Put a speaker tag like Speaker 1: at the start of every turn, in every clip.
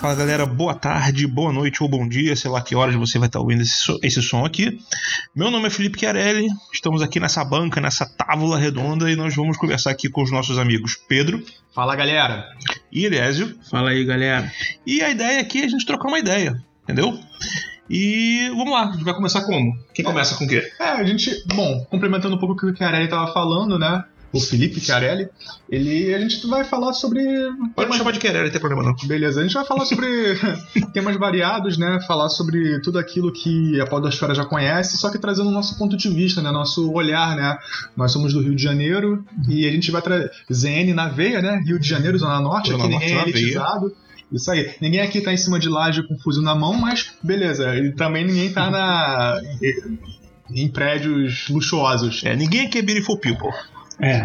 Speaker 1: Fala galera, boa tarde, boa noite ou bom dia, sei lá que horas você vai estar ouvindo esse, so- esse som aqui. Meu nome é Felipe Chiarelli, estamos aqui nessa banca, nessa tábua redonda e nós vamos conversar aqui com os nossos amigos Pedro
Speaker 2: Fala galera,
Speaker 1: e Elésio.
Speaker 3: Fala aí, galera.
Speaker 1: E a ideia aqui é a gente trocar uma ideia, entendeu? E vamos lá, a gente vai começar como? Quem começa com o quê?
Speaker 2: é, a gente, bom, complementando um pouco o que o Chiarelli tava falando, né? O Felipe Chiarelli, ele, a gente vai falar sobre.
Speaker 1: Pode me chamar de Chiarelli, não tem problema não.
Speaker 2: Beleza, a gente vai falar sobre temas variados, né? Falar sobre tudo aquilo que a Podosfera já conhece, só que trazendo o nosso ponto de vista, né? Nosso olhar, né? Nós somos do Rio de Janeiro e a gente vai trazer. ZN na veia, né? Rio de Janeiro, Zona Norte,
Speaker 1: Zona
Speaker 2: aqui
Speaker 1: Norte
Speaker 2: ninguém é
Speaker 1: na veia.
Speaker 2: elitizado. Isso aí. Ninguém aqui tá em cima de laje com fuzil na mão, mas beleza. E também ninguém tá na. em prédios luxuosos.
Speaker 1: É, ninguém aqui é beautiful people.
Speaker 3: É.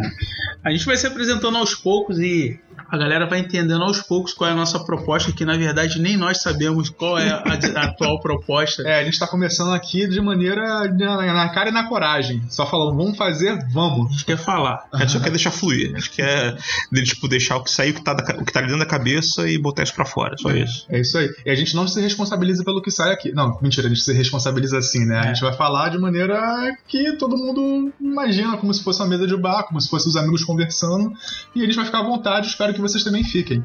Speaker 3: A gente vai se apresentando aos poucos e a galera vai entendendo aos poucos qual é a nossa proposta, que na verdade nem nós sabemos qual é a de- a atual proposta.
Speaker 2: É, a gente tá começando aqui de maneira na, na cara e na coragem. Só falando, vamos fazer, vamos.
Speaker 3: A gente quer falar.
Speaker 1: A gente só quer deixar fluir, a gente quer tipo, deixar o que sair, o que, tá da ca- o que tá ali dentro da cabeça e botar isso pra fora, só isso.
Speaker 2: É isso aí. E a gente não se responsabiliza pelo que sai aqui. Não, mentira, a gente se responsabiliza assim, né? A
Speaker 3: É.
Speaker 2: gente vai falar de maneira que todo mundo imagina, como se fosse uma mesa de bar, como se fossem os amigos conversando. E a gente vai ficar à vontade, espero que vocês também fiquem.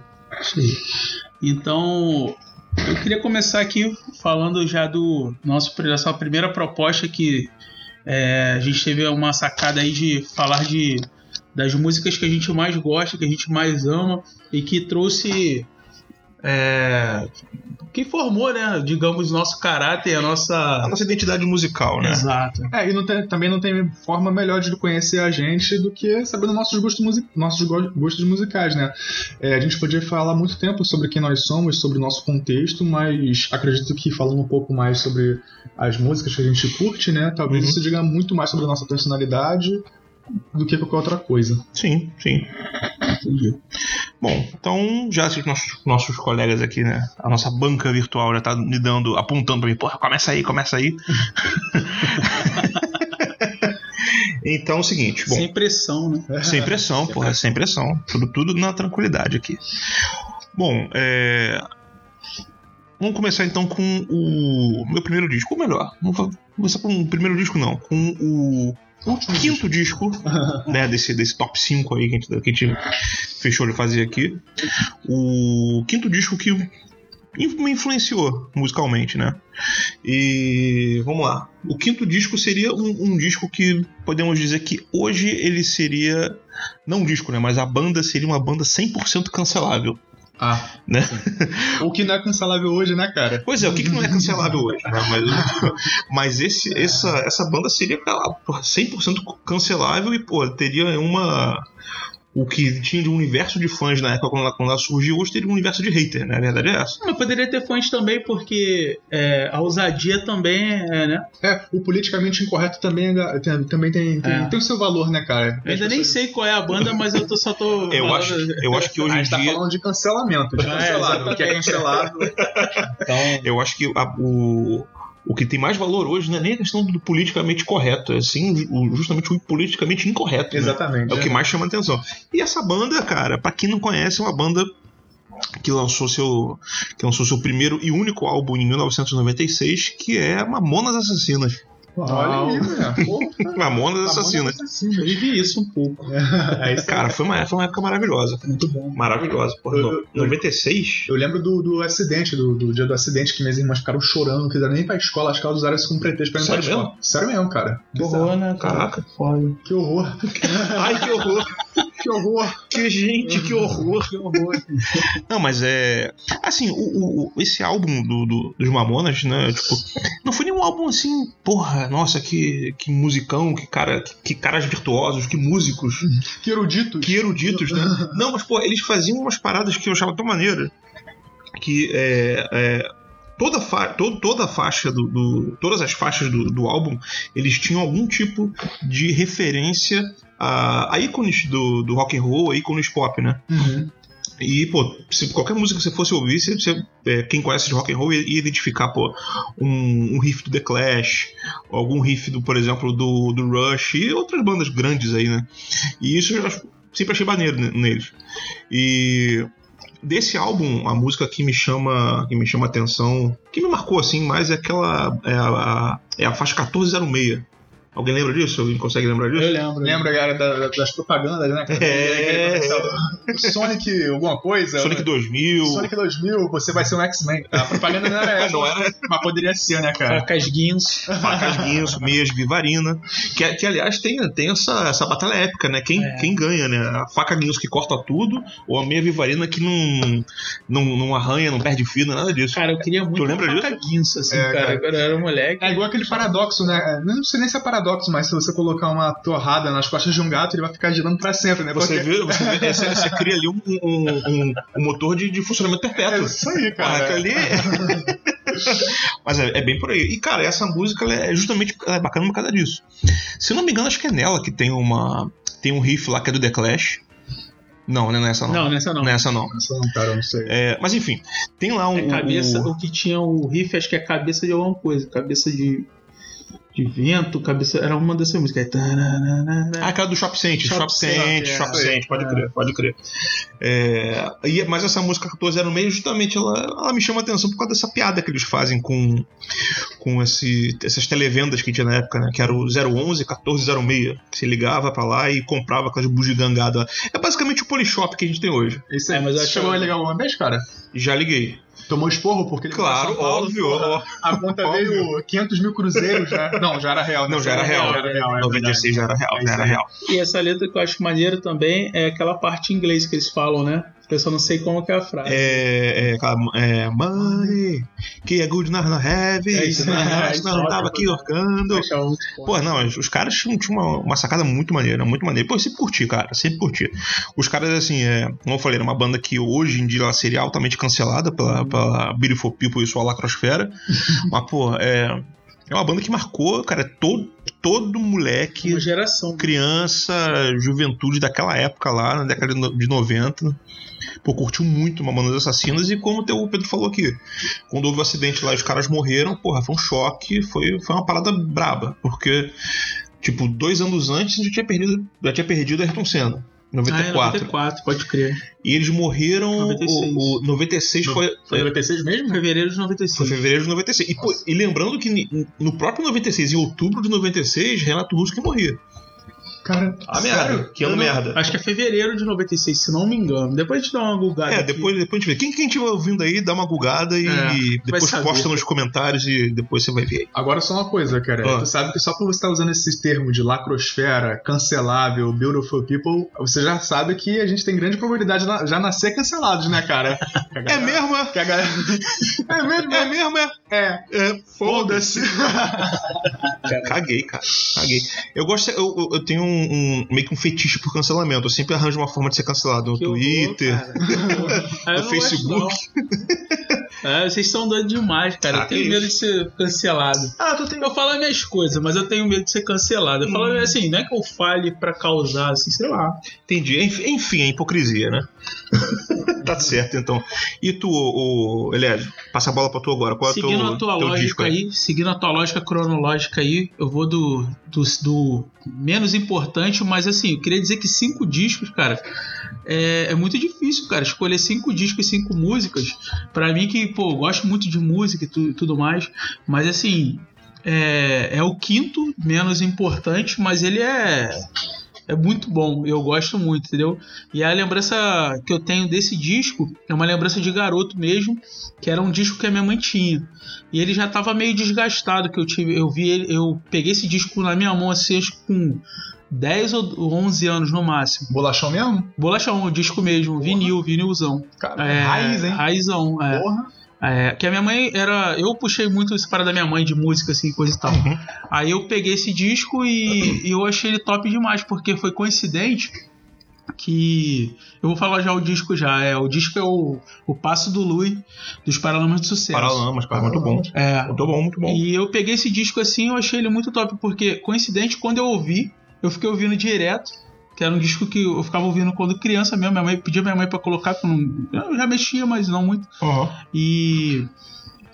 Speaker 3: Então, eu queria começar aqui falando já do nosso nossa primeira proposta que é, a gente teve uma sacada aí de falar de das músicas que a gente mais gosta, que a gente mais ama e que trouxe é, que formou, né, digamos, nosso caráter, a
Speaker 1: a
Speaker 3: nossa
Speaker 1: nossa identidade musical, né?
Speaker 3: É. Exato.
Speaker 2: É, e não tem- também não tem forma melhor de conhecer a gente do que sabendo nossos gostos, musi- nossos go- gostos musicais, né? É, a gente podia falar muito tempo sobre quem nós somos, sobre o nosso contexto, mas acredito que falando um pouco mais sobre as músicas que a gente curte, né? Talvez
Speaker 1: Uhum.
Speaker 2: isso diga muito mais sobre a nossa personalidade do que qualquer outra coisa.
Speaker 1: Sim, sim. Bom, então já que nossos, nossos colegas aqui, né? A nossa banca virtual já tá me dando, apontando pra mim, porra, começa aí, começa aí. então é o seguinte, bom, É.
Speaker 3: Sem pressão, né?
Speaker 1: sem pressão, porra, sem pressão. Tudo, tudo na tranquilidade aqui. Bom, é. Vamos começar então com o meu primeiro disco, ou melhor, não vou começar com o primeiro disco, não, com o
Speaker 2: Último
Speaker 1: quinto disco né, desse, desse top 5 aí que a, gente, que a gente fechou de fazer aqui. O quinto disco que in- me influenciou musicalmente, né? E vamos lá. O quinto disco seria um, um disco que podemos dizer que hoje ele seria. Não um disco, né? Mas a banda seria uma banda 100% cancelável.
Speaker 2: Ah,
Speaker 1: Né?
Speaker 2: O que não é cancelável hoje, né, cara?
Speaker 1: Pois é, o que, que não é cancelável hoje? né? Mas, mas esse, essa, essa banda seria cara, porra, 100% cancelável e pô, teria uma. O que tinha de um universo de fãs na época quando ela, quando ela surgiu, hoje teria um universo de hater, né? A verdade é essa.
Speaker 3: Mas poderia ter fãs também, porque é, a ousadia também é, né?
Speaker 2: É, o politicamente incorreto também, é- tem, também tem, tem,
Speaker 3: É.
Speaker 2: tem o seu valor, né, cara?
Speaker 3: Eu ainda nem sei qual é a banda, mas eu tô, só tô.
Speaker 1: Eu acho, eu acho que hoje
Speaker 2: a
Speaker 1: em
Speaker 2: gente tá
Speaker 1: dia.
Speaker 2: falando de cancelamento, de
Speaker 3: É,
Speaker 2: cancelado, o que é
Speaker 3: exatamente.
Speaker 2: cancelado.
Speaker 3: Então,
Speaker 1: Eu acho que a- o, o que tem mais valor hoje não é nem a questão do politicamente correto, é sim o- justamente o politicamente incorreto. né?
Speaker 2: Exatamente.
Speaker 1: É o que mais chama atenção. E essa banda, cara, pra quem não conhece, é uma banda que lançou seu que lançou seu primeiro e único álbum em 1996, que é Mamonas Assassinas.
Speaker 2: Olha aí, né? Pô,
Speaker 1: Mamonas
Speaker 2: tá
Speaker 1: Assassinas.
Speaker 2: bom, assassino.
Speaker 3: eu vivi isso um pouco.
Speaker 2: É isso aí.
Speaker 1: Cara, foi uma, foi uma época maravilhosa.
Speaker 3: Muito bom.
Speaker 1: Maravilhosa. Porra,
Speaker 2: Eu-
Speaker 1: não,
Speaker 2: eu-
Speaker 1: 96?
Speaker 2: Eu lembro do, do acidente, do, do dia do acidente, que minhas irmãs ficaram chorando, não quiseram nem ir pra escola, acho que elas usaram isso como pretexto pra ir pra
Speaker 1: Sério
Speaker 2: escola. Sério mesmo, cara. Bizarro.
Speaker 3: né?
Speaker 1: Caraca.
Speaker 3: Foda.
Speaker 2: Que horror.
Speaker 1: Ai, que horror.
Speaker 2: Que horror.
Speaker 1: Que gente, que horror.
Speaker 2: Que horror.
Speaker 1: Não, mas é. Assim, o, o- o- esse álbum do, do- dos Mamonas, né? Tipo, não foi nenhum álbum assim, porra, nossa, que, que musicão, que, cara, que, que caras virtuosos, que músicos,
Speaker 2: Que erudito.
Speaker 1: que eruditos, né? Não, mas, pô, eles faziam umas paradas que eu achava tão maneira que é. é, Toda, fa todo, toda a faixa do, do- Todas as faixas do, do álbum, eles tinham algum tipo de referência a, a ícones do, do rock and roll, a ícones pop, né?
Speaker 2: Uhum.
Speaker 1: E, pô, se qualquer música que você fosse ouvir, você, você- é, quem conhece de rock and roll ia, ia identificar, pô, um, um riff do The Clash, algum riff, do, por exemplo, do, do Rush e outras bandas grandes aí, né? E isso eu acho- sempre achei maneiro ne- neles. E Desse álbum, a música que me chama, que me chama atenção, que me marcou assim mais é aquela é a, é a faixa 1406. Alguém lembra disso? Alguém consegue lembrar disso?
Speaker 2: Eu lembro. Lembra, cara, da- das propagandas, né? cara?
Speaker 1: É.
Speaker 2: Aquele comercial. Sonic alguma coisa.
Speaker 1: Sonic 2000.
Speaker 2: Sonic 2000, você vai ser um X-Men. A propaganda não era essa,
Speaker 1: É, Não era
Speaker 2: mas poderia ser, né, cara?
Speaker 3: Facas Guinso.
Speaker 1: facas, guinso, meias, vivarina. Que, que aliás, tem, tem essa, essa batalha épica, né? Quem,
Speaker 3: É.
Speaker 1: quem ganha, né? A faca guinso que corta tudo, ou a meia vivarina que não, não, não arranha, não perde fio, não é nada disso.
Speaker 3: Cara, eu queria muito
Speaker 1: Tu lembra
Speaker 3: uma faca Guinso, assim,
Speaker 2: É,
Speaker 3: cara.
Speaker 2: cara.
Speaker 3: Quando eu era moleque.
Speaker 2: É igual aquele paradoxo, né? Não sei nem se é paradoxo, mas se você colocar uma torrada nas costas de um gato, ele vai ficar girando pra sempre, né?
Speaker 1: Você
Speaker 2: Porque-
Speaker 1: vê, você, vê- você- você cria ali um, um, um- um motor de, de funcionamento
Speaker 2: É
Speaker 1: perpétuo.
Speaker 2: isso aí,
Speaker 1: Porra,
Speaker 2: cara.
Speaker 1: aquilo ali é- Mas é, é bem por aí. E, cara, essa música ela é justamente ela é bacana por causa disso. Se eu não me engano, acho que é nela que tem uma. Tem um riff lá que é do The Clash. Não, não é nessa não.
Speaker 3: Não, nessa não.
Speaker 1: Não é essa não.
Speaker 2: Nossa, não, cara, eu não sei.
Speaker 1: É, mas enfim, tem lá um.
Speaker 3: É
Speaker 2: né?
Speaker 3: cabeça,
Speaker 1: o-
Speaker 3: o que tinha o riff, acho que é cabeça de alguma coisa. Cabeça de, de vento, cabeça. Era uma dessas músicas. Aí,
Speaker 1: Ah,
Speaker 3: taranana.
Speaker 1: aquela do Shop Saint,
Speaker 3: Shop
Speaker 1: Shop
Speaker 3: Saint,
Speaker 1: Saint,
Speaker 3: é,
Speaker 1: Shop
Speaker 2: é.
Speaker 1: Saint, pode crer, pode crer. É, e- mas essa música 1406, justamente, ela, ela me chama a atenção por causa dessa piada que eles fazem com, com esse, essas televendas que tinha na época, né? Que era o 011 1406. Você ligava pra lá e comprava aquelas bugigangadas. lá. É basicamente o Polishop que a gente tem hoje.
Speaker 2: Isso
Speaker 3: É, mas eu
Speaker 2: você
Speaker 3: acho-
Speaker 2: chegou a ligar uma vez, cara?
Speaker 1: Já liguei.
Speaker 2: Tomou esporro porque ele
Speaker 1: Claro,
Speaker 2: morou em São Paulo,
Speaker 1: óbvio.
Speaker 2: porra.
Speaker 1: ó.
Speaker 2: A conta
Speaker 1: Óbvio.
Speaker 2: veio 500 mil cruzeiros, né? Não, já era real. né?
Speaker 1: Não, já era real.
Speaker 2: Já era real, é
Speaker 1: 96 já era real,
Speaker 2: É
Speaker 1: já
Speaker 2: isso
Speaker 1: era
Speaker 2: aí.
Speaker 1: real.
Speaker 3: E essa letra que eu acho maneira também é aquela parte em inglês que eles falam, né? Eu só não sei como que é a frase.
Speaker 1: É, é, aquela- é, money, que é good enough not heavy,
Speaker 3: É
Speaker 1: é
Speaker 3: isso,
Speaker 1: isso,
Speaker 3: né?
Speaker 1: não tava aqui
Speaker 3: Eu
Speaker 1: orcando.
Speaker 3: achava muito foda.
Speaker 1: Pô, não, os, os caras tinham, tinham uma, uma sacada muito maneira, muito maneira. Pô, eu sempre curti, cara, sempre curti. Os caras, assim, é, como eu falei, era uma banda que hoje em dia ela seria altamente cancelada pela,
Speaker 3: Uhum.
Speaker 1: pela Beautiful People e sua lacrosfera. Mas, pô, é, é uma banda que marcou, cara, todo, todo moleque,
Speaker 3: Uma geração.
Speaker 1: criança, juventude daquela época lá, na década de no- de 90. Pô, curtiu muito Mamonas Assassinas e como o Pedro falou aqui, quando houve o acidente lá e os caras morreram, porra, foi um choque, foi, foi uma parada braba, porque, tipo, dois anos antes a gente tinha perdido, já tinha perdido Ayrton Senna, em
Speaker 3: Ah,
Speaker 1: 94.
Speaker 3: é 94, pode crer.
Speaker 1: E eles morreram,
Speaker 3: 96.
Speaker 1: o, o 96 foi, é,
Speaker 2: Foi 96 mesmo?
Speaker 3: Fevereiro de
Speaker 1: foi
Speaker 3: 96.
Speaker 1: fevereiro de 96. E, pô, e lembrando que ni- no próprio 96, em outubro de 96, Renato Russo que morria.
Speaker 2: Cara,
Speaker 1: Ah,
Speaker 2: sério?
Speaker 1: merda, que ano
Speaker 3: Eu não-
Speaker 1: merda.
Speaker 3: Acho que é fevereiro de 96, se não me engano. Depois a gente dá uma gulgada.
Speaker 1: É,
Speaker 3: aqui.
Speaker 1: depois, depois a gente vê. Quem, quem estiver ouvindo aí, dá uma gugada e
Speaker 3: É,
Speaker 1: depois
Speaker 3: saber.
Speaker 1: posta nos comentários e depois você vai ver.
Speaker 2: Agora só uma coisa, cara.
Speaker 1: Ah.
Speaker 2: Tu sabe que só por você estar usando esse termo de lacrosfera, cancelável, beautiful people, você já sabe que a gente tem grande probabilidade de na- já nascer cancelados, né, cara?
Speaker 1: É mesmo, é?
Speaker 2: Que a galera... É mesmo?
Speaker 1: É mesmo, é?
Speaker 2: É.
Speaker 1: é
Speaker 2: Foda-se.
Speaker 1: Caguei, cara. Caguei. Eu gosto, eu, eu- eu tenho um, um- meio que um fetiche por cancelamento. Eu sempre arranjo uma forma de ser cancelado no
Speaker 3: Que horror,
Speaker 1: Twitter.
Speaker 3: cara. Ah, eu
Speaker 1: No
Speaker 3: não
Speaker 1: Facebook.
Speaker 3: gosto, não. É, vocês são doidos demais, cara.
Speaker 1: Ah,
Speaker 3: eu tenho
Speaker 1: que
Speaker 3: medo de ser cancelado.
Speaker 1: ah, tu tem.
Speaker 3: Eu falo as minhas coisas, mas eu tenho medo de ser cancelado. Eu
Speaker 1: Hum.
Speaker 3: falo assim, não é que eu fale pra causar, assim, sei lá.
Speaker 1: Entendi. Enf- Enfim, é hipocrisia, né? tá certo, então. E tu, o, Elias, passa a bola pra tu agora. Qual é o
Speaker 3: seguindo
Speaker 1: teu,
Speaker 3: a tua
Speaker 1: teu disco
Speaker 3: lógica
Speaker 1: aí?
Speaker 3: aí? seguindo a tua lógica cronológica aí, eu vou do, do, do menos importante, mas assim, eu queria dizer que cinco discos, cara, é, é muito difícil, cara, escolher cinco discos e cinco músicas. Pra mim que, pô, eu gosto muito de música e tu- tudo mais, mas assim, é, é o quinto menos importante, mas ele é é muito bom, eu gosto muito, entendeu? E a lembrança que eu tenho desse disco é uma lembrança de garoto mesmo, que era um disco que a minha mãe tinha. E ele já tava meio desgastado, que eu tive, eu vi ele, eu peguei esse disco na minha mão assim, acho que com 10 ou 11 anos no máximo.
Speaker 2: Bolachão mesmo?
Speaker 3: Bolachão, o disco mesmo, vinil, vinilzão.
Speaker 2: Cara,
Speaker 3: É,
Speaker 2: raiz, hein?
Speaker 3: Raizão, é.
Speaker 2: Porra.
Speaker 3: É, que a minha mãe era. Eu puxei muito essa parada da minha mãe de música, assim, coisa e tal.
Speaker 1: Uhum.
Speaker 3: Aí eu peguei esse disco e, e eu achei ele top demais, porque foi coincidente que. Eu vou falar já o disco já. É, o disco é o, o Passo do Lui, dos Paralamas de Sucesso.
Speaker 1: Paralamas, cara, muito bom.
Speaker 3: É.
Speaker 1: Muito bom, muito bom.
Speaker 3: E eu peguei esse disco assim, eu achei ele muito top, porque, coincidente, quando eu ouvi, eu fiquei ouvindo direto, que era um disco que eu ficava ouvindo quando criança mesmo, minha mãe pedia minha mãe pra colocar, porque eu não- eu já mexia, mas não muito.
Speaker 1: Uhum.
Speaker 3: E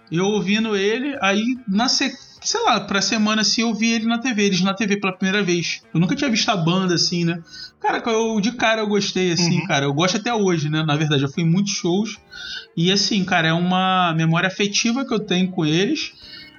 Speaker 3: Eu ouvindo ele, aí na se... sei lá, pra semana assim eu vi ele na TV, eles na TV pela primeira vez. Eu nunca tinha visto a banda assim, né? Cara, eu, de cara eu gostei, assim,
Speaker 1: Uhum.
Speaker 3: cara. Eu gosto até hoje, né? Na verdade, eu fui em muitos shows. E assim, cara, é uma memória afetiva que eu tenho com eles.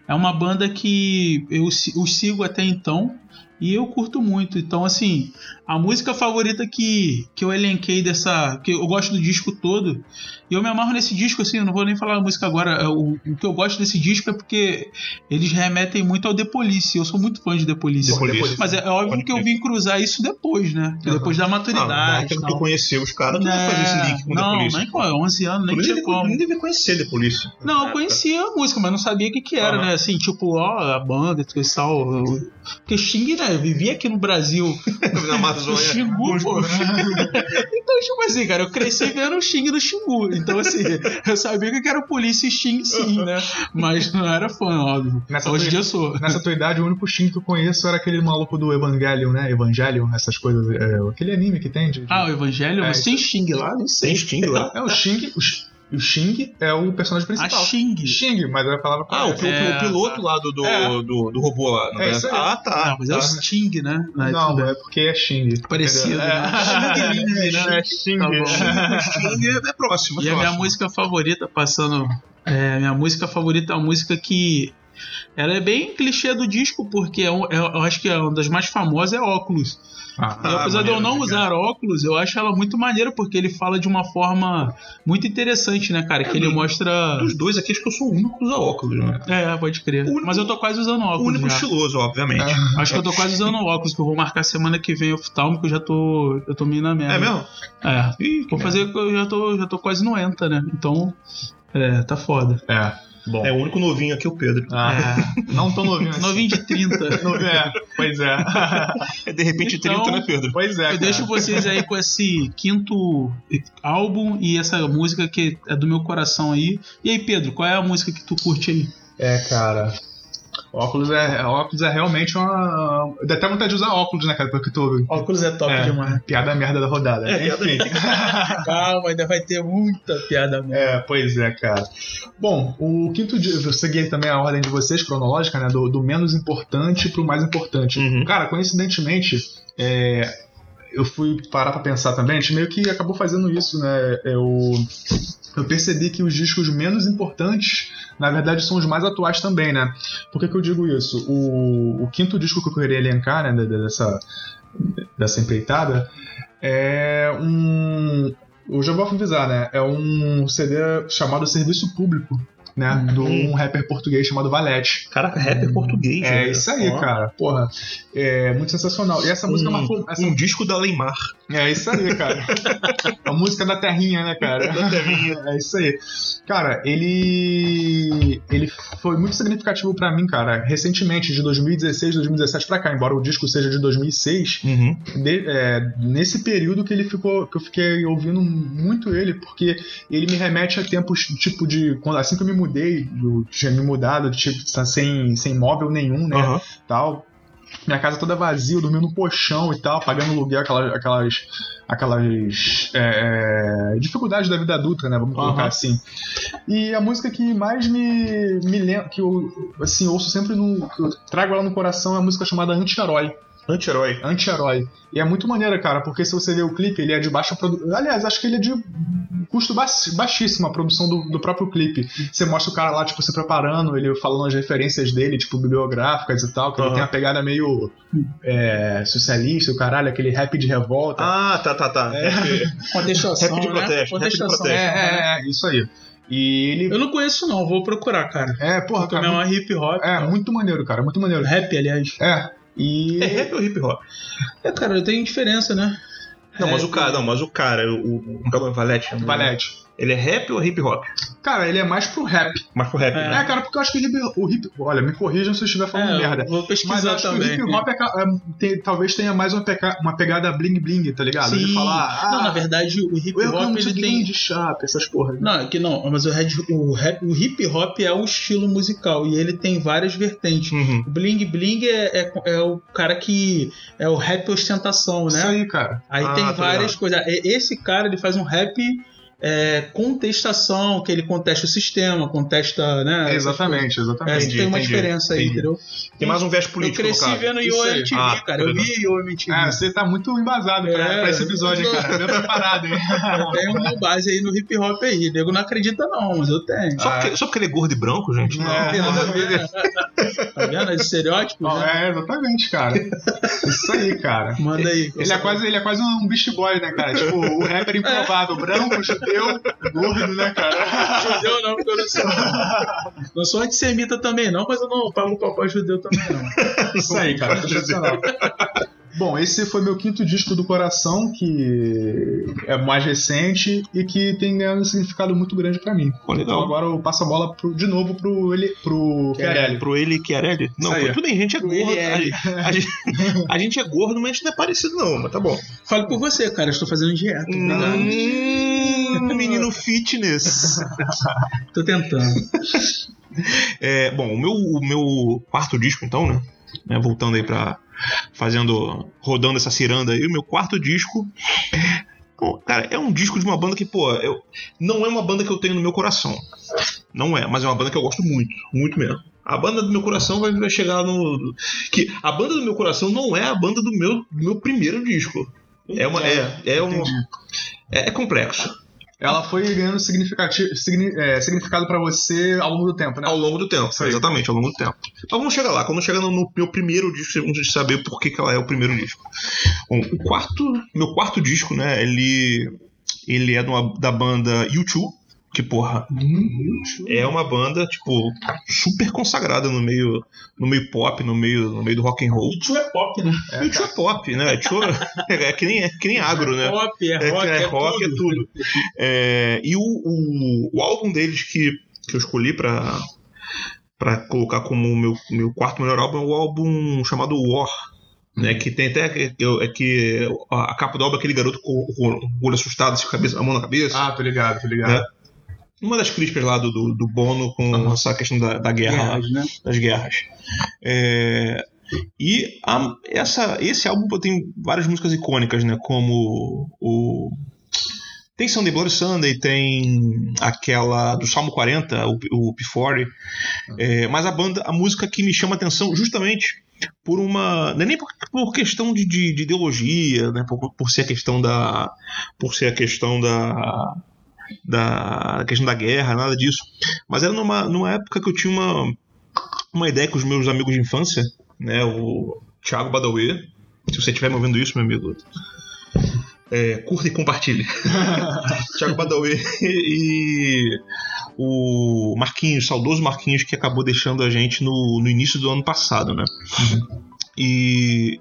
Speaker 3: É uma banda que eu si- os sigo até então. E eu curto muito. Então, assim, a música favorita que, que eu elenquei dessa. que eu gosto do disco todo. E eu me amarro nesse disco, assim, eu não vou nem falar a música agora. é, O, o que eu gosto desse disco é porque eles remetem muito ao The Police. Eu sou muito fã de The Police.
Speaker 1: The Police.
Speaker 3: Mas é, é óbvio
Speaker 1: Pode
Speaker 3: que eu
Speaker 1: crer.
Speaker 3: vim cruzar isso depois, né?
Speaker 2: Aham.
Speaker 3: Depois da
Speaker 1: Ah, na
Speaker 3: maturidade.
Speaker 1: época
Speaker 3: e
Speaker 1: que
Speaker 3: tal.
Speaker 1: tu conheceu os caras, então tu não
Speaker 3: É,
Speaker 1: fazia esse link com
Speaker 3: não,
Speaker 1: The Police.
Speaker 3: nem com 11 anos,
Speaker 1: Tu
Speaker 3: nem tinha como.
Speaker 1: nem devia conhecer The Police.
Speaker 3: Não, eu conhecia a música, mas não sabia o que, que era,
Speaker 1: Aham.
Speaker 3: né? Assim, tipo, ó, a banda, tudo isso e tal. Eu- Porque Xing, né? eu Vivia aqui no Brasil.
Speaker 4: Na
Speaker 3: O
Speaker 4: Amazônia.
Speaker 3: Xingu, pô.
Speaker 2: né?
Speaker 3: Então, tipo assim, cara, eu cresci vendo o Xing do Xingu. Então, assim, eu sabia que era polícia e Xing, sim, né? Mas não era fã, óbvio.
Speaker 2: Nessa
Speaker 3: Hoje em
Speaker 2: foi-
Speaker 3: dia eu sou.
Speaker 2: Nessa tua idade, o único Shin que eu conheço era aquele maluco do Evangelion, né? Evangelion, essas coisas. é, aquele anime que tem de. de-
Speaker 3: Ah, o Evangelho?
Speaker 2: É,
Speaker 3: mas tem Xing lá? Nem
Speaker 1: Tem
Speaker 3: sei.
Speaker 1: Sting lá.
Speaker 2: É o Shing. O, Sh- o Shing é o personagem
Speaker 3: A
Speaker 2: principal.
Speaker 3: Xing.
Speaker 2: Xing, mas era a palavra
Speaker 1: Ah, o, pi-
Speaker 3: É,
Speaker 1: o piloto lá do, do,
Speaker 2: É.
Speaker 1: do, do robô lá. não
Speaker 2: É isso aí.
Speaker 1: Ah, tá.
Speaker 3: Não, mas é o
Speaker 1: tá.
Speaker 3: Sting, né? Não,
Speaker 2: Não,
Speaker 3: tudo
Speaker 2: é porque é Xing.
Speaker 3: Parecido,
Speaker 2: entendeu? É,
Speaker 3: né? Xing, né?
Speaker 2: é Xing.
Speaker 3: Tá bom.
Speaker 1: Sting é, é próximo. é
Speaker 3: E a minha
Speaker 1: próximo.
Speaker 3: música favorita, passando. É, minha música favorita é uma música que. Ela é bem clichê do disco, porque é um- é- eu acho que é uma das mais famosas é óculos.
Speaker 2: Ah,
Speaker 3: e
Speaker 1: Ah,
Speaker 3: apesar de eu
Speaker 1: maneiro,
Speaker 3: não
Speaker 1: né,
Speaker 3: usar óculos, eu acho ela muito maneira, porque ele fala de uma forma muito interessante, né, cara? que ele
Speaker 1: É do-
Speaker 3: mostra.
Speaker 1: Dos dois aqui, acho que eu sou o único que usa óculos, né?
Speaker 3: É, pode crer.
Speaker 1: O único-
Speaker 3: Mas eu tô quase usando
Speaker 1: O
Speaker 3: óculos.
Speaker 1: único
Speaker 3: já.
Speaker 1: estiloso, obviamente.
Speaker 3: Acho que eu tô quase usando óculos, que eu vou marcar semana que vem oftalmo, que eu já tô. Eu tô meio na merda.
Speaker 1: É mesmo?
Speaker 3: É.
Speaker 1: Ih,
Speaker 3: Vou fazer que eu já tô, já tô quase 90, né? Então. É, tá foda.
Speaker 2: é. Bom.
Speaker 1: É o único novinho aqui, é o Pedro.
Speaker 2: Ah,
Speaker 3: É.
Speaker 2: Não tão novinho assim.
Speaker 3: Novinho de 30.
Speaker 2: Novinho, É, pois é.
Speaker 1: É de repente
Speaker 3: Então-
Speaker 1: 30, né, Pedro?
Speaker 2: Pois é.
Speaker 3: Eu
Speaker 2: cara.
Speaker 3: deixo vocês aí com esse quinto álbum e essa música que é do meu coração aí. E aí, Pedro, qual é a música que tu curte aí?
Speaker 2: É, cara. Óculos é, óculos é realmente uma. Dá até vontade de usar óculos, né, cara? Porque tu.
Speaker 3: Óculos é top
Speaker 2: É.
Speaker 3: demais.
Speaker 2: Piada É, merda da rodada. Enfim.
Speaker 3: Calma, ainda vai ter muita piada mesmo.
Speaker 2: É, pois é, cara. Bom, o quinto dia, eu segui também a ordem de vocês, cronológica, né? Do, do menos importante pro mais importante.
Speaker 1: Uhum.
Speaker 2: Cara, coincidentemente, é, eu fui parar pra pensar também, a gente meio que acabou fazendo isso, né? Eu, eu percebi que os discos menos importantes, na verdade, são os mais atuais também, né? Por que, que eu digo isso? O, o quinto disco que eu queria elencar, né, de- de- dessa, dessa empreitada, é um. Eu já vou avisar, né? É um CD chamado Serviço Público, né? De um rapper português chamado Valete.
Speaker 1: Caraca, rapper português.
Speaker 2: É
Speaker 1: né?
Speaker 2: isso aí,
Speaker 1: Ó.
Speaker 2: cara. Porra, é muito sensacional. E essa música
Speaker 1: Hum.
Speaker 2: marcou. Essa...
Speaker 1: Um disco da Leymar.
Speaker 2: É isso aí, cara. A música da terrinha, né, cara? É isso aí. Cara, ele. Ele foi muito significativo pra mim, cara. Recentemente, de 2016, 2017 pra cá, embora o disco seja de 2006,
Speaker 1: Uhum.
Speaker 2: de- é, nesse período que ele ficou. que eu fiquei ouvindo muito ele, porque ele me remete a tempos tipo de. Quando, assim que eu me mudei, eu tinha me mudado, tipo, sem, sem móvel nenhum, né?
Speaker 1: Aham.
Speaker 2: tal. Minha casa toda vazia, eu dormindo no colchão e tal, pagando aluguel, aquelas, aquelas, aquelas é, é, dificuldades da vida adulta, né? Vamos colocar
Speaker 1: Aham.
Speaker 2: assim. E a música que mais me, me lembra, que eu assim, ouço sempre no. que eu trago ela no coração é a música chamada Anti-Herói.
Speaker 1: Anti-herói.
Speaker 2: Anti-Herói. E é muito maneira, cara, porque se você ver o clipe, ele é de baixa produção. Aliás, acho que ele é de custo baixi- baixíssimo a produção do, do próprio clipe. Você mostra o cara lá, tipo, se preparando, ele falando as referências dele, tipo, bibliográficas e tal, que ele
Speaker 1: Aham.
Speaker 2: tem uma pegada meio é, socialista, o caralho, aquele rap de revolta.
Speaker 1: Ah, tá, tá, tá.
Speaker 2: É.
Speaker 3: Contestação,
Speaker 1: Rap de
Speaker 3: né?
Speaker 1: protesto, rap de
Speaker 3: Contestação.
Speaker 2: é,
Speaker 1: protesto.
Speaker 2: é, é, isso aí. E ele.
Speaker 3: Eu não conheço não, vou procurar, cara.
Speaker 2: É, porra,
Speaker 3: Também é
Speaker 2: cara.
Speaker 3: uma hip hop. então.
Speaker 2: É, muito maneiro, cara, muito maneiro.
Speaker 3: Rap, aliás.
Speaker 2: É. E.
Speaker 1: É rap ou hip hop?
Speaker 3: É, cara, tem diferença, né?
Speaker 1: Não, mas
Speaker 3: Rap.
Speaker 1: o cara, não, mas o cara, o, o, como é o nome? Valete. né?
Speaker 2: Valete.
Speaker 1: Ele é rap ou hip hop?
Speaker 2: Cara, ele é mais pro rap.
Speaker 1: Mas pro rap,
Speaker 3: É.
Speaker 1: né?
Speaker 2: É, cara, porque eu acho que o hip o hip. Olha, me corrijam se eu estiver falando
Speaker 3: É,
Speaker 2: merda.
Speaker 3: eu vou
Speaker 2: Mas eu
Speaker 3: pesquisar
Speaker 2: acho
Speaker 3: também.
Speaker 2: que o hip hop é ca- é, tem- talvez tenha mais uma, peca- uma pegada bling bling, tá ligado?
Speaker 3: Sim.
Speaker 2: De falar. Ah,
Speaker 3: Não, na verdade, o hip hop
Speaker 2: Welcome to
Speaker 3: ele
Speaker 2: the
Speaker 3: tem
Speaker 2: de chapa, essas porras.
Speaker 3: Não, é que não, mas o, red, o, rap- o hip hop é o estilo musical e ele tem várias vertentes.
Speaker 1: Uhum.
Speaker 3: O bling bling é, é, é o cara que é o rap ostentação,
Speaker 2: Isso
Speaker 3: né?
Speaker 2: aí, cara.
Speaker 3: Aí
Speaker 1: Ah,
Speaker 3: tem
Speaker 1: tá
Speaker 3: várias coisas. E- Esse cara ele faz um rap é, contestação, que ele contesta o sistema, contesta, né?
Speaker 2: É, exatamente,
Speaker 3: É,
Speaker 2: exatamente.
Speaker 1: Entendi,
Speaker 3: tem uma
Speaker 1: entendi,
Speaker 3: diferença aí,
Speaker 1: entendi.
Speaker 3: entendeu?
Speaker 1: Tem mais um viés
Speaker 3: Eu
Speaker 1: político no
Speaker 3: cresci
Speaker 1: caso.
Speaker 3: vendo
Speaker 2: Isso
Speaker 3: Yo
Speaker 2: aí.
Speaker 3: MTV,
Speaker 1: Ah, É.
Speaker 3: cara. Eu
Speaker 1: legal.
Speaker 3: vi Yo MTV.
Speaker 2: Ah, você tá muito embasado pra,
Speaker 3: É.
Speaker 2: pra esse episódio, hein, cara. Bem preparado, hein?
Speaker 3: Tem uma base aí no hip hop aí. Nego não acredita, não, mas eu tenho.
Speaker 1: Só,
Speaker 2: Ah.
Speaker 1: porque, só porque ele é gordo e branco, gente?
Speaker 2: Não.
Speaker 3: Não tem nada a ver, né?
Speaker 1: é,
Speaker 3: Tá vendo? Esse estereótipo,
Speaker 2: Bom,
Speaker 3: né?
Speaker 2: é, exatamente, cara. Isso aí, cara.
Speaker 3: Manda aí.
Speaker 2: Ele é, quase, ele é quase um beast boy, né, cara? Tipo, o rapper
Speaker 3: É.
Speaker 2: improvável, branco, judeu, gordo, né, cara?
Speaker 3: judeu, não, porque eu não sou. Não sou antissemita também, não, mas eu não pago pau pra judeu também, não.
Speaker 2: Isso aí, cara. sensacional. Bom, esse foi meu quinto disco do coração, que é mais recente e que tem ganhado um significado muito grande pra mim.
Speaker 1: Pô,
Speaker 2: Então
Speaker 1: legal.
Speaker 2: agora eu passo a bola pro- de novo pro, é ele, pro Fiarelli.
Speaker 1: Pro ele que era ele? Não,
Speaker 3: Isso aí,
Speaker 1: pô,
Speaker 3: ó.
Speaker 1: tudo bem, a gente é
Speaker 3: Pro
Speaker 1: gordo.
Speaker 3: ele é
Speaker 1: A,
Speaker 3: ele.
Speaker 1: gente- a gente, a gente é gordo, mas a gente não é parecido, não, mas tá bom.
Speaker 3: Falo por você, cara. Eu estou fazendo dieta. tá? obrigado.
Speaker 1: Hum, menino fitness.
Speaker 3: Tô tentando.
Speaker 1: É, bom, o meu, o meu quarto disco, então, né? né, Voltando aí pra. Fazendo. rodando essa ciranda aí, o meu quarto disco. Bom, cara, é um disco de uma banda que, pô, eu, não é uma banda que eu tenho no meu coração. Não é, mas é uma banda que eu gosto muito, muito mesmo. A banda do meu coração vai, vai chegar no. Que a banda do meu coração não é a banda do meu, do meu primeiro disco. É uma. É, é, um,
Speaker 2: Entendi.
Speaker 1: é, é complexo.
Speaker 2: Ela foi ganhando significati- signi- é, significado pra você ao longo do tempo, né?
Speaker 1: Ao longo do tempo,
Speaker 2: Isso aí.
Speaker 1: exatamente, ao longo do tempo. Então vamos chegar lá. Quando chegar no- no meu primeiro disco, vocês vão saber por que, que ela é o primeiro disco. Bom, o quarto, meu quarto disco, né? Ele, ele é de uma- da banda U2, que porra, é uma banda tipo super consagrada no meio, no meio pop, no meio, no meio do rock and roll.
Speaker 3: E tio é pop, né?
Speaker 2: É,
Speaker 1: U2 é pop, né? U2 é que nem, é que nem agro, né?
Speaker 3: Pop, é
Speaker 1: É,
Speaker 3: rock,
Speaker 1: é, rock, é
Speaker 3: tudo.
Speaker 1: tudo. É, e o, o, o álbum deles que, que eu escolhi pra, pra colocar como o meu, meu quarto melhor álbum é o álbum chamado War. Né, que tem até que- eu- é que a capa do álbum é aquele garoto com, com o olho assustado, assim, com a cabeça, a mão na cabeça.
Speaker 2: Ah, tô ligado, tô ligado.
Speaker 1: Uma das críticas lá do, do, do Bono com essa questão da, da guerra lá
Speaker 3: Guerras, né?
Speaker 1: das guerras. É, e a- essa, esse álbum pô, tem várias músicas icônicas, né? Como o. Tem Sunday Bloody Sunday, tem aquela do Salmo 40, o, P- o P40. É, mas a banda, a música que me chama a atenção justamente por uma. Não é nem por, por questão de, de- de ideologia, né? Por, por ser a questão da. Por ser a questão da. Da questão da guerra, nada disso. Mas era numa, numa época que eu tinha uma, uma ideia com os meus amigos de infância, né? O Thiago Badawi. Se você estiver me ouvindo isso, meu amigo, é, curta e compartilhe. Thiago Badawi e o Marquinhos, saudoso Marquinhos, que acabou deixando a gente no, no início do ano passado, né? E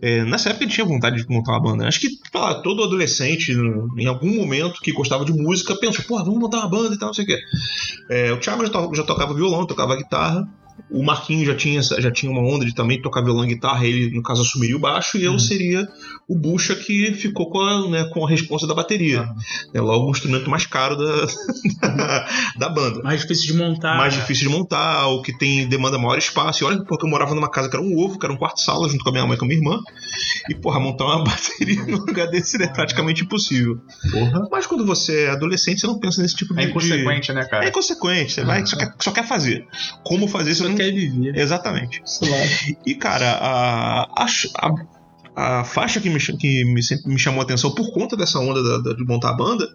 Speaker 1: é, nessa época eu tinha vontade de montar uma banda. né? Acho que sei lá, todo adolescente, em algum momento que gostava de música, pensou, porra, vamos montar uma banda e tal, não sei o quê. É, o Thiago já, to- já tocava violão, tocava guitarra. O Marquinhos já tinha, essa- já tinha uma onda de também tocar violão e guitarra, ele, no caso, assumiria o baixo,
Speaker 2: Uhum.
Speaker 1: e eu seria o bucha que ficou com a, né, com a responsa da bateria.
Speaker 2: Uhum.
Speaker 1: É logo o instrumento mais caro da, da, da banda.
Speaker 3: Mais difícil de
Speaker 2: Ah,
Speaker 3: montar.
Speaker 2: é.
Speaker 1: mais difícil de montar, o que tem demanda maior espaço. E olha, porque eu morava numa casa que era um ovo, que era um quarto-sala, junto com a minha mãe e com a minha irmã. E, porra, montar uma bateria num lugar desse é praticamente impossível.
Speaker 2: Porra.
Speaker 1: Mas quando você é adolescente, você não pensa nesse tipo de.
Speaker 2: É
Speaker 1: de-
Speaker 2: inconsequente, né,
Speaker 1: é
Speaker 2: cara? Uhum.
Speaker 1: inconsequente, você vai, só quer, só quer fazer. Como fazer, você
Speaker 3: Só
Speaker 1: não
Speaker 3: quer viver.
Speaker 1: Exatamente.
Speaker 3: Sei lá.
Speaker 1: E, cara, a, a, a, a faixa que, me, cha- que me, sempre me chamou a atenção por conta dessa onda da- da- de montar a banda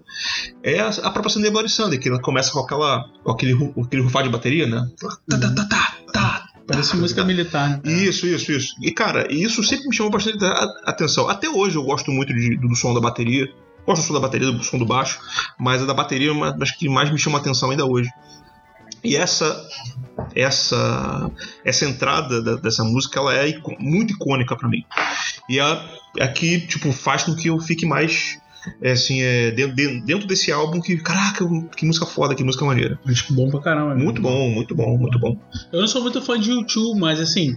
Speaker 1: é a, a própria Sunday Bloody Sunday, que ela começa com, aquela, com aquele, ru- com aquele rufar de bateria, né? Tá, tá, tá, tá, tá.
Speaker 3: Parece música militar, né?
Speaker 1: Isso, isso, isso. E, cara, isso sempre me chamou bastante a- atenção. Até hoje eu gosto muito de- do som da bateria. Gosto do som da bateria, do som do baixo, mas a da bateria é uma das que mais me chama atenção ainda hoje. E essa essa essa entrada da- dessa música ela é ico- muito icônica pra mim. E a, a que tipo, faz com que eu fique mais é, assim, é, dentro, dentro- dentro desse álbum que, caraca, que música foda, que música maneira.
Speaker 3: Acho bom pra caramba. né?
Speaker 1: Muito bom, muito bom, muito bom.
Speaker 3: Eu não sou muito fã de YouTube, mas assim.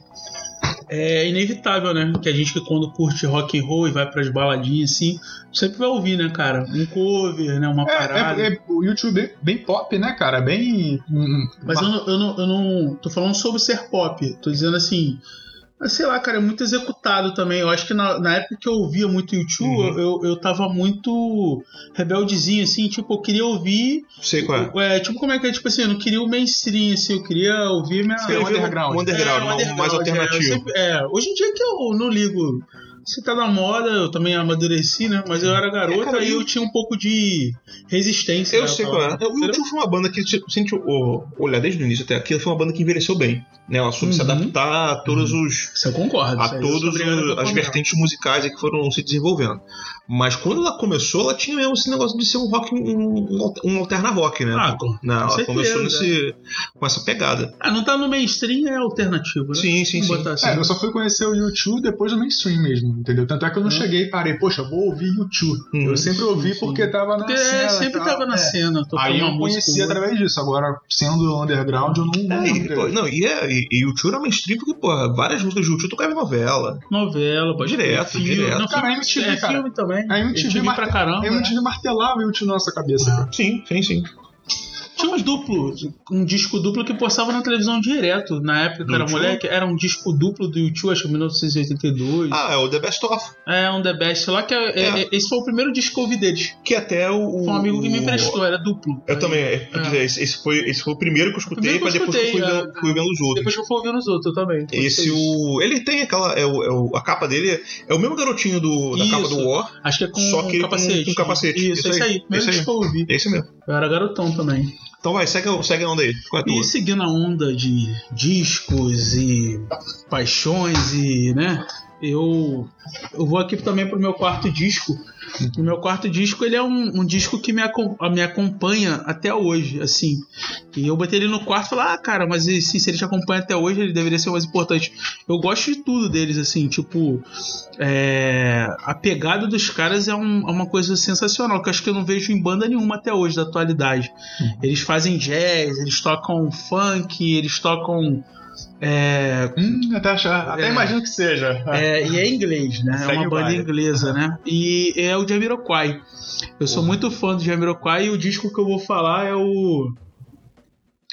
Speaker 3: É inevitável, né? Que a gente que quando curte rock and roll e vai pras baladinhas assim, sempre vai ouvir, né, cara? Um cover, né? Uma
Speaker 2: É,
Speaker 3: parada.
Speaker 2: é, é, o YouTube é bem pop, né, cara? Bem. hum,
Speaker 3: Mas eu não, eu, não, eu não. Tô falando sobre ser pop. Tô dizendo assim. Sei lá, cara, é muito executado também. Eu acho que na, na época que eu ouvia muito YouTube,
Speaker 1: Uhum.
Speaker 3: eu, eu tava muito rebeldezinho, assim, tipo, eu queria ouvir.
Speaker 1: Sei qual é.
Speaker 3: É, tipo, como é que é? Tipo assim, eu não queria o mainstream, assim, eu queria ouvir minha.
Speaker 2: Sei,
Speaker 3: eu
Speaker 2: o
Speaker 3: ouvir-
Speaker 2: underground.
Speaker 1: O um underground,
Speaker 3: é,
Speaker 1: não,
Speaker 3: underground,
Speaker 1: mais
Speaker 3: é,
Speaker 1: alternativo.
Speaker 3: eu sempre- É, hoje em dia que eu não ligo. Se tá na moda, eu também amadureci, né? Mas eu era garota
Speaker 1: É, cara,
Speaker 3: e
Speaker 1: eu-
Speaker 3: eu tinha um pouco de resistência.
Speaker 1: Eu
Speaker 3: né,
Speaker 1: sei
Speaker 3: pra-
Speaker 1: qual é. O
Speaker 3: Era-
Speaker 1: YouTube foi uma banda que, tipo, se se a gente o- olhar desde o início até aqui, ela foi uma banda que envelheceu bem. Né? Ela soube se
Speaker 3: Uhum.
Speaker 1: adaptar a todos os.
Speaker 3: Isso eu concordo.
Speaker 1: A
Speaker 3: isso aí eu sou
Speaker 1: todas
Speaker 3: é obrigado a
Speaker 1: as
Speaker 3: concordar.
Speaker 1: vertentes musicais aí que foram se desenvolvendo. Mas quando ela começou, ela tinha mesmo esse negócio de ser um rock, um, um alterna rock, né?
Speaker 3: Ah, com-
Speaker 1: Não, ela
Speaker 3: certeza.
Speaker 1: começou nesse, com essa pegada.
Speaker 3: ah, não tá no mainstream, é alternativo, né?
Speaker 1: Sim, sim, tá
Speaker 3: Vamos
Speaker 1: sim.
Speaker 3: botar assim.
Speaker 2: É, eu só fui conhecer o YouTube depois do mainstream mesmo, entendeu? Tanto é que eu não
Speaker 3: Hum.
Speaker 2: cheguei e parei, poxa, vou ouvir YouTube.
Speaker 1: Uhum.
Speaker 2: Eu sempre ouvi
Speaker 3: sim.
Speaker 2: porque tava na
Speaker 3: Porque é,
Speaker 2: cena.
Speaker 3: sempre
Speaker 2: tal.
Speaker 3: tava na
Speaker 2: É.
Speaker 3: cena, tocando
Speaker 2: Aí
Speaker 3: uma
Speaker 2: eu
Speaker 3: música.
Speaker 2: conheci
Speaker 3: ou outra.
Speaker 2: através disso. Agora, sendo underground, eu não.
Speaker 3: assim,
Speaker 1: É, e,
Speaker 3: né?
Speaker 2: não-
Speaker 1: pô, não, e, é, e, e o Tio era mainstream porque, porra, várias músicas do Tio tocavam em novela.
Speaker 3: Novela, pode
Speaker 1: Direto,
Speaker 3: filme.
Speaker 1: direto.
Speaker 3: Não,
Speaker 2: Cara, a MTV,
Speaker 3: é,
Speaker 2: cara.
Speaker 3: filme também.
Speaker 2: A MTV
Speaker 3: pra
Speaker 2: marte-
Speaker 3: caramba.
Speaker 2: Eu não
Speaker 3: né?
Speaker 2: tive martelava o YouTube na nossa cabeça. cara.
Speaker 1: Sim, sim, sim.
Speaker 3: Tinha uns duplos, um disco duplo que postava na televisão direto. Na época que
Speaker 1: Do
Speaker 3: eu era
Speaker 1: U2?
Speaker 3: moleque, era um disco duplo do YouTube, acho que 1982.
Speaker 1: Ah, é o The Best Of,
Speaker 3: É, um The Best lá, que é- é-
Speaker 1: É.
Speaker 3: é- esse foi o primeiro disco que eu ouvi deles.
Speaker 1: que até o.
Speaker 3: Foi um amigo que me emprestou, era duplo.
Speaker 1: Eu também, é, quer dizer, esse, esse foi, esse foi o primeiro que eu escutei,
Speaker 3: Primeiro que
Speaker 1: mas
Speaker 3: eu
Speaker 1: depois que eu fui,
Speaker 3: escutei,
Speaker 1: vendo, fui vendo os outros.
Speaker 3: Depois que eu fui ouvindo os outros, eu também.
Speaker 1: Esse o. Ele tem aquela. É o, é o- a capa dele é- é o mesmo garotinho do, da capa
Speaker 3: Isso.
Speaker 1: do War.
Speaker 3: Acho que é com
Speaker 1: Só que
Speaker 3: um
Speaker 1: com-
Speaker 3: capacete.
Speaker 1: com capacete.
Speaker 3: Isso,
Speaker 1: Isso
Speaker 3: é isso
Speaker 1: aí,
Speaker 3: aí. Primeiro
Speaker 1: isso aí.
Speaker 3: disco que eu ouvi.
Speaker 1: É esse mesmo.
Speaker 3: Eu era garotão também.
Speaker 1: Então vai, segue, a- segue a onda aí. Qual é a tua?
Speaker 3: E seguindo a onda de discos e paixões e, né? Eu, eu vou aqui também pro meu quarto disco. O meu quarto disco, ele é um, um disco que me, acom- a- me acompanha até hoje, assim. E eu botei ele no quarto e falei, ah, cara, mas assim, se ele te acompanha até hoje, ele deveria ser o mais importante. Eu gosto de tudo deles, assim, tipo... é, a pegada dos caras é, um- é uma coisa sensacional, que eu acho que eu não vejo em banda nenhuma até hoje, da atualidade. Eles fazem jazz, eles tocam funk, eles tocam. É,
Speaker 2: Hum, até achar. Até
Speaker 3: É.
Speaker 2: imagino que seja.
Speaker 3: é, e é inglês, né? É
Speaker 2: Segue
Speaker 3: uma
Speaker 2: o
Speaker 3: banda
Speaker 2: baile.
Speaker 3: inglesa, né? E é o Jamiroquai. Eu sou muito fã do Jamiroquai e o disco que eu vou falar é o.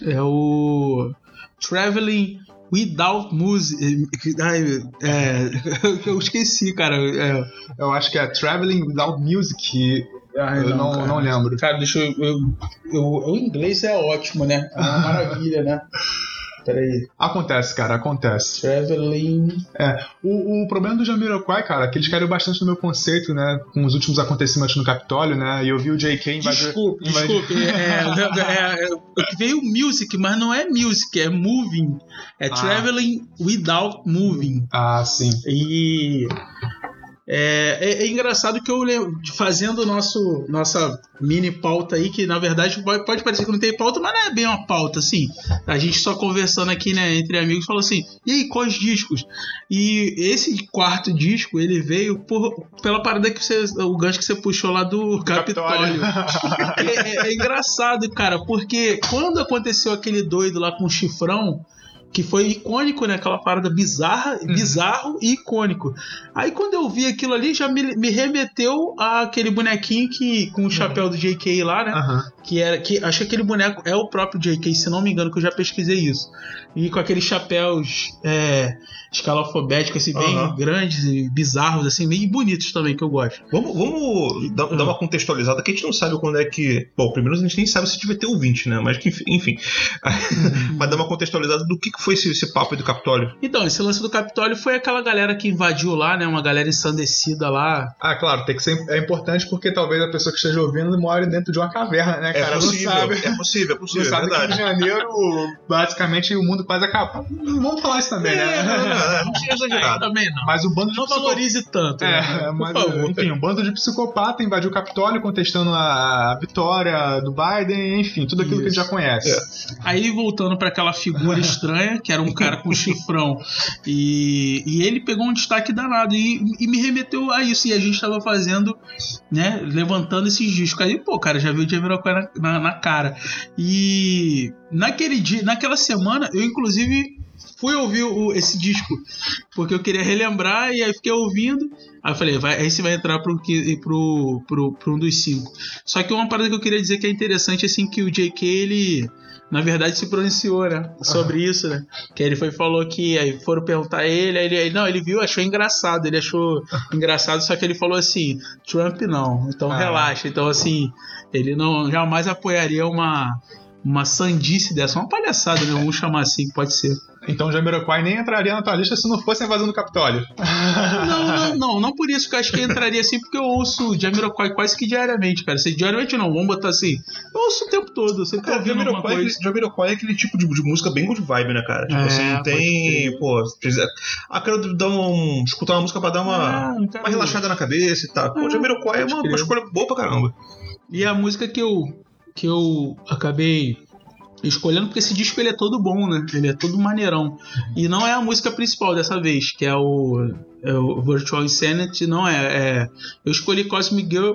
Speaker 3: É o. Traveling Without Music. Ai, é, eu esqueci, cara. É,
Speaker 2: Eu acho que é Traveling Without Music.
Speaker 3: ai,
Speaker 2: eu É, não,
Speaker 3: cara.
Speaker 2: não lembro.
Speaker 3: Cara, deixa eu, eu, eu- O inglês é ótimo, né? É uma maravilha, né? Peraí.
Speaker 2: Acontece, cara, acontece.
Speaker 3: Traveling.
Speaker 2: O, o problema do Jamiroquai, cara, é que eles caíram bastante no meu conceito, né? Com os últimos acontecimentos no Capitólio, né? E eu vi o JK invadir.
Speaker 3: Desculpe,
Speaker 2: invadir-
Speaker 3: desculpe. É, é, é, é, veio music, mas não é music, é moving. É
Speaker 2: Ah.
Speaker 3: traveling without moving.
Speaker 2: Ah, sim.
Speaker 3: E é, é- é engraçado que eu lembro, fazendo o nosso nossa mini pauta aí, que na verdade pode, pode parecer que não tem pauta, mas não é bem uma pauta, assim. A gente só conversando aqui, né, entre amigos, falou assim, e aí, quais discos? E esse quarto disco, ele veio por, pela parada que você. O gancho que você puxou lá do Capitólio. é, é- é engraçado, cara, porque quando aconteceu aquele doido lá com o chifrão, que foi icônico, né? Aquela parada bizarra, bizarro e icônico. Aí quando eu vi aquilo ali, já me, me remeteu àquele bonequinho que com o chapéu do JK lá, né?
Speaker 2: Aham.
Speaker 3: Que era que acho que aquele boneco é o próprio JK, se não me engano, que eu já pesquisei isso. E com aqueles chapéus é, escalafobéticos, assim, bem
Speaker 1: Aham.
Speaker 3: grandes e bizarros, assim, bem bonitos também, que eu gosto.
Speaker 1: Vamos, vamos dar, dar
Speaker 3: Hum.
Speaker 1: uma contextualizada que a gente não sabe quando é que. Bom, primeiro a gente nem sabe se devia ter ouvinte, né? Mas que, enfim- enfim. Mas dar uma contextualizada do que, que foi esse, esse papo aí do Capitólio.
Speaker 3: Então, esse lance do Capitólio foi aquela galera que invadiu lá, né? Uma galera ensandecida lá.
Speaker 2: Ah, claro, tem que ser, é importante porque talvez a pessoa que esteja ouvindo more dentro de uma caverna, né,
Speaker 1: É
Speaker 2: cara?
Speaker 1: possível,
Speaker 2: não sabe.
Speaker 1: é possível, é
Speaker 2: Você
Speaker 1: possível, é
Speaker 2: sabe que
Speaker 1: verdade.
Speaker 2: em janeiro, basicamente, o mundo quase acabou. Não Vamos falar isso também,
Speaker 1: É, não,
Speaker 2: né?
Speaker 1: não, não, não tinha
Speaker 3: Ah,
Speaker 1: exagerado.
Speaker 3: também não.
Speaker 2: Mas o bando de
Speaker 3: Não
Speaker 2: psico-
Speaker 3: valorize tanto. né?
Speaker 2: É,
Speaker 3: Por
Speaker 2: mas,
Speaker 3: favor.
Speaker 2: enfim, um bando de psicopata invadiu o Capitólio contestando a vitória do Biden, enfim, tudo aquilo que a gente já conhece.
Speaker 1: É.
Speaker 3: Aí voltando pra aquela figura estranha, que era um cara com chifrão. E, e ele pegou um destaque danado e, e me remeteu a isso. E a gente tava fazendo, né? Levantando esses discos. Aí, pô, cara, já viu o Jamiroquai na, na, na cara. E naquele dia, naquela semana, eu inclusive fui ouvir o- esse disco, porque eu queria relembrar, e aí fiquei ouvindo. Aí eu falei, vai, esse vai entrar pro, que- pro, pro, pro um dos cinco. Só que uma parada que eu queria dizer que é interessante, assim, que o JK, ele, na verdade, se pronunciou, né? Sobre isso, né? Que ele foi falou que aí foram perguntar a ele, aí ele, aí- não, ele viu, achou engraçado, ele achou engraçado, só que ele falou assim, Trump não, então
Speaker 2: Ah.
Speaker 3: relaxa. Então, assim, ele não jamais apoiaria uma. Uma sandice dessa, uma palhaçada, né? Vamos chamar assim, pode ser.
Speaker 2: Então Jamiroquai nem entraria na tua lista se não fosse a invasão do Capitólio.
Speaker 3: Não, não, não, não por isso que eu acho que entraria assim, porque eu ouço Jamiroquai quase que diariamente, cara. Se diariamente não, vamos botar assim. Eu ouço o tempo todo, eu sempre tô
Speaker 1: Cara,
Speaker 3: Tá ouvindo alguma
Speaker 1: Jamiroquai, é
Speaker 3: coisa.
Speaker 1: aquele- Jamiroquai é aquele tipo de, de música bem good vibe, né, cara? Tipo
Speaker 3: É,
Speaker 1: assim, não
Speaker 3: pode
Speaker 1: tem. Pô, precisa- ah, quero dar um, escutar uma música pra dar uma,
Speaker 3: Ah, cara,
Speaker 1: uma relaxada na cabeça e tal. Pô,
Speaker 3: Ah,
Speaker 1: Jamiroquai é uma,
Speaker 3: pode
Speaker 1: uma
Speaker 3: crer.
Speaker 1: escolha boa pra caramba.
Speaker 3: E a música que eu, que eu acabei escolhendo, porque esse disco ele é todo bom, né? Ele é todo maneirão. E não é a música principal dessa vez, que é o, é o Virtual Insanity, não é, é- Eu escolhi Cosmic Girl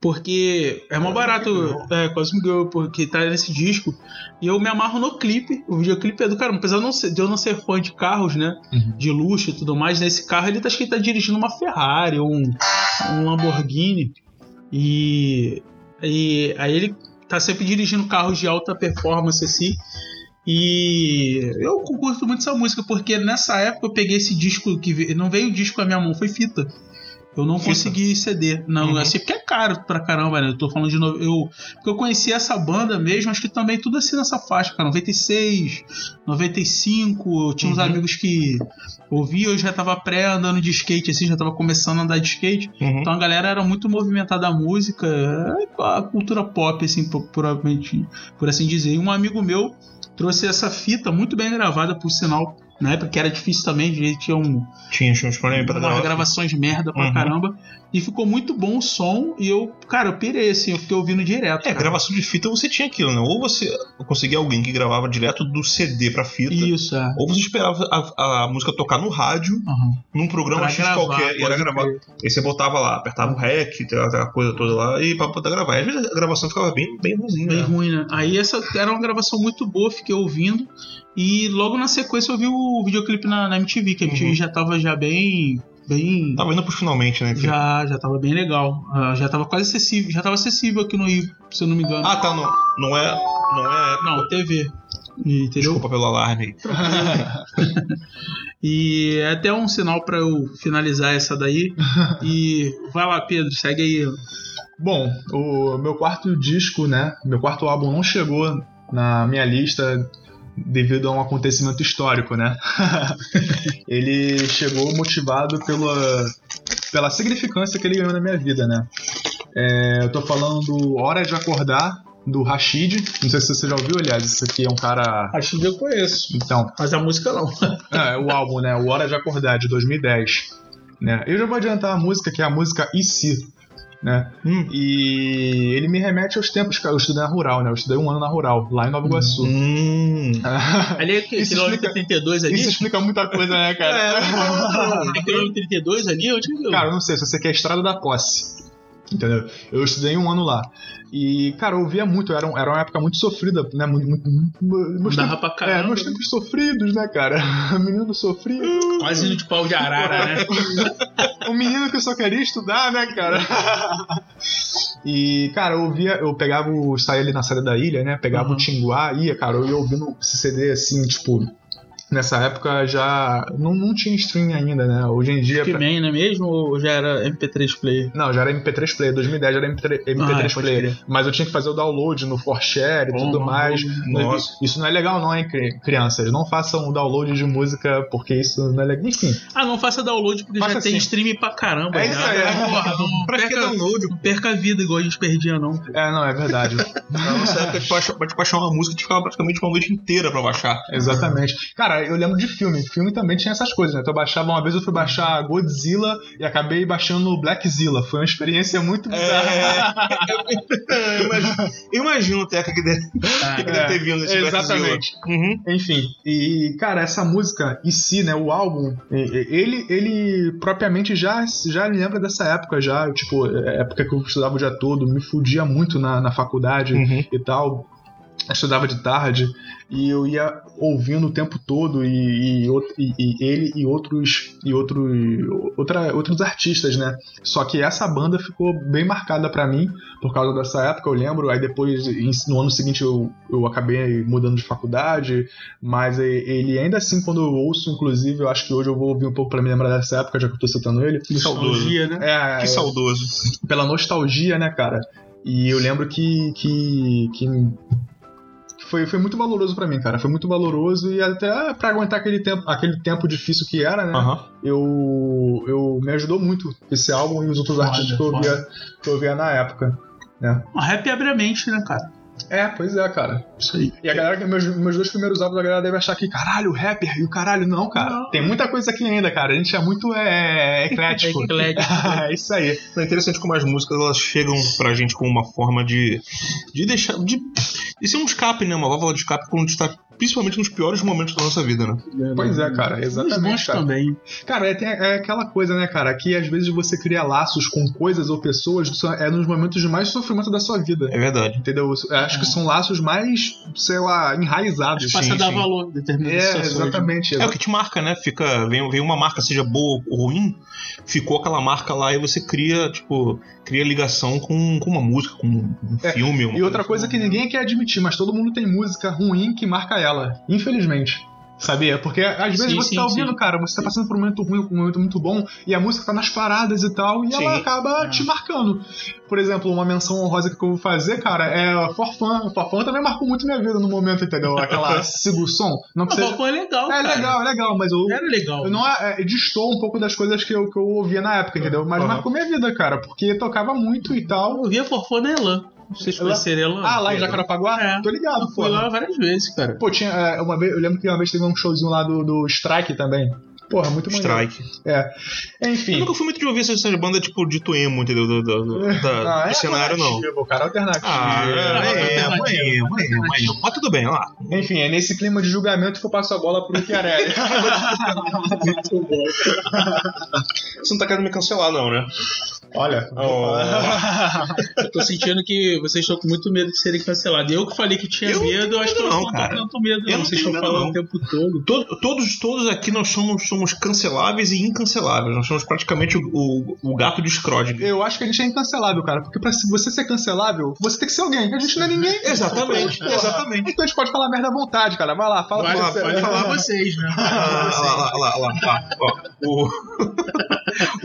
Speaker 3: porque é mó barato é, Cosmic Girl, porque tá nesse disco. E eu me amarro no clipe, o videoclipe é do caramba. Apesar de eu não ser- de eu não ser fã de carros, né?
Speaker 2: Uhum.
Speaker 3: De luxo e tudo mais, nesse carro ele tá, acho que ele tá dirigindo uma Ferrari ou um, um Lamborghini. E, e aí ele tá sempre dirigindo carros de alta performance assim. E eu curto muito essa música, porque nessa época eu peguei esse disco que ve- não veio o disco na minha mão, foi fita. Eu não
Speaker 1: Fita.
Speaker 3: consegui ceder. Não,
Speaker 1: Uhum.
Speaker 3: assim, porque é caro pra caramba, né? Eu tô falando de novo. Eu, porque eu conheci essa banda mesmo, acho que também tudo assim nessa faixa, cara. 96, 95. Eu tinha uns
Speaker 1: Uhum.
Speaker 3: amigos que ouviam, eu já tava pré andando de skate, assim, já tava começando a andar de skate.
Speaker 1: Uhum.
Speaker 3: Então a galera era muito movimentada a música, é, a cultura pop, assim, po- provavelmente, por assim dizer. E um amigo meu trouxe essa fita muito bem gravada, por sinal, na época que era difícil também, de tinha um,
Speaker 1: Tinha, tinha uns problemas pra
Speaker 3: umas
Speaker 1: dar.
Speaker 3: gravações merda pra
Speaker 1: Uhum.
Speaker 3: caramba. E ficou muito bom o som, e eu, cara, eu pirei, assim, eu fiquei ouvindo direto.
Speaker 1: É,
Speaker 3: cara.
Speaker 1: gravação de fita você tinha aquilo, né? Ou você conseguia alguém que gravava direto do CD pra fita.
Speaker 3: Isso, é.
Speaker 1: Ou você esperava a, a música tocar no rádio,
Speaker 3: Uhum.
Speaker 1: num programa
Speaker 3: Pra
Speaker 1: X
Speaker 3: gravar,
Speaker 1: qualquer, e era
Speaker 3: pode
Speaker 1: gravado.
Speaker 3: crer.
Speaker 1: Aí você botava lá, apertava o REC, aquela coisa toda lá, e pra poder gravar. E Às vezes a gravação ficava bem, bem ruimzinha.
Speaker 3: Bem
Speaker 1: né?
Speaker 3: ruim, né? Aí essa era uma gravação muito boa, fiquei ouvindo. E logo na sequência eu vi o videoclipe na, na MTV, que a MTV
Speaker 1: Uhum.
Speaker 3: já tava já bem. bem
Speaker 1: Tava indo pros finalmente, né? enfim.
Speaker 3: Já, já tava bem legal. Ah, já tava quase acessível. Já tava acessível aqui no Rio, se eu não me engano.
Speaker 1: Ah, tá, não, não é. Não é.
Speaker 3: não, TV. E, Entendeu?
Speaker 1: Desculpa pelo alarme.
Speaker 3: E é até um sinal pra eu finalizar essa daí. E vai lá, Pedro, segue aí.
Speaker 2: Bom, o meu quarto disco, né? Meu quarto álbum não chegou na minha lista devido a um acontecimento histórico, né? ele chegou motivado pela, pela significância que ele ganhou na minha vida, né? É, eu tô falando do Hora de Acordar, do Rashid. Não sei se você já ouviu, aliás, isso aqui é um cara.
Speaker 3: Acho que eu conheço.
Speaker 2: Então,
Speaker 3: Mas a música não.
Speaker 2: é, o álbum, né? O Hora de Acordar, de 2010. Né? Eu já vou adiantar a música, que é a música E Se, né?
Speaker 1: Hum.
Speaker 2: E ele me remete aos tempos que eu estudei na rural, né? Eu estudei um ano na rural, lá em Nova Iguaçu.
Speaker 1: Hum.
Speaker 3: Ali é que-
Speaker 2: Isso
Speaker 3: quilômetro
Speaker 2: explica-
Speaker 3: 32 ali?
Speaker 2: Isso explica muita coisa, né, cara?
Speaker 3: É quilômetro 32 ali? Onde que eu-
Speaker 2: cara, eu não sei, se você quer a estrada da posse. Entendeu? Eu estudei um ano lá. E, cara, eu ouvia muito, era, um- era uma época muito sofrida, né? Muito, muito, muito, meus
Speaker 3: Dava
Speaker 2: tempos-
Speaker 3: pra
Speaker 2: é,
Speaker 3: caramba.
Speaker 2: meus tempos sofridos, né, cara? Menino sofrido.
Speaker 3: Quase indo de pau de arara, né?
Speaker 2: um menino que só queria estudar, né, cara? E, cara, eu ouvia, eu pegava o. saía ali na saída da ilha, né? Pegava
Speaker 3: Uhum.
Speaker 2: o Tinguá, ia, cara, eu ia ouvindo esse CD assim, tipo. Nessa época já. Não, não tinha stream ainda, né? Hoje em dia. pra-
Speaker 3: Pac-Man, não é mesmo? Ou já era MP3 player?
Speaker 2: Não, já era MP3 Player, 2010 já era MP3,
Speaker 3: Ah, é,
Speaker 2: MP3
Speaker 3: pode
Speaker 2: Player. Mas eu tinha que fazer o download no ForShare e
Speaker 3: Bom,
Speaker 2: tudo
Speaker 3: bom,
Speaker 2: mais. Não,
Speaker 1: Nossa.
Speaker 2: Isso não é legal, não, hein, cri- crianças? Não façam o download de música, porque isso não é legal. Enfim.
Speaker 3: Ah, não faça download porque
Speaker 2: Faça
Speaker 3: já tem
Speaker 2: sim.
Speaker 3: stream pra caramba.
Speaker 2: É
Speaker 3: já.
Speaker 2: isso aí, é.
Speaker 3: Porra, não
Speaker 1: Pra que
Speaker 3: perca,
Speaker 1: download?
Speaker 3: não perca a vida igual a gente perdia, não.
Speaker 2: É, não, é verdade.
Speaker 1: Na nossa época, de baixar- pra te baixar uma música, a gente ficava praticamente uma noite inteira pra baixar.
Speaker 2: Exatamente. Cara, eu lembro de filme. Filme também tinha essas coisas, né? Então eu baixava, uma vez eu fui baixar Godzilla e acabei baixando Blackzilla. Foi uma experiência muito
Speaker 1: É,
Speaker 2: bizarra.
Speaker 1: eu imagino- eu imagino até que deve, que
Speaker 3: Ah,
Speaker 1: deve ter vindo esse
Speaker 2: Exatamente.
Speaker 1: Blackzilla. Uhum.
Speaker 2: Enfim, e cara, essa música em si, né, o álbum, e- e- ele, ele propriamente já, já lembra dessa época já, é tipo, é- época que eu estudava o dia todo, me fudia muito na, na faculdade
Speaker 1: Uhum.
Speaker 2: e tal. eu estudava de tarde e eu ia ouvindo o tempo todo e, e, e- e ele e outros e outro, outra, outros artistas, né? Só que essa banda ficou bem marcada pra mim por causa dessa época, eu lembro. Aí depois, em- no ano seguinte, eu, eu acabei mudando de faculdade, mas e- ele ainda assim, quando eu ouço, inclusive, eu acho que hoje eu vou ouvir um pouco pra me lembrar dessa época, já que eu tô citando ele.
Speaker 3: Nostalgia, né?
Speaker 2: É,
Speaker 1: Que saudoso.
Speaker 2: pela nostalgia, né, cara? E eu lembro que. que, que foi, foi muito valoroso pra mim, cara. Foi muito valoroso e até pra aguentar aquele tempo, aquele tempo difícil que era, né?
Speaker 3: Ah.
Speaker 1: Aham.
Speaker 2: Eu, eu me ajudou muito esse álbum e os outros
Speaker 3: Foda,
Speaker 2: artistas que eu,
Speaker 3: foda.
Speaker 2: via, que eu via na época.
Speaker 3: O rap abre a mente, né, cara?
Speaker 2: É, pois é, cara.
Speaker 3: Isso aí.
Speaker 2: E a galera, que- meus, meus dois primeiros álbuns, a galera deve achar que, caralho, rapper e o caralho, não, cara.
Speaker 3: Não.
Speaker 2: Tem muita coisa aqui ainda, cara. A gente é muito é, eclético.
Speaker 3: Eclético.
Speaker 2: é isso aí.
Speaker 1: É interessante como as músicas elas chegam pra gente como uma forma de. de deixar. de. de ser um escape, né? Uma válvula de escape quando a gente tá principalmente nos piores momentos da nossa vida, né?
Speaker 2: Pois é, cara,
Speaker 3: Os bons
Speaker 2: exatamente. Cara.
Speaker 3: também.
Speaker 2: Cara, é, tem- é aquela coisa, né, cara? Que às vezes você cria laços com coisas ou pessoas só- é nos momentos de mais sofrimento da sua vida.
Speaker 1: É verdade.
Speaker 2: Entendeu? Eu acho que são laços mais, sei lá, enraizados.
Speaker 1: Sim,
Speaker 3: Passa a dar
Speaker 1: sim.
Speaker 3: valor a determinadas
Speaker 2: É,
Speaker 3: situações.
Speaker 2: exatamente.
Speaker 1: É o que te marca, né? Fica. Vem, vem uma marca, seja boa ou ruim, ficou aquela marca lá e você cria, tipo, cria ligação com, com uma música, com um
Speaker 2: É,
Speaker 1: filme. uma
Speaker 2: E outra coisa que ninguém quer admitir, mas todo mundo tem música ruim que marca ela, infelizmente. Sabia? Porque às vezes
Speaker 3: Sim,
Speaker 2: você
Speaker 3: sim,
Speaker 2: tá ouvindo,
Speaker 3: sim.
Speaker 2: cara, você tá passando por um momento ruim, um momento muito bom, e a música tá nas paradas e tal, e ela
Speaker 1: Sim.
Speaker 2: acaba
Speaker 3: É.
Speaker 2: te marcando. Por exemplo, uma menção honrosa que eu vou fazer, cara, é Forfã. Forfã também marcou muito minha vida no momento, entendeu? Aquela siga o som. Não que
Speaker 3: Mas
Speaker 2: seja-
Speaker 3: Falcão é legal,
Speaker 2: É
Speaker 3: cara.
Speaker 2: legal, é legal, mas eu,
Speaker 3: Era legal.
Speaker 2: eu não é, é, distou um pouco das coisas que eu, que eu ouvia na época, entendeu? Mas
Speaker 1: Aham.
Speaker 2: marcou minha vida, cara, porque tocava muito e tal.
Speaker 3: Eu via Forfã na Elan. Vocês
Speaker 2: Elan?
Speaker 3: conheceram Elan?
Speaker 2: Ah, lá em
Speaker 3: Jacaré.
Speaker 2: Jacarapaguá?
Speaker 3: É.
Speaker 2: Tô ligado,
Speaker 3: Eu
Speaker 2: pô.
Speaker 3: fui lá várias vezes, cara.
Speaker 2: Pô, tinha, é, uma vez, eu lembro que uma vez teve um showzinho lá do, do Strike também. Porra, muito maneiro.
Speaker 1: Strike. Eu
Speaker 2: Enfim.
Speaker 1: nunca fui muito de ouvir essas, essas bandas tipo de Toemo, entendeu? Do, do- do- da- do cenário, não.
Speaker 2: é alternativo, Cara, alternativo.
Speaker 1: Ah, é, é, é, amanhã, amanhã, amanhã. Mas tudo bem, olha lá.
Speaker 2: Enfim, é nesse clima de julgamento que eu passo a bola pro Chiarelli.
Speaker 1: Você não tá querendo me cancelar, não, né?
Speaker 2: Olha.
Speaker 3: Eu tô sentindo que vocês estão com muito medo de serem cancelados. Eu que falei que tinha
Speaker 1: Eu não
Speaker 3: medo,
Speaker 1: tenho
Speaker 3: acho que
Speaker 1: medo
Speaker 3: eu não
Speaker 1: não,
Speaker 3: tô
Speaker 1: cara.
Speaker 3: com tanto medo,
Speaker 1: Eu
Speaker 3: não.
Speaker 1: não
Speaker 3: Vocês
Speaker 1: tenho
Speaker 3: estão
Speaker 1: medo
Speaker 3: falando
Speaker 1: não.
Speaker 3: o tempo todo.
Speaker 1: To- todos, todos aqui nós somos, somos canceláveis e incanceláveis. Nós somos praticamente o, o- o gato de Scrooge.
Speaker 2: Eu acho que a gente é incancelável, cara. Porque pra se- você ser cancelável, você tem que ser alguém. A gente não é ninguém.
Speaker 1: Exatamente,
Speaker 2: Porra.
Speaker 1: exatamente.
Speaker 2: Então a gente pode falar merda à vontade, cara. Vai lá, fala
Speaker 3: Pode,
Speaker 2: o que
Speaker 1: lá,
Speaker 2: você-
Speaker 3: pode falar vocês, né?
Speaker 1: Ah, lá, lá, lá, lá, lá, ó. O,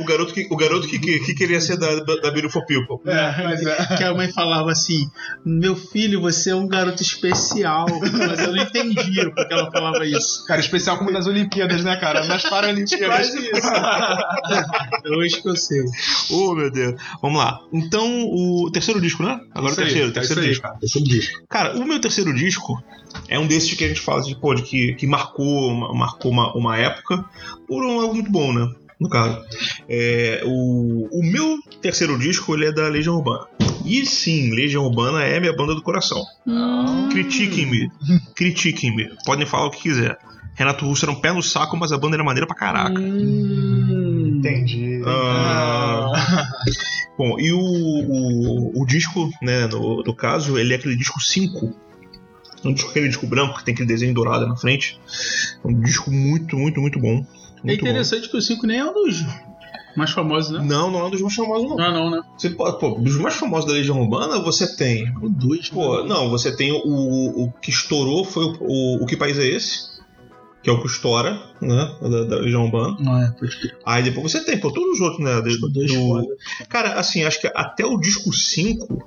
Speaker 1: o garoto, que, o garoto que, que, que queria ser da, da, da Beautiful People.
Speaker 2: É, mas é.
Speaker 3: Que a mãe falava assim: Meu filho, você é um garoto especial. Mas eu não entendia porque ela falava isso.
Speaker 2: Cara, especial como nas Olimpíadas, né, cara? Nas Paralimpíadas.
Speaker 3: Quase isso. Hoje que eu sei.
Speaker 1: Oh, meu Deus. Vamos lá. Então, o terceiro disco, né? Agora o
Speaker 2: Isso aí,
Speaker 1: terceiro,
Speaker 2: é
Speaker 1: terceiro
Speaker 2: isso aí,
Speaker 1: disco.
Speaker 2: cara. Terceiro disco.
Speaker 1: Cara, o meu terceiro disco é um desses que a gente fala de, pô, de que, que marcou, uma- marcou uma, uma época por um algo muito bom, né? No caso. É, o, o meu terceiro disco ele é da Legião Urbana. E sim, Legião Urbana é minha banda do coração.
Speaker 2: Ah.
Speaker 1: Critiquem-me. Critiquem-me. Podem falar o que quiser. Renato Russo era um pé no saco, mas a banda era maneira pra caraca.
Speaker 3: Hum.
Speaker 2: Entendi.
Speaker 1: Ah.
Speaker 2: Ah.
Speaker 1: Bom, e o, o, o disco, né, no, no caso, ele é aquele disco 5. É Um disco, aquele disco branco que tem aquele desenho dourado na frente. É um disco muito, muito, muito bom.
Speaker 3: É
Speaker 1: Muito bom.
Speaker 3: interessante que o 5 nem é um dos mais famosos, né?
Speaker 1: Não, não é um dos mais famosos, não.
Speaker 3: Não, não, né?
Speaker 1: Você pode- pô, dos mais famosos da Legião Urbana, você tem.
Speaker 3: O né? 2.
Speaker 1: Pô, não, você tem o, o, o que estourou foi o, o, o Que País é Esse? Que é o que estoura, né? Da, da Legião Urbana.
Speaker 3: Não é, pode crer.
Speaker 1: Aí depois você tem, pô, todos os outros, né? Do,
Speaker 3: Dois
Speaker 1: do,
Speaker 3: foda.
Speaker 1: Cara, assim, acho que até o disco 5,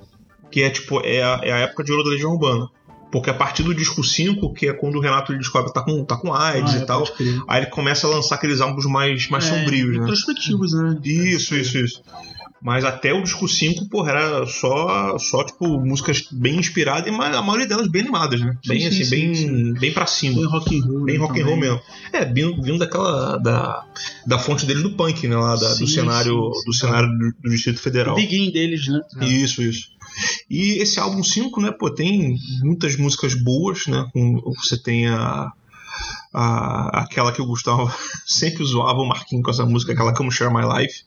Speaker 1: que é tipo, é a, é a época de ouro da Legião Urbana. Porque a partir do disco 5, que é quando o Renato ele descobre que tá com, tá com AIDS
Speaker 3: Ah, é,
Speaker 1: e tal,
Speaker 3: pode crer.
Speaker 1: aí ele começa a lançar aqueles álbuns mais, mais
Speaker 3: É,
Speaker 1: sombrios, né?
Speaker 3: Introspectivos, né?
Speaker 1: Isso, isso, isso. Mas até o disco 5, porra, era só, só tipo, músicas bem inspiradas, e ma- a maioria delas bem animadas, né?
Speaker 3: Sim,
Speaker 1: Bem
Speaker 3: sim,
Speaker 1: assim,
Speaker 3: sim,
Speaker 1: bem,
Speaker 3: sim.
Speaker 1: bem pra cima.
Speaker 3: Bem rock and roll.
Speaker 1: Bem
Speaker 3: né,
Speaker 1: rock and roll
Speaker 3: também.
Speaker 1: mesmo. É, vindo, vindo daquela. Da, da fonte dele do punk, né? Lá da-
Speaker 3: Sim,
Speaker 1: do cenário,
Speaker 3: sim, sim.
Speaker 1: do, cenário do, do Distrito Federal.
Speaker 3: O Biguinho deles, né?
Speaker 2: É.
Speaker 1: Isso, isso. E esse álbum 5, né, pô, tem muitas músicas boas, né? com- Você tem a, a- aquela que o Gustavo sempre zoava o Marquinhos com essa música, aquela Come Share My Life.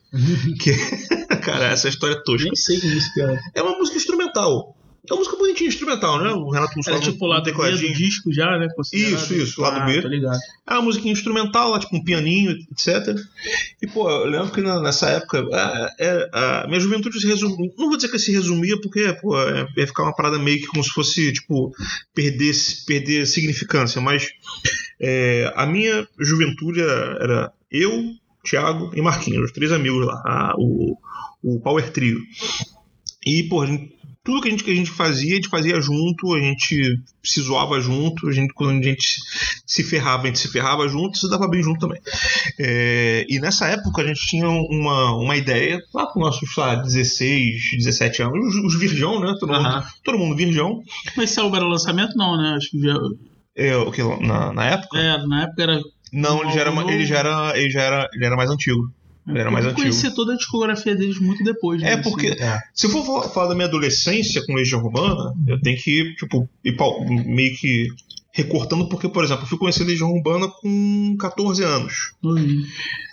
Speaker 1: Que, cara, essa história é tosca.
Speaker 3: Nem sei que música é.
Speaker 1: Um É uma música instrumental. É uma música bonitinha, instrumental, né? O Renato
Speaker 3: Era
Speaker 1: Russo
Speaker 3: tipo lá do B do disco já, né? considerado?
Speaker 1: Isso, isso, lado
Speaker 3: ah,
Speaker 1: B.
Speaker 3: Tô ligado.
Speaker 1: É uma musiquinha instrumental, lá, tipo um pianinho, etc. E, pô, eu lembro que na- nessa época a, a- a minha juventude se resumia. Não vou dizer que se resumia, porque, pô, é- ia ficar uma parada meio que como se fosse, tipo, perder, perder significância, mas é, a minha juventude era, era eu, Thiago e Marquinhos, os três amigos lá, a- o, o Power Trio. E, pô, a gente- tudo que a gente, que a gente fazia, a gente fazia junto, a gente se zoava junto, a gente, quando a gente se ferrava, a gente se ferrava junto, se dava bem junto também. É, e nessa época a gente tinha uma, uma ideia, lá com nossos, sei lá, 16, 17 anos, os, os virgão, né? Todo, mundo,
Speaker 2: Aham.
Speaker 1: todo mundo virgão.
Speaker 3: Mas saiu para o lançamento, não, né? Acho que já.
Speaker 1: É, o que, na, na época?
Speaker 3: É, na época era.
Speaker 1: Não,
Speaker 3: Um
Speaker 1: ele já, era,
Speaker 3: álbum
Speaker 1: ma- ele,
Speaker 3: novo.
Speaker 1: já era, ele, já era, ele era mais antigo. Ele era mais
Speaker 3: eu
Speaker 1: antigo.
Speaker 3: conhecia toda a discografia deles muito depois, né?
Speaker 1: É porque,
Speaker 2: É.
Speaker 1: se eu for fa- falar da minha adolescência com Legião Urbana, eu tenho que, tipo, ir pau- meio que recortando, porque, por exemplo, eu fui conhecer Legião Urbana com 14 anos,
Speaker 3: Assim,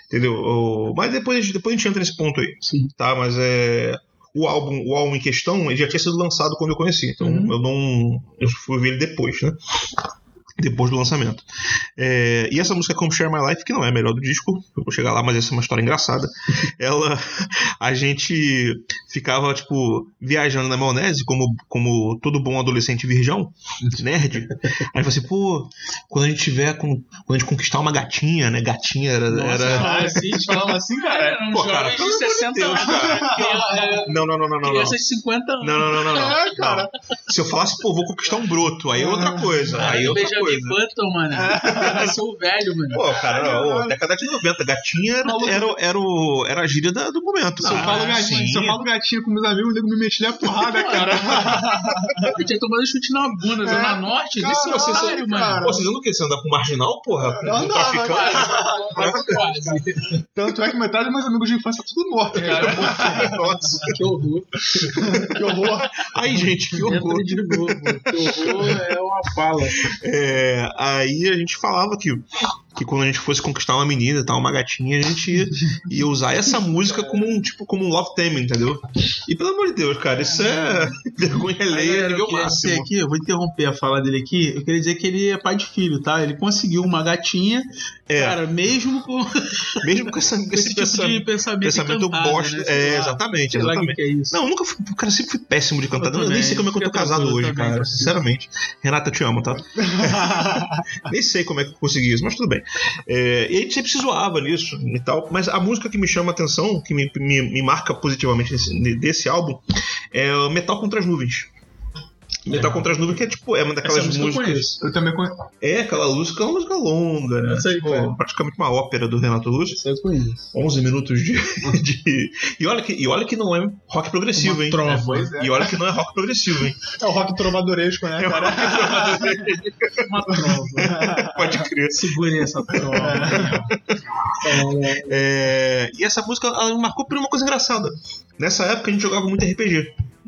Speaker 1: entendeu? Eu- Mas depois, depois a gente entra nesse ponto aí.
Speaker 3: sim.
Speaker 1: tá? Mas é. O álbum, o álbum em questão ele já tinha sido lançado quando eu conheci, então
Speaker 3: Uhum.
Speaker 1: eu não. Eu fui ver ele depois, né? Depois do lançamento. É, e essa música Come Share My Life, que não é a melhor do disco, eu vou chegar lá, mas essa é uma história engraçada. Ela. A gente ficava, tipo, viajando na maionese, como, como todo bom adolescente virgão, nerd. Aí você, assim, pô, quando a gente tiver. com- quando a gente conquistar uma gatinha, né? Gatinha era. era-
Speaker 2: cara.
Speaker 3: Ah, assim, eles falavam assim, cara. Eram
Speaker 1: Pô, cara, pelo
Speaker 3: jovens de
Speaker 1: amor de
Speaker 3: 60
Speaker 1: Deus,
Speaker 3: anos.
Speaker 1: cara.
Speaker 3: Criança-
Speaker 1: Não, não, não, não, não. não.
Speaker 3: Crianças de 50 anos.
Speaker 1: Não, não, não, não. não.
Speaker 2: É, cara.
Speaker 1: Não. Se eu falasse, pô, vou conquistar um broto, aí é outra
Speaker 2: Ah,
Speaker 1: coisa.
Speaker 3: Cara,
Speaker 1: Aí é outra
Speaker 3: Benjamin
Speaker 1: coisa.
Speaker 3: Button, mano. Eu sou velho, mano.
Speaker 1: Pô, cara,
Speaker 2: Caralho.
Speaker 1: ó, década de 90, gatinha era,
Speaker 2: Maluco.
Speaker 1: era, era, o- era a gíria da- do momento. Ah,
Speaker 2: Se eu,
Speaker 1: cara.
Speaker 3: ah,
Speaker 2: falo gatinho,
Speaker 1: Sim.
Speaker 2: se eu falo gatinho com meus amigos, o nego me metia a porrada, cara.
Speaker 3: Eu tinha tomado chute na bunda,
Speaker 2: É,
Speaker 3: Zona Norte.
Speaker 2: caralho,
Speaker 3: Desse otário,
Speaker 2: cara.
Speaker 1: Pô,
Speaker 3: mano.
Speaker 1: vocês andam o quê? Você andar com marginal, porra? Com
Speaker 2: Eu
Speaker 3: tá
Speaker 1: um
Speaker 2: andava,
Speaker 1: traficante?
Speaker 3: Quase.
Speaker 2: Tanto é que metade dos meus amigos de infância é tudo morto, cara.
Speaker 1: Nossa.
Speaker 3: Que horror. É.
Speaker 2: Que horror.
Speaker 1: Aí, gente, que horror.
Speaker 3: Entra de novo. Que horror é uma fala.
Speaker 1: É, aí a gente falava que, que quando a gente fosse conquistar uma menina e tal, uma gatinha, a gente ia, ia usar essa música como um tipo como um love theme, entendeu? E pelo amor de Deus, cara, isso é vergonha
Speaker 3: Aí,
Speaker 1: alheia
Speaker 3: galera, eu
Speaker 1: é nível
Speaker 3: queria dizer
Speaker 1: máximo.
Speaker 3: aqui, eu vou interromper a fala dele aqui. Eu queria dizer que ele é pai de filho, tá? Ele conseguiu uma gatinha,
Speaker 1: É,
Speaker 3: cara, mesmo com
Speaker 1: mesmo com essa, com
Speaker 3: esse
Speaker 1: esse
Speaker 3: tipo de
Speaker 1: pensamento,
Speaker 3: pensamento.
Speaker 1: pensamento
Speaker 3: encantado,
Speaker 1: bosta.
Speaker 3: né? Sei
Speaker 1: É,
Speaker 3: lá,
Speaker 1: exatamente,
Speaker 3: sei lá o que
Speaker 1: exatamente.
Speaker 3: que é isso.
Speaker 1: Não, eu nunca fui, cara, eu sempre fui péssimo de cantar.
Speaker 3: Eu
Speaker 1: Eu, nem
Speaker 3: também,
Speaker 1: sei como é que eu tô
Speaker 3: fica
Speaker 1: casado
Speaker 3: tranquilo,
Speaker 1: hoje,
Speaker 3: eu também,
Speaker 1: cara.
Speaker 3: cara.
Speaker 1: Sinceramente. Renata, eu te amo, tá? nem sei como é que eu consegui isso, mas tudo bem. É, e a gente sempre se zoava nisso e tal. Mas a música que me chama a atenção, que me, me, me marca positivamente nesse- desse álbum, é o Metal contra as Nuvens. Metal contra as Nuvens, que é tipo, é uma
Speaker 3: Essa
Speaker 1: daquelas
Speaker 3: música eu
Speaker 1: músicas.
Speaker 3: conheço. É.
Speaker 2: Eu também conheço.
Speaker 1: É, aquela música é uma música longa, né?
Speaker 3: Essa aí,
Speaker 1: Tipo,
Speaker 3: cara.
Speaker 1: praticamente uma ópera do Renato Russo.
Speaker 3: Essa eu conheço.
Speaker 1: 11 minutos de. de- E, olha que, e olha que não é rock progressivo, hein?
Speaker 3: trova.
Speaker 2: Pois é.
Speaker 1: E olha que não é rock progressivo, hein?
Speaker 2: É o rock trovadoresco,
Speaker 3: É
Speaker 2: né, cara? É.
Speaker 3: Uma prova.
Speaker 1: Pode crer.
Speaker 3: Segurem essa prova.
Speaker 1: É, e essa música ela me marcou por uma coisa engraçada. Nessa época a gente jogava muito RPG.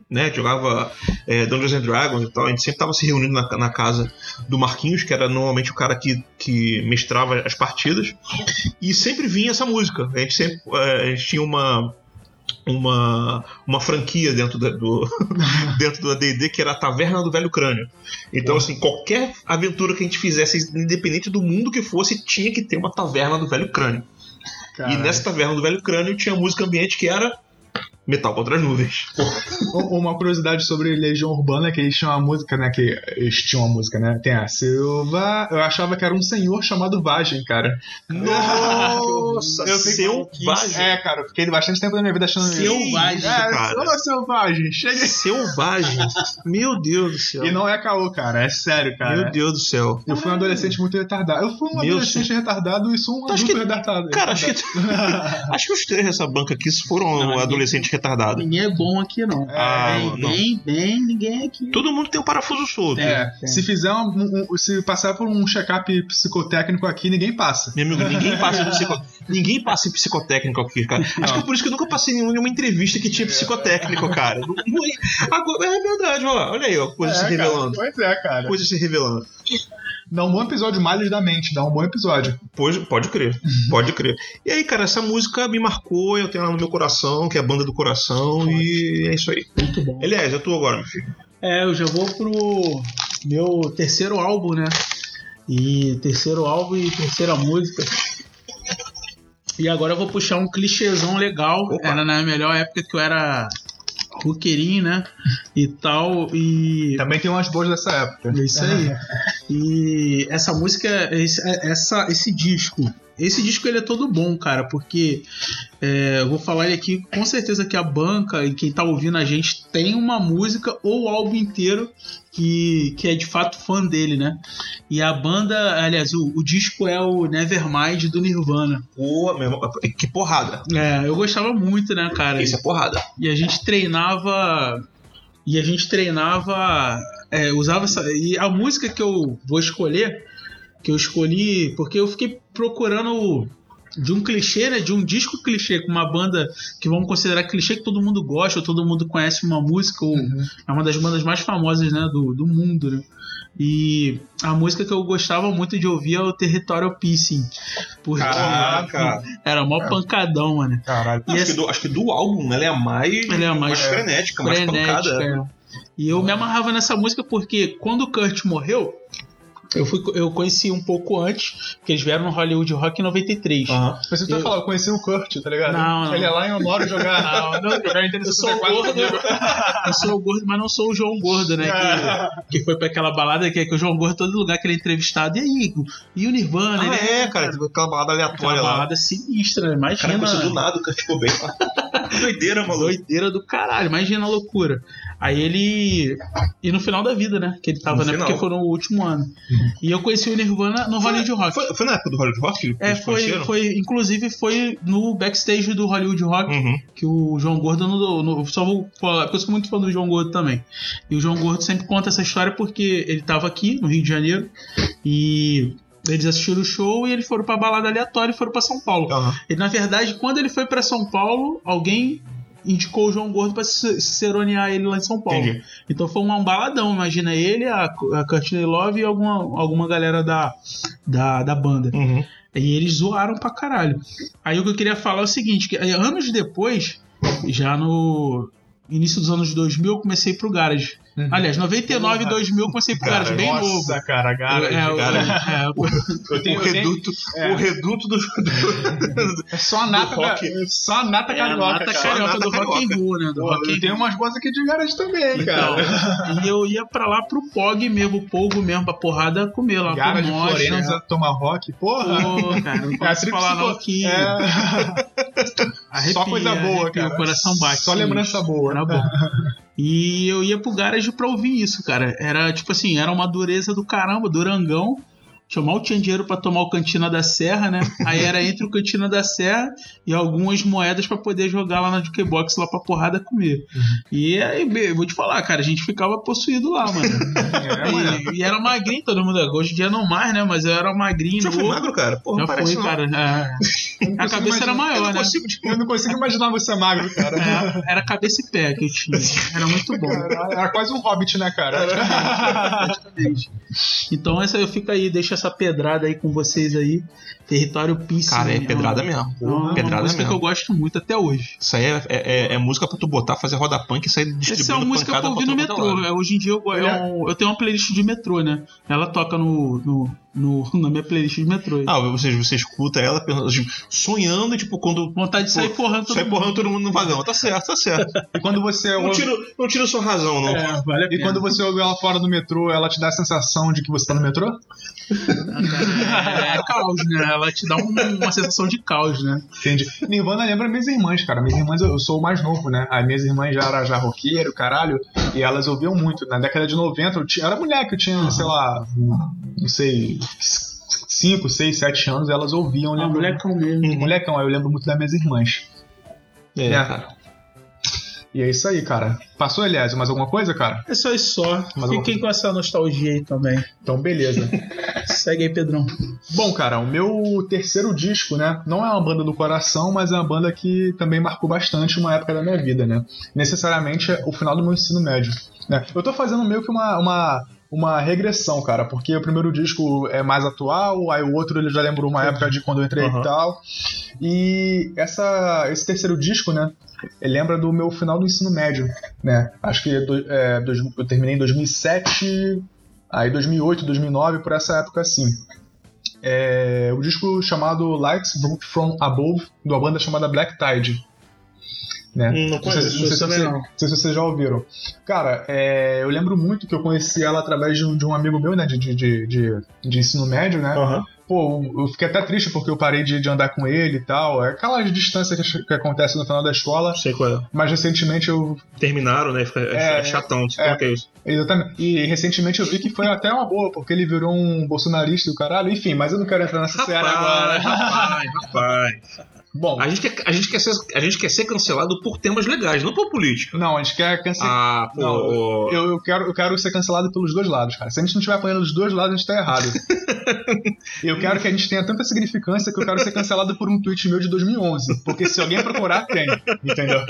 Speaker 1: Né, A gente jogava é, Dungeons and Dragons e tal, a gente sempre tava se reunindo na, na casa do Marquinhos, que era normalmente o cara que, que mestrava as partidas, e sempre vinha essa música. A gente sempre é, a gente tinha uma, uma, uma franquia dentro da- do dentro do ADD que era a Taverna do Velho Crânio. Então, assim, qualquer aventura que a gente fizesse, independente do mundo que fosse, tinha que ter uma Taverna do Velho Crânio. E
Speaker 2: Caralho.
Speaker 1: nessa taverna do Velho Crânio tinha música ambiente que era Metal contra as nuvens.
Speaker 2: Um- Uma curiosidade sobre Legião Urbana é que eles tinham uma música, né? Que eles tinham uma música, né? Tem a Silva. Eu achava que era um senhor chamado Vagem, cara.
Speaker 1: Nossa,
Speaker 2: Eu sei
Speaker 1: Tá selvagem.
Speaker 2: É, cara, eu fiquei bastante tempo da minha vida achando
Speaker 1: Que
Speaker 2: isso.
Speaker 3: Selvagem,
Speaker 1: isso,
Speaker 2: É,
Speaker 1: cara.
Speaker 2: ô selvagem, chega
Speaker 1: É. Selvagem. Meu Deus do céu.
Speaker 2: E não é caô, cara, é sério, cara.
Speaker 1: Meu Deus do céu.
Speaker 2: Eu fui um adolescente muito retardado. Eu fui um
Speaker 1: Meu
Speaker 2: adolescente retardado e sou um
Speaker 1: Tu acha
Speaker 2: adulto
Speaker 1: que-
Speaker 2: retardado.
Speaker 1: Cara, acho que, acho que os três dessa banca aqui foram
Speaker 3: Não,
Speaker 1: adolescentes retardados.
Speaker 3: Ninguém é bom aqui, não.
Speaker 1: Ah,
Speaker 3: bem,
Speaker 1: não.
Speaker 3: bem, bem, ninguém é aqui.
Speaker 1: Todo mundo tem o parafuso solto.
Speaker 2: É, se fizer um, um- um- se passar por um check-up psicotécnico aqui, ninguém passa.
Speaker 1: Meu amigo, ninguém passa, em psico... ninguém passa em psicotécnico aqui, cara. Acho que é por isso que eu nunca passei em nenhuma entrevista que tinha psicotécnico, cara. Não- não- Agora, é verdade, olha lá. Olha aí, ó, a coisa
Speaker 2: É,
Speaker 1: se
Speaker 2: cara,
Speaker 1: revelando.
Speaker 2: Pois é, cara.
Speaker 1: coisa se revelando.
Speaker 2: Dá um bom episódio, Malhas da Mente, dá um bom episódio.
Speaker 1: Pode, pode crer,
Speaker 3: Uhum.
Speaker 1: pode crer. E aí, cara, essa música me marcou, eu tenho ela no meu coração, que é a banda do coração, e é isso aí.
Speaker 3: Muito bom.
Speaker 1: Aliás, eu tô agora, meu filho.
Speaker 3: É, eu já vou pro meu terceiro álbum, né? E terceiro álbum e terceira música. E agora eu vou puxar um clichêzão legal.
Speaker 1: Opa.
Speaker 3: Era na melhor época que eu era roqueirinho, né? E tal. E
Speaker 2: Também tem umas boas dessa época.
Speaker 3: é isso aí. E essa música, esse, é, essa, esse disco. Esse disco ele é todo bom, cara, porque é, eu vou falar ele aqui, com certeza que a banca e quem tá ouvindo a gente tem uma música ou o álbum inteiro que, que é de fato fã dele, né? E a banda, aliás, o, o disco é o Nevermind do Nirvana.
Speaker 1: Pô, meu irmão, que porrada.
Speaker 3: É, eu gostava muito, né, cara?
Speaker 1: Isso é porrada.
Speaker 3: E a gente treinava. E a gente treinava. é, usava essa. E a música que eu vou escolher, que eu escolhi, porque eu fiquei procurando de um clichê, né? De um disco clichê, com uma banda que vamos considerar clichê que todo mundo gosta, ou todo mundo conhece uma música, ou é uma das bandas mais famosas, né, do, do mundo, né? E a música que eu gostava muito de ouvir é o Territorial Pissing. Porque
Speaker 1: Caraca.
Speaker 3: era mó pancadão, mano.
Speaker 2: Caralho.
Speaker 3: E
Speaker 1: acho,
Speaker 3: essa-
Speaker 1: que do, acho que do álbum ela é a mais,
Speaker 3: Ela é a mais-
Speaker 1: frenética, mais
Speaker 3: frenética.
Speaker 1: pancada. né?
Speaker 3: é. E eu me amarrava nessa música porque quando o Kurt morreu, eu, fui, eu conheci um pouco antes, porque eles vieram no Hollywood Rock em 93.
Speaker 1: Aham.
Speaker 2: Mas você tá
Speaker 3: Eu-
Speaker 2: falando, eu conheci o Kurt, tá ligado?
Speaker 3: Não, não.
Speaker 2: Ele é lá em Honório jogar.
Speaker 3: Ah, não,
Speaker 2: jogar Nintendo
Speaker 3: eu sou
Speaker 2: 64
Speaker 3: gordo,
Speaker 2: comigo.
Speaker 3: eu sou gordo, mas não sou o João Gordo, né? Que, que foi pra aquela balada que, que o João Gordo, todo lugar que ele é entrevistado, e aí, e o Nirvana,
Speaker 1: Ah,
Speaker 3: ele
Speaker 1: é, cara, teve aquela balada
Speaker 3: Aquela
Speaker 1: aleatória lá.
Speaker 3: balada sinistra, né?
Speaker 1: Cara,
Speaker 3: imagina.
Speaker 1: aconteceu do nada, o cara ficou bem. Doideira, maluco.
Speaker 3: Doideira do caralho, imagina a loucura. Aí ele. E no final da vida, né? Que ele tava,
Speaker 1: No
Speaker 3: né?
Speaker 1: final. Uhum.
Speaker 3: Porque foi no último ano. E eu conheci o Nirvana no Hollywood Rock.
Speaker 1: Foi, foi na época do Hollywood Rock? que
Speaker 3: é,
Speaker 1: eles
Speaker 3: foi,
Speaker 1: conheceram?
Speaker 3: foi. Inclusive foi no backstage do Hollywood Rock
Speaker 1: Uhum.
Speaker 3: que o João Gordo não, não- só vou falar, porque eu sou muito fã do João Gordo também. E o João Gordo sempre conta essa história porque ele tava aqui no Rio de Janeiro e eles assistiram o show e eles foram pra balada aleatória e foram pra São Paulo.
Speaker 1: Aham.
Speaker 3: Ele, na verdade, quando ele foi pra São Paulo, alguém indicou o João Gordo pra se- seronear ele lá em São Paulo.
Speaker 1: Entendi.
Speaker 3: Então foi um, um baladão, imagina ele, a, a Courtney Love e alguma, alguma galera da, da, da banda.
Speaker 1: Uhum.
Speaker 3: E eles zoaram pra caralho. Aí o que eu queria falar é o seguinte, que eh, anos depois, já no início dos anos 2000, eu comecei pro Garage.
Speaker 2: Uhum.
Speaker 3: Aliás, 99
Speaker 2: Porra.
Speaker 3: 2000 eu comecei pro Garage, bem novo.
Speaker 2: Nossa, cara, garage,
Speaker 3: é, o-
Speaker 2: garage.
Speaker 3: é, o-
Speaker 2: Eu tenho,
Speaker 1: o
Speaker 2: eu tenho,
Speaker 1: reduto,
Speaker 2: é.
Speaker 1: o reduto do, do-
Speaker 2: é só a nata,
Speaker 1: do rock.
Speaker 2: é só a nata
Speaker 3: é a
Speaker 2: carioca,
Speaker 3: nata
Speaker 2: cara.
Speaker 3: carioca
Speaker 1: nata
Speaker 3: do Rock and Roll, né? Do
Speaker 2: Pô,
Speaker 3: Rock and
Speaker 2: eu tenho umas boas aqui de garagem também,
Speaker 3: Então,
Speaker 2: cara.
Speaker 3: e eu ia pra lá pro POG mesmo, o Pogo mesmo, pra porrada comer lá
Speaker 2: Gara de
Speaker 3: pro Mosh,
Speaker 2: Florença, Tomahawk, né? porra.
Speaker 3: Pô, cara, não
Speaker 2: É a
Speaker 3: posso falar não
Speaker 2: tríplice-
Speaker 3: que
Speaker 2: É,
Speaker 3: arrepia,
Speaker 2: só coisa boa,
Speaker 3: arrepia,
Speaker 2: cara.
Speaker 3: O coração bate.
Speaker 2: Só
Speaker 3: sim.
Speaker 2: lembrança boa.
Speaker 3: Era bom. E eu ia pro garage pra ouvir isso, cara. Era tipo assim, era uma dureza do caramba, durangão. Tinha mal tinha dinheiro pra tomar o Cantina da Serra, né? Aí era entre o Cantina da Serra e algumas moedas pra poder jogar lá na Jukebox lá pra porrada comer.
Speaker 2: Uhum.
Speaker 3: E aí, be- vou te falar, cara, a gente ficava possuído lá, mano.
Speaker 2: É, mano.
Speaker 3: E, e era magrinho todo mundo. Hoje em dia não mais, né? Mas eu era magrinho.
Speaker 1: Já foi
Speaker 3: louco.
Speaker 1: magro, cara? Pô,
Speaker 3: Já
Speaker 1: não parece
Speaker 3: foi,
Speaker 1: não.
Speaker 3: cara. É. A cabeça era
Speaker 1: Eu
Speaker 3: maior,
Speaker 1: não
Speaker 3: né?
Speaker 1: consigo, tipo,
Speaker 2: Eu não consigo imaginar você magro, cara.
Speaker 3: É, era cabeça e pé que eu tinha. Era muito bom.
Speaker 2: Era era quase um hobbit, né, cara?
Speaker 3: Então essa eu fico aí, deixo essa pedrada aí com vocês aí. Território Pisse.
Speaker 1: Cara, é
Speaker 3: né?
Speaker 1: pedrada mesmo.
Speaker 3: É uma, é uma
Speaker 1: pedrada
Speaker 3: música que eu
Speaker 1: mesmo.
Speaker 3: gosto muito até hoje.
Speaker 1: Isso aí é, é- é- é música pra tu botar, fazer roda punk e sair distribuindo
Speaker 3: Essa é uma música que eu
Speaker 1: pancada
Speaker 3: ouvi
Speaker 1: pra
Speaker 3: no
Speaker 1: todo lado.
Speaker 3: metrô. É, Hoje em dia eu, go- é um- eu tenho uma playlist de metrô, né? Ela toca no, no, no- na minha playlist de metrô. aí.
Speaker 1: Ah, você, você escuta ela pensa, tipo, sonhando, e, tipo, quando
Speaker 3: Vontade de sair forrando todo
Speaker 1: sai porrando todo mundo É no vagão. Tá certo, tá certo.
Speaker 2: e quando você
Speaker 1: Não
Speaker 2: ouve,
Speaker 1: tiro, não tiro sua razão, não.
Speaker 3: É, vale a
Speaker 2: e
Speaker 3: pena.
Speaker 2: quando você ouve ela fora do metrô, ela te dá a sensação de que você tá no metrô?
Speaker 3: É caos, né? Ela te dá um- uma sensação de caos, né?
Speaker 2: Entendi. Nirvana lembra minhas irmãs, cara. Minhas irmãs, eu sou o mais novo, né? As minhas irmãs já eram já roqueiro, caralho. E elas ouviam muito. Na década de 90, eu, tinha, eu era mulher que eu tinha, sei lá, não sei, 5, 6, 7 anos, elas ouviam.
Speaker 3: Uma
Speaker 2: lembro-
Speaker 3: Ah, molecão mesmo.
Speaker 2: Molecão, aí eu lembro muito das minhas irmãs.
Speaker 1: É,
Speaker 2: É.
Speaker 1: cara.
Speaker 2: E é isso aí, cara. Passou, aliás, mais alguma coisa, cara?
Speaker 3: É só isso só.
Speaker 2: Mas
Speaker 3: Fiquem com essa nostalgia aí também.
Speaker 2: Então, beleza.
Speaker 3: Segue aí, Pedrão.
Speaker 2: Bom, cara, o meu terceiro disco, né? Não é uma banda do coração, mas é uma banda que também marcou bastante uma época da minha vida, né? Necessariamente é o final do meu ensino médio. Né? Eu tô fazendo meio que uma, uma, uma regressão, cara, porque o primeiro disco é mais atual, aí o outro ele já lembrou uma época de quando eu entrei
Speaker 1: Aham.
Speaker 2: e tal. E essa, esse terceiro disco, né, ele lembra do meu final do ensino médio, né? Acho que é do- é, dois- eu terminei em 2007, aí 2008, 2009, por essa época assim. É, o disco chamado Lights Broke From Above, de uma banda chamada Black Tide. Né?
Speaker 1: Hum, não
Speaker 2: Não sei,
Speaker 1: conheço.
Speaker 2: não sei se
Speaker 3: também
Speaker 2: você-
Speaker 3: não.
Speaker 2: não sei se vocês já ouviram. Cara, é, eu lembro muito que eu conheci ela através de um, de um amigo meu, né? De, de, de, de- de ensino médio, né?
Speaker 1: Aham.
Speaker 2: Pô, eu- eu fiquei até triste porque eu parei de, de andar com ele e tal. É aquela distância que, ach- que acontece no final da escola.
Speaker 1: Sei qual é.
Speaker 2: Mas recentemente eu.
Speaker 1: Terminaram, né? Fica- É,
Speaker 2: É,
Speaker 1: chatão. Tipo,
Speaker 2: é.
Speaker 1: que é isso.
Speaker 2: Exatamente. E recentemente eu vi que foi até uma boa, porque ele virou um bolsonarista e o caralho. Enfim, mas eu não quero entrar nessa seara
Speaker 1: Rapaz,
Speaker 2: agora.
Speaker 1: rapaz, rapaz.
Speaker 2: Bom,
Speaker 1: A gente, quer, a, gente quer ser, a gente quer ser cancelado por temas legais, não por política.
Speaker 2: não, a gente quer cancelar.
Speaker 1: Ah, pô.
Speaker 2: Não,
Speaker 1: ó,
Speaker 2: Eu, eu quero, eu quero ser cancelado pelos dois lados, cara. Se a gente não estiver apanhando dos dois lados, a gente tá errado. eu quero que a gente tenha tanta significância que eu quero ser cancelado por um tweet meu de 2011. Porque se alguém procurar, tem. Entendeu?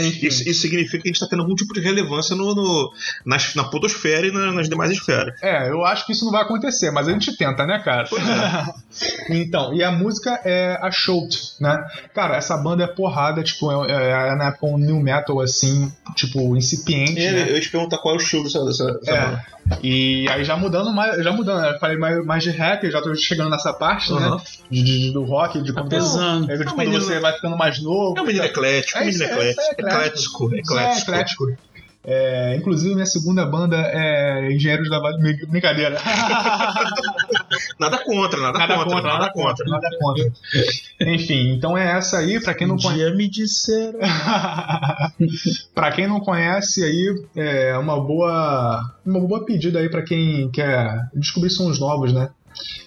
Speaker 2: Enfim.
Speaker 1: Isso, isso significa que a gente tá tendo algum tipo de relevância no, no- nas- na podosfera e na- nas demais esferas.
Speaker 2: É, eu acho que isso não vai acontecer, mas a gente tenta, né, cara? então, e a música é a Shout, né? Cara, essa banda é porrada, tipo, é, é, é na época um new metal, assim, tipo, incipiente, né?
Speaker 1: ia te perguntar qual é o show dessa. dessa, dessa
Speaker 2: É.
Speaker 1: banda.
Speaker 2: E aí já mudando mais, já mudando, né? Eu falei mais, mais de rap, eu já tô chegando nessa parte, né?
Speaker 1: Aham.
Speaker 2: De, de- do rock, de quando,
Speaker 3: Uhum. Tá pesando.
Speaker 2: é, de
Speaker 1: É um
Speaker 2: quando
Speaker 1: menino-
Speaker 2: você vai ficando mais novo.
Speaker 1: É um menino eclético,
Speaker 2: É
Speaker 1: é um
Speaker 2: isso,
Speaker 1: menino
Speaker 2: é, é
Speaker 1: eclético,
Speaker 2: eclético.
Speaker 1: eclético,
Speaker 2: É,
Speaker 1: eclético.
Speaker 2: eclético. É, inclusive, minha segunda banda é Engenheiros da Vale. Brin- Brincadeira.
Speaker 1: Nada contra, nada, contra, nada contra.
Speaker 2: Nada contra. Enfim, então é essa aí, pra quem não
Speaker 3: Um
Speaker 2: conhece.
Speaker 3: dia me disseram.
Speaker 2: Pra quem não conhece aí, é uma boa, uma boa pedida aí pra quem quer descobrir sons novos, né?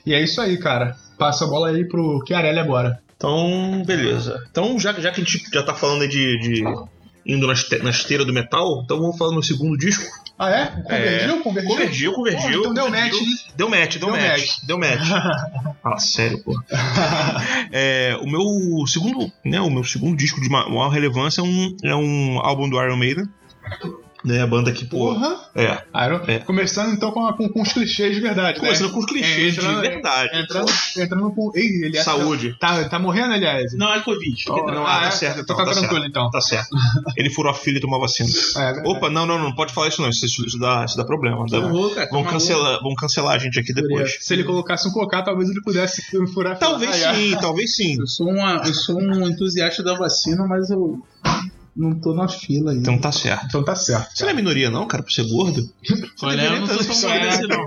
Speaker 2: E é isso aí, cara. Passa a bola aí pro Chiarelli agora.
Speaker 1: Então, beleza. Então, já, já que a gente já tá falando aí de. de- Indo na, este- na esteira do metal, então vamos falar no segundo disco.
Speaker 2: Ah, é? Convergiu?
Speaker 1: Convergiu,
Speaker 2: Convergiu? Pô,
Speaker 1: convergiu.
Speaker 2: então deu match,
Speaker 1: convergiu.
Speaker 2: hein?
Speaker 1: Deu match, deu,
Speaker 2: Deu
Speaker 1: match, Deu match. ah, sério, pô. É, o meu segundo, né, o meu segundo disco de ma- maior relevância é um, é um álbum do Iron Maiden. Né, a banda que, pô,
Speaker 2: Porra!
Speaker 1: é.
Speaker 2: Iron-
Speaker 1: É.
Speaker 2: Começando então com, a- com- com os clichês de verdade, né?
Speaker 1: Começando com os clichês
Speaker 2: É, entra-
Speaker 1: de verdade.
Speaker 2: Entrando, entrando com. Ei, ele
Speaker 1: Saúde.
Speaker 2: Tá, tá morrendo, aliás?
Speaker 3: Não, é Covid.
Speaker 1: Não, não, ah, tá certo, então,
Speaker 2: Tá,
Speaker 1: tá
Speaker 2: tranquilo, então.
Speaker 1: Tá certo. Ele furou a filha e tomou a vacina.
Speaker 2: É,
Speaker 1: Opa, não, não, não pode falar isso não. Isso, isso dá, isso dá problema. dá-
Speaker 3: Horror,
Speaker 1: vão,
Speaker 3: cara, tá maluco.
Speaker 1: cancelar, vão cancelar a gente aqui depois.
Speaker 2: Se ele colocasse um cocá, talvez ele pudesse furar a
Speaker 1: Talvez
Speaker 2: fila.
Speaker 1: sim, talvez sim.
Speaker 3: Eu sou, uma, eu sou um entusiasta da vacina, mas eu não tô na fila ainda.
Speaker 1: Então tá certo.
Speaker 2: Então tá certo.
Speaker 1: Você não é minoria não, cara, pra ser gordo?
Speaker 3: Olha, eu não sou tão
Speaker 1: Isso
Speaker 3: gordo
Speaker 1: é-
Speaker 3: assim, não.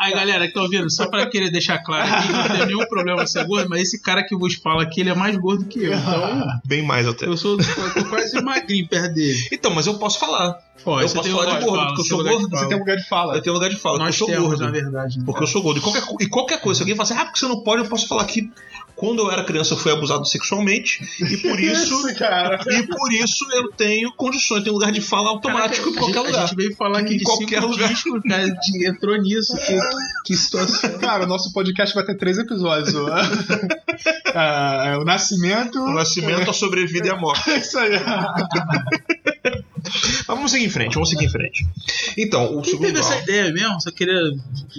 Speaker 3: Aí, galera, que tá ouvindo, só pra querer deixar claro aqui, não tem nenhum problema ser gordo, mas esse cara que vos fala aqui, ele é mais gordo que eu. Então,
Speaker 1: Bem mais até.
Speaker 3: eu sou eu tô quase magrinho perto dele.
Speaker 1: Então, mas eu posso falar.
Speaker 3: Ó,
Speaker 1: eu
Speaker 3: você
Speaker 1: posso
Speaker 3: tem
Speaker 1: falar
Speaker 3: lugar
Speaker 1: de
Speaker 3: de
Speaker 1: gordo,
Speaker 3: fala,
Speaker 1: porque eu
Speaker 3: você
Speaker 1: sou
Speaker 3: tem lugar de
Speaker 1: gordo,
Speaker 2: Você
Speaker 3: fala.
Speaker 2: tem um lugar de fala.
Speaker 1: Eu tenho lugar de falar,
Speaker 3: Nós
Speaker 1: porque eu sou
Speaker 3: temos,
Speaker 1: gordo.
Speaker 3: na verdade. né?
Speaker 1: Porque eu sou gordo. E qualquer, co- e qualquer coisa, se alguém fala assim, ah, porque você não pode, eu posso falar que quando eu era criança eu fui abusado sexualmente e por isso.
Speaker 2: cara.
Speaker 1: e por isso eu tenho condições, eu tenho lugar de fala automático em
Speaker 3: Caraca,
Speaker 1: qualquer
Speaker 3: a gente-
Speaker 1: lugar.
Speaker 3: A gente veio falar aqui
Speaker 1: Em
Speaker 3: de
Speaker 1: qualquer
Speaker 3: cinco
Speaker 1: lugar.
Speaker 3: discos, cara, de- entrou nisso. Que, que situação.
Speaker 2: Cara, o nosso podcast vai ter três episódios. ó. Ah, é o nascimento.
Speaker 1: O nascimento, a sobrevida e a morte.
Speaker 2: É isso aí.
Speaker 1: Mas vamos seguir em frente, vamos seguir em frente. Então, o
Speaker 3: Quem
Speaker 1: segundo
Speaker 3: teve essa
Speaker 1: álbum.
Speaker 3: ideia mesmo? Só queria.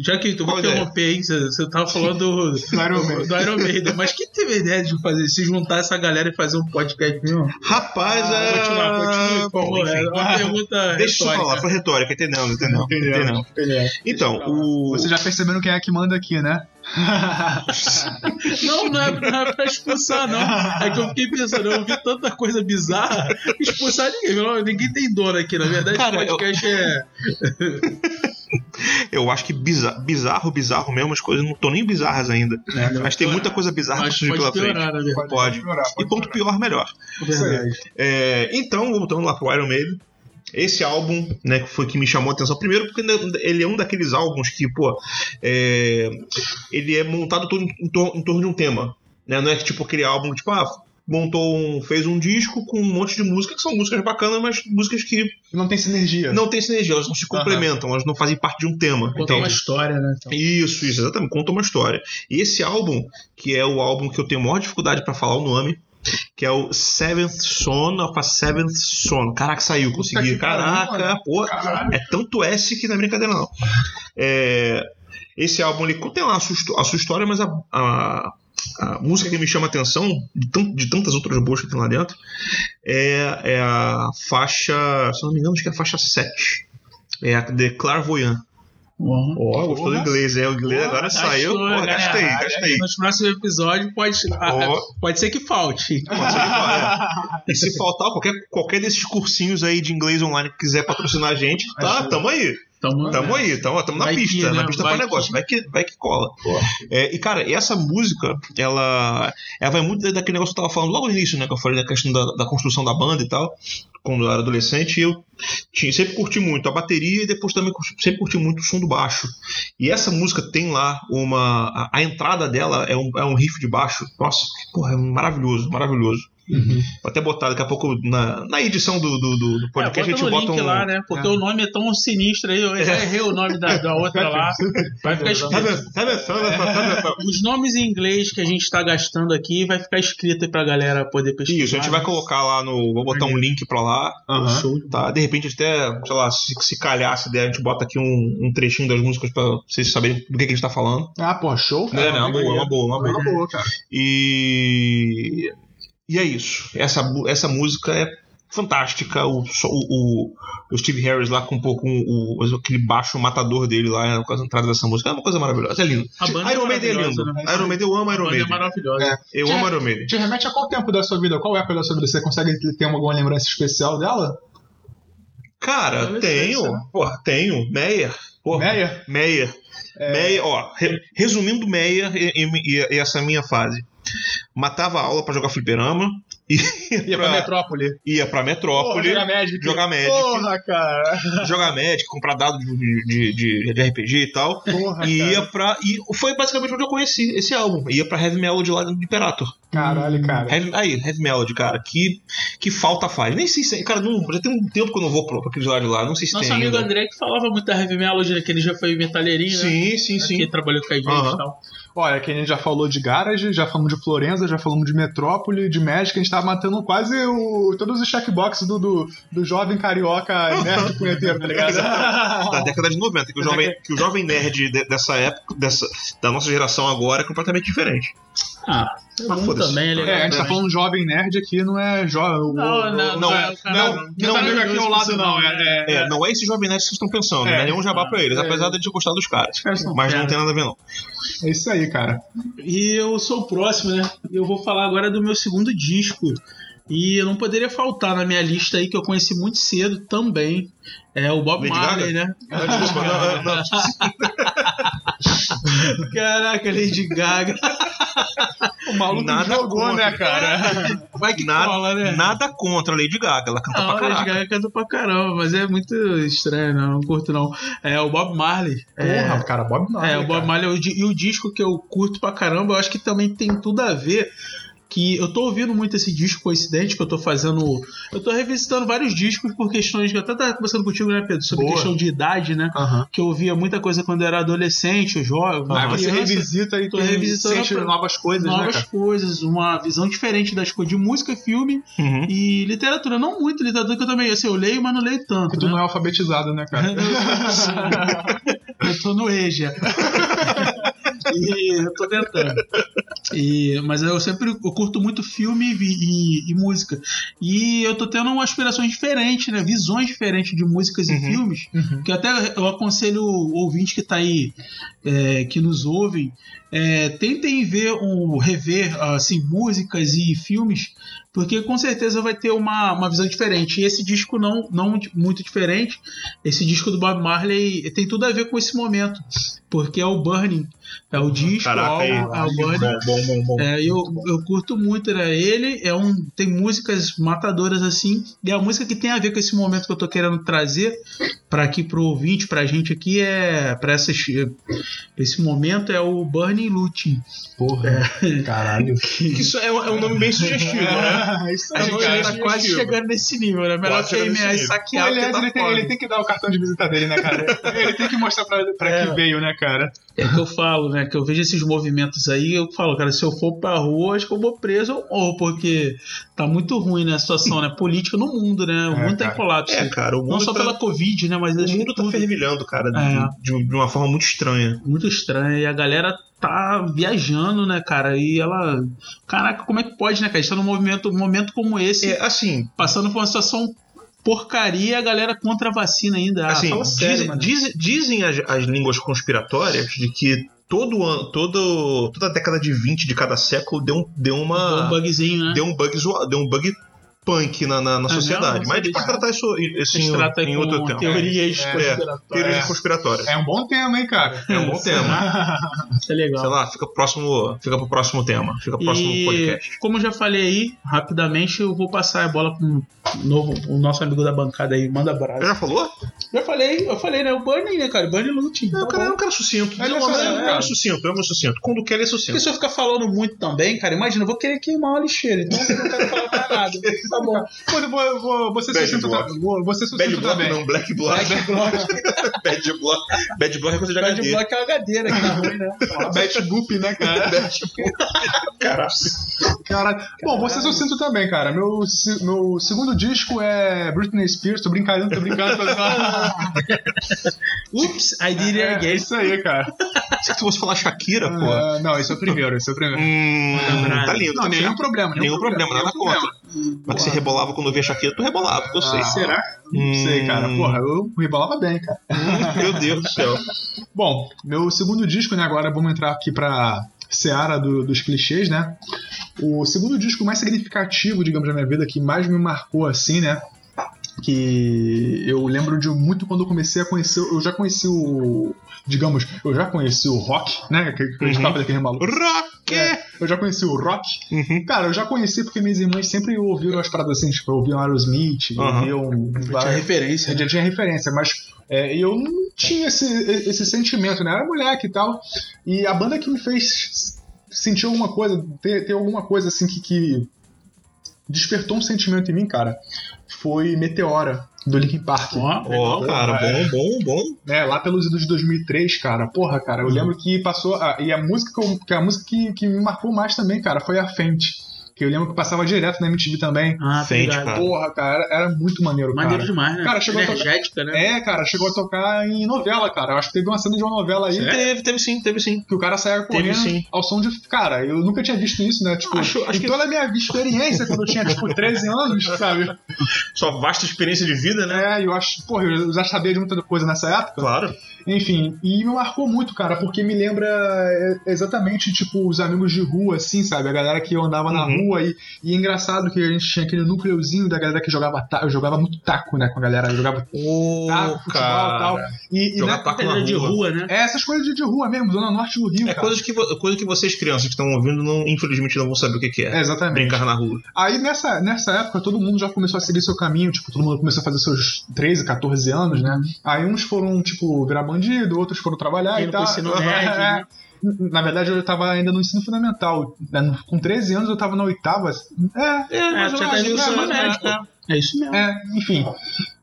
Speaker 3: Já que tu
Speaker 1: Qual
Speaker 3: vai
Speaker 1: ideia?
Speaker 3: interromper, hein? Você, você tava falando do,
Speaker 2: Iron Maiden.
Speaker 3: do Iron Maiden, mas quem teve a ideia de fazer, se juntar essa galera e fazer um podcast mesmo?
Speaker 1: Rapaz,
Speaker 2: Ah,
Speaker 1: é.
Speaker 3: Continuar, continue, por favor.
Speaker 1: Enfim,
Speaker 3: É uma pergunta.
Speaker 1: Deixa isso
Speaker 3: retórica.
Speaker 1: pra lá, foi retórica, entendeu? Entendeu? entendeu. Então, o.
Speaker 2: Vocês já perceberam quem é que manda aqui, né?
Speaker 3: Não, não é, não é pra expulsar, não. É que eu fiquei pensando, eu ouvi tanta coisa bizarra, expulsar ninguém. Não, Ninguém tem dono aqui, na verdade.
Speaker 1: Cara,
Speaker 3: o podcast é.
Speaker 1: Eu acho que bizarro, bizarro, bizarro mesmo, as coisas não estão nem bizarras ainda. né? mas tem muita coisa bizarra pra
Speaker 3: Mas
Speaker 1: surgir
Speaker 3: É, pode
Speaker 1: pela frente.
Speaker 3: piorar, né? na verdade.
Speaker 1: Pode. E quanto pior, melhor.
Speaker 3: Verdade.
Speaker 1: É, então, voltando lá pro Iron Maiden, esse álbum, né, que foi que me chamou a atenção primeiro, porque ele é um daqueles álbuns que, pô, é, ele é montado todo em, tor- em torno de um tema, né? Não é que tipo aquele álbum tipo, ah, montou um, fez um disco com um monte de música que são músicas bacanas, mas músicas que
Speaker 2: Não tem
Speaker 3: É.
Speaker 2: sinergia.
Speaker 1: não têm sinergia, elas não se complementam, elas não fazem parte de um tema.
Speaker 3: Contar uma
Speaker 1: entende?
Speaker 3: história, né? então.
Speaker 1: Isso, isso, exatamente. Conta uma história. E esse álbum, que é o álbum que eu tenho maior dificuldade pra falar o nome, que que é o Seventh Son of a Seventh Son. Caraca, saiu, consegui.
Speaker 2: que pariu,
Speaker 1: Caraca,
Speaker 2: mano.
Speaker 1: pô,
Speaker 2: Caralho.
Speaker 1: é tanto S que não é brincadeira, não. É, esse álbum ele tem lá a sua, histó- a sua história, mas a, a- a música que me chama a atenção, de, tan- de tantas outras boas que tem lá dentro, é, é a faixa. Se eu não me engano, acho que é a faixa 7. É a The Clairvoyant.
Speaker 3: Bom.
Speaker 1: Ó, gostou do
Speaker 2: Porra. né?
Speaker 1: inglês, é? O inglês agora
Speaker 3: Gastou,
Speaker 1: saiu. Pô,
Speaker 3: galera.
Speaker 1: gastei, gastei.
Speaker 3: Nos próximos episódios pode, ah, pode ser que falte.
Speaker 1: Pode ser que vá, é. E se faltar qualquer, qualquer desses cursinhos aí de inglês online que quiser patrocinar a gente, tá,
Speaker 2: Acho-
Speaker 1: tamo aí.
Speaker 3: Tamo, É,
Speaker 1: Tamo aí, tamo, tamo na
Speaker 3: Vai que,
Speaker 1: pista,
Speaker 3: né?
Speaker 1: na pista
Speaker 3: Vai
Speaker 1: pra
Speaker 3: que-
Speaker 1: negócio, vai que, vai que cola. É, e cara, essa música, ela, ela vai muito daquele negócio que eu tava falando logo no início, né? Que eu falei da questão da, da construção da banda e tal, quando eu era adolescente, eu tinha, sempre curti muito a bateria e depois também curti- sempre curti muito o som do baixo. E essa música tem lá uma. A, a entrada dela é um, é um riff de baixo. Nossa, que porra, é maravilhoso, maravilhoso.
Speaker 2: Uhum.
Speaker 1: Vou até botar daqui a pouco na, na edição do, do, do- do
Speaker 3: É,
Speaker 1: podcast. a gente
Speaker 3: no
Speaker 1: bota
Speaker 3: link
Speaker 1: um.
Speaker 3: lá, né? Porque
Speaker 2: É.
Speaker 3: o nome é tão sinistro aí, eu já errei o nome da, da outra lá. Vai ficar
Speaker 1: Tá
Speaker 3: escrito.
Speaker 1: vendo? Tá vendo? Tá vendo? Tá vendo?
Speaker 3: Os nomes em inglês que a gente tá gastando aqui vai ficar escrito aí pra galera poder pesquisar. né?
Speaker 1: Isso, a gente vai colocar lá no. Vou botar um link pra lá.
Speaker 2: Aham.
Speaker 1: Tá, de repente até, sei lá, se, se calhar se der, a gente bota aqui um, um trechinho das músicas pra vocês saberem do que, que a gente tá falando.
Speaker 2: Ah, pô, show, cara.
Speaker 1: É, não, é uma boa, é uma boa, uma
Speaker 2: Uma
Speaker 1: boa.
Speaker 2: boa, cara.
Speaker 1: E. E é isso. Essa, bu- essa música é fantástica. O, so- o, o- o Steve Harris lá com um pouco o, o- aquele baixo matador dele lá com as entradas dessa música. É uma coisa maravilhosa. É lindo.
Speaker 3: A banda
Speaker 1: Iron
Speaker 3: é
Speaker 1: Maiden é lindo.
Speaker 3: maravilhosa, né?
Speaker 1: Iron Maiden, eu amo
Speaker 3: A
Speaker 1: Iron
Speaker 3: banda é
Speaker 1: Maiden.
Speaker 3: maravilhosa.
Speaker 1: Eu amo Iron Maiden.
Speaker 2: Te remete a qual tempo da sua vida? Qual época da sua vida? Você consegue ter alguma lembrança especial dela?
Speaker 1: Cara,
Speaker 3: Adolescência,
Speaker 1: tenho.
Speaker 3: né?
Speaker 1: Porra, tenho. Meyer. Porra,
Speaker 2: Meia?
Speaker 1: Meia.
Speaker 2: É.
Speaker 1: Meia, ó, re- resumindo Meia e, e- e essa minha fase. Matava a aula pra jogar fliperama e
Speaker 2: Ia pra Metrópole.
Speaker 1: ia pra metrópole
Speaker 2: Porra, jogar Magic.
Speaker 1: jogar Magic,
Speaker 2: Porra, cara.
Speaker 1: jogar Magic, comprar dados de, de- de- de RPG e tal.
Speaker 2: Porra,
Speaker 1: E
Speaker 2: Ah, cara.
Speaker 1: ia pra. E foi basicamente onde eu conheci esse álbum. Ia pra Heavy Melody lá dentro do Imperator.
Speaker 2: Caralho, cara.
Speaker 1: Heavy- aí, Heavy Melody, cara, que, que falta faz. Nem sei se. Cara, não, já tem um tempo que eu não vou pro- pra aqueles lados lá. Não sei se
Speaker 3: Nosso
Speaker 1: tem.
Speaker 3: amigo
Speaker 1: ainda.
Speaker 3: André que falava muito da Heavy Melody, né? Que ele já foi metalheirinho, né?
Speaker 1: Sim, sim, sim.
Speaker 3: Que trabalhou com a gente
Speaker 1: Aham.
Speaker 3: e tal.
Speaker 2: Olha, que a gente já falou de Garage, já falamos de Florença, já falamos de Metrópole, de Magic, a gente tá matando quase o, todos os checkboxes do, do, do jovem carioca nerd punheteiro, tá
Speaker 1: da
Speaker 2: ligado?
Speaker 1: década de 90, que o jovem, que o jovem nerd de- dessa época, dessa, da nossa geração agora, é completamente diferente.
Speaker 3: Ah,
Speaker 1: Ah,
Speaker 3: bom
Speaker 1: foda-se.
Speaker 3: também, ele
Speaker 2: É, a gente tá falando jovem nerd aqui, não é jovem.
Speaker 3: Não, não,
Speaker 1: não,
Speaker 3: é, o cara-
Speaker 1: não,
Speaker 3: o cara
Speaker 1: não,
Speaker 3: é
Speaker 1: não é
Speaker 2: aqui ao lado, não, é-
Speaker 1: É, não é esse jovem nerd que vocês estão pensando,
Speaker 2: É.
Speaker 1: não é nenhum jabá pra eles,
Speaker 2: É.
Speaker 1: apesar de eu gostar dos caras.
Speaker 3: caras são
Speaker 1: Mas não
Speaker 3: fera.
Speaker 1: tem nada a ver, não.
Speaker 2: É isso aí, cara.
Speaker 3: E eu sou o próximo, né? Eu vou falar agora do meu segundo disco. E eu não poderia faltar na minha lista aí, que eu conheci muito cedo também. É o Bob
Speaker 1: Lady
Speaker 3: Marley, né?
Speaker 1: tipo, Não, desculpa, não, não, não.
Speaker 3: Caraca, Lady Gaga.
Speaker 2: O maluco
Speaker 1: Nada
Speaker 2: jogou,
Speaker 1: contra.
Speaker 2: né, cara?
Speaker 3: Vai que
Speaker 1: Nada-
Speaker 3: cola, né?
Speaker 1: Nada contra a Lady Gaga, ela canta pra
Speaker 3: Não, Lady
Speaker 1: caralho.
Speaker 3: Gaga canta pra caramba, mas é muito estranho, não, não curto não. É o Bob Marley. é,
Speaker 2: Porra, cara, Bob Marley.
Speaker 3: É, o Bob
Speaker 2: cara.
Speaker 3: Marley é o di- e o disco que eu curto pra caramba, eu acho que também tem tudo a ver. Que eu tô ouvindo muito esse disco coincidente, que eu tô fazendo. Eu tô revisitando vários discos por questões que eu até tava conversando contigo, né, Pedro? Sobre
Speaker 2: Boa.
Speaker 3: questão de idade, né?
Speaker 2: Aham.
Speaker 3: Que eu ouvia muita coisa quando eu era adolescente, eu jogo.
Speaker 2: Aí
Speaker 3: uma
Speaker 2: Ah, você
Speaker 3: criança,
Speaker 2: revisita e
Speaker 3: tô
Speaker 2: tem-
Speaker 3: revisitando
Speaker 2: sente
Speaker 3: pra-
Speaker 2: novas coisas, né,
Speaker 3: novas
Speaker 2: cara?
Speaker 3: coisas, uma visão diferente das coisas de música, filme
Speaker 1: Uhum.
Speaker 3: e literatura. Não muito literatura, que eu também. Assim, eu leio, mas não leio tanto.
Speaker 2: Porque tu
Speaker 3: né?
Speaker 2: não é alfabetizado, né, cara?
Speaker 3: eu tô no EJA. e eu tô tentando. E, mas eu sempre eu curto muito filme e, vi- e- e música. E eu tô tendo aspirações diferentes, né? Visões diferentes de músicas e
Speaker 1: Uhum.
Speaker 3: filmes.
Speaker 2: Uhum.
Speaker 3: Que eu até eu aconselho o ouvinte que tá aí, é, que nos ouvem, é, tentem ver o rever assim, músicas e filmes, porque com certeza vai ter uma, uma visão diferente. E esse disco não, não di- muito diferente. Esse disco do Bob Marley tem tudo a ver com esse momento. Porque é o Burning. É o disco, o
Speaker 1: Caraca, aí.
Speaker 3: álbum, é o Burning.
Speaker 1: bom, bom, bom.
Speaker 3: É, eu, eu curto muito né? ele. É um, tem músicas matadoras assim. E a música que tem a ver com esse momento que eu tô querendo trazer para aqui pro ouvinte, pra gente aqui, é. para esse momento é o Burning É. Looting.
Speaker 2: Porra, caralho.
Speaker 1: Isso é, um é um nome bem sugestivo, né?
Speaker 2: É isso
Speaker 3: A
Speaker 2: aí,
Speaker 3: gente
Speaker 1: cara,
Speaker 2: cara.
Speaker 3: já tá quase
Speaker 1: sugestivo.
Speaker 3: chegando nesse nível, né? Melhor
Speaker 1: Quase
Speaker 3: que
Speaker 1: chegando nesse
Speaker 3: a
Speaker 1: nível.
Speaker 3: saquear
Speaker 2: Ele,
Speaker 3: que tá
Speaker 2: ele, tem, ele
Speaker 3: fora.
Speaker 2: tem que dar o cartão de visita dele, né, cara? ele tem que mostrar pra, pra
Speaker 3: É.
Speaker 2: que veio, né, cara?
Speaker 3: É que eu falo, né? Que eu vejo esses movimentos aí, eu falo, cara, se eu for pra rua, acho que eu vou preso ou porque tá muito ruim né, a situação, né? Política no mundo, né? O
Speaker 2: É,
Speaker 3: mundo tá em
Speaker 2: cara.
Speaker 3: colapso.
Speaker 1: É, cara, o mundo
Speaker 3: Não só
Speaker 1: tá,
Speaker 3: pela Covid, né? Mas
Speaker 1: o mundo tá
Speaker 3: tudo.
Speaker 1: fervilhando, cara, de-
Speaker 3: É.
Speaker 1: de, de uma forma muito estranha.
Speaker 3: muito estranho. E a galera tá viajando, né, cara? E ela. Caraca, como é que pode, né, cara? A gente tá num movimento, um momento como esse,
Speaker 1: É, assim,
Speaker 3: passando por uma situação porcaria e a galera contra a vacina ainda. Ah,
Speaker 1: assim,
Speaker 3: fala sério,
Speaker 1: dizem,
Speaker 3: mano.
Speaker 1: dizem- dizem as, as línguas conspiratórias de que todo ano, todo, toda a década de 20 de cada século deu, um- deu
Speaker 3: Deu
Speaker 1: uma.
Speaker 3: um bugzinho, né?
Speaker 1: deu um bug zoado, deu um bug punk na, na, na
Speaker 3: Ah,
Speaker 1: sociedade.
Speaker 3: não?
Speaker 1: Mas a gente pode tratar isso
Speaker 3: A
Speaker 1: assim,
Speaker 3: gente trata
Speaker 1: em
Speaker 3: com
Speaker 1: outro tempo.
Speaker 3: Teorias
Speaker 2: É,
Speaker 1: Teoria
Speaker 3: conspiratórias.
Speaker 1: de conspiratória.
Speaker 2: É um bom tema, hein, cara?
Speaker 1: É um bom tema.
Speaker 3: Isso é legal.
Speaker 1: Sei lá, fica próximo, fica pro próximo tema, fica pro próximo
Speaker 3: E
Speaker 1: podcast.
Speaker 3: como eu já falei aí, rapidamente eu vou passar a bola pro novo, o nosso amigo da bancada aí, manda
Speaker 1: Eu
Speaker 3: abraço.
Speaker 1: já falou?
Speaker 3: Já falei, eu falei, né? O Burnie, né, cara? O Burnie Lute.
Speaker 1: Não, É, cara, eu não quero sucinto.
Speaker 2: Ele é
Speaker 1: eu não
Speaker 2: sucinto,
Speaker 1: eu
Speaker 2: é.
Speaker 1: quero sucinto, eu amo sucinto. Quando quer, ele é
Speaker 3: Porque
Speaker 1: sucinto.
Speaker 3: se eu ficar falando muito também, cara, imagina, eu vou querer queimar uma lixeira, então eu não quero falar pra nada. Tá bom.
Speaker 2: Pô, eu vou, eu vou, você
Speaker 1: Bad
Speaker 2: sucinto
Speaker 1: block.
Speaker 2: também. Tá Você
Speaker 1: Bad
Speaker 2: sucinto
Speaker 1: block
Speaker 2: também.
Speaker 1: não, black block.
Speaker 3: Bad block,
Speaker 1: Bad block. Bad block é coisa de
Speaker 3: bad
Speaker 1: HD.
Speaker 3: block é uma gadeira aqui na rua, né?
Speaker 2: Bad boop, né, cara?
Speaker 1: Bad block. Caralho.
Speaker 2: Cara, bom, você sucinto também, cara. Meu, se- meu segundo disco é Britney Spears. Tô brincando, tô brincando. Tô...
Speaker 3: Ups, I did it
Speaker 2: é, é
Speaker 3: again.
Speaker 2: isso aí, cara.
Speaker 1: Se tu fosse falar Shakira, pô.
Speaker 2: Ah, não, esse é o primeiro, esse é o primeiro.
Speaker 1: Hum,
Speaker 3: Caralho.
Speaker 1: tá lindo.
Speaker 2: Não,
Speaker 1: tá
Speaker 2: nenhum
Speaker 1: certo.
Speaker 2: problema, nenhum,
Speaker 1: Nenhum problema, nada
Speaker 2: nenhum
Speaker 1: contra. Mas que você rebolava quando eu via Shakira, tu rebolava, que eu sei.
Speaker 2: Ah, será? Não sei, cara.
Speaker 1: Hum.
Speaker 2: Porra, eu rebolava bem, cara.
Speaker 1: Meu Deus do céu.
Speaker 2: Bom, meu segundo disco, né? Agora vamos entrar aqui pra seara do- dos clichês, né? O segundo disco mais significativo, digamos, da minha vida, que mais me marcou assim, né? Que eu lembro de muito quando eu comecei a conhecer. Eu já conheci o. Digamos, eu já conheci o rock, né? Que, que a gente
Speaker 1: Uhum.
Speaker 2: fala daquele maluco.
Speaker 1: Rock!
Speaker 2: É, eu já conheci o rock.
Speaker 1: Uhum.
Speaker 2: Cara, eu já conheci porque minhas irmãs sempre ouviram as paradas assim, tipo, ouviam Aerosmith,
Speaker 1: Aham.
Speaker 2: ouviam.
Speaker 3: Tinha referência,
Speaker 2: Eu
Speaker 3: né?
Speaker 2: já tinha referência, mas é, eu não tinha esse, esse sentimento, né? Eu era moleque e tal. E a banda que me fez sentir alguma coisa, ter, ter alguma coisa assim que, que despertou um sentimento em mim, cara, foi Meteora, do Linkin Park.
Speaker 3: Ó,
Speaker 1: Ó, cara, bom, bom, bom.
Speaker 2: Né? Lá pelos idos de 2003, cara. Porra, cara,
Speaker 1: Uhum.
Speaker 2: eu lembro que passou. a- e a música, que, eu- que é a música que, que me marcou mais também, cara, foi a Fente. Que eu lembro que passava direto na MTV também.
Speaker 3: Ah,
Speaker 1: Sente,
Speaker 3: obrigado.
Speaker 1: cara.
Speaker 2: Porra, cara, era muito maneiro, cara.
Speaker 3: Maneiro demais, né?
Speaker 2: Cara, chegou a tocar-
Speaker 3: Energética, né?
Speaker 2: É, cara, chegou a tocar em novela, cara. Eu acho que teve uma cena de uma novela aí
Speaker 1: Teve, teve sim, teve sim.
Speaker 2: que o cara saia correndo
Speaker 1: É. sim.
Speaker 2: ao som de. Cara, eu nunca tinha visto isso, né? Tipo,
Speaker 1: Acho- acho
Speaker 2: em
Speaker 1: que-
Speaker 2: toda a minha experiência, quando eu tinha, tipo, 13 anos, sabe?
Speaker 1: Sua vasta experiência de vida, né?
Speaker 2: É, eu acho. Porra, eu já sabia de muita coisa nessa época.
Speaker 1: Claro.
Speaker 2: Enfim, e me marcou muito, cara, porque me lembra é, exatamente, tipo, os amigos de rua, assim, sabe? A galera que andava na
Speaker 1: Uhum.
Speaker 2: rua e, e é engraçado que a gente tinha aquele núcleozinho da galera que jogava taco. Eu jogava muito taco, né, com a galera. Eu jogava
Speaker 1: Ô,
Speaker 2: taco, futebol e tal.
Speaker 1: cara.
Speaker 2: E, e
Speaker 1: Jogar
Speaker 2: na-
Speaker 1: taco na
Speaker 3: Cadeira de
Speaker 1: rua.
Speaker 3: rua, né?
Speaker 2: É essas coisas de, de rua mesmo, Zona Norte do Rio.
Speaker 1: É
Speaker 2: cara.
Speaker 1: coisas que, vo- coisa que vocês, crianças que estão ouvindo, não, infelizmente não vão saber o que, que é.
Speaker 2: É, exatamente.
Speaker 1: Brincar na rua.
Speaker 2: Aí nessa, nessa época todo mundo já começou a seguir seu caminho, tipo, todo mundo começou a fazer seus 13, 14 anos,
Speaker 1: Uhum.
Speaker 2: né? Aí uns foram, tipo, virar bandido, outros foram trabalhar
Speaker 3: Indo
Speaker 2: e tal.
Speaker 3: pro ensino
Speaker 2: É.
Speaker 3: médio, né?
Speaker 2: Na verdade, eu tava ainda no ensino fundamental. né? No- Com 13 anos eu tava na oitava. É, é, mais ou
Speaker 1: tá
Speaker 3: tinha
Speaker 2: menos,
Speaker 3: até ensino
Speaker 2: é,
Speaker 3: médio,
Speaker 2: é, é.
Speaker 3: É isso mesmo.
Speaker 2: É, enfim.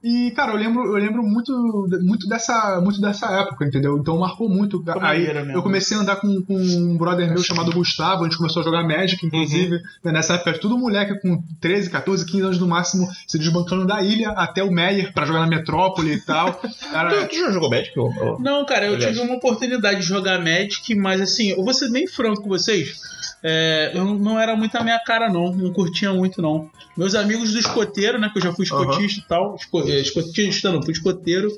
Speaker 2: E, cara, eu lembro, eu lembro muito, muito, dessa, muito dessa época, entendeu? Então marcou muito. Aí
Speaker 3: maneiro mesmo.
Speaker 2: eu comecei a andar com, com um brother meu chamado Gustavo, a gente começou a jogar Magic, inclusive. né? Nessa época, tudo moleque com 13, 14, 15 anos no máximo, se desbancando da ilha até o Meyer pra jogar na metrópole e tal.
Speaker 1: Tu,
Speaker 2: Era,
Speaker 1: Ah, tu já jogou Magic? ô- ô?
Speaker 3: Não, cara, eu
Speaker 1: Aliás.
Speaker 3: tive uma oportunidade de jogar Magic, mas assim, eu vou ser bem franco com vocês. É, eu não era muito a minha cara, não. Não curtia muito, não. Meus amigos do escoteiro, né? Que eu já fui escotista e tal. Esco, é, escotista não, fui escoteiro.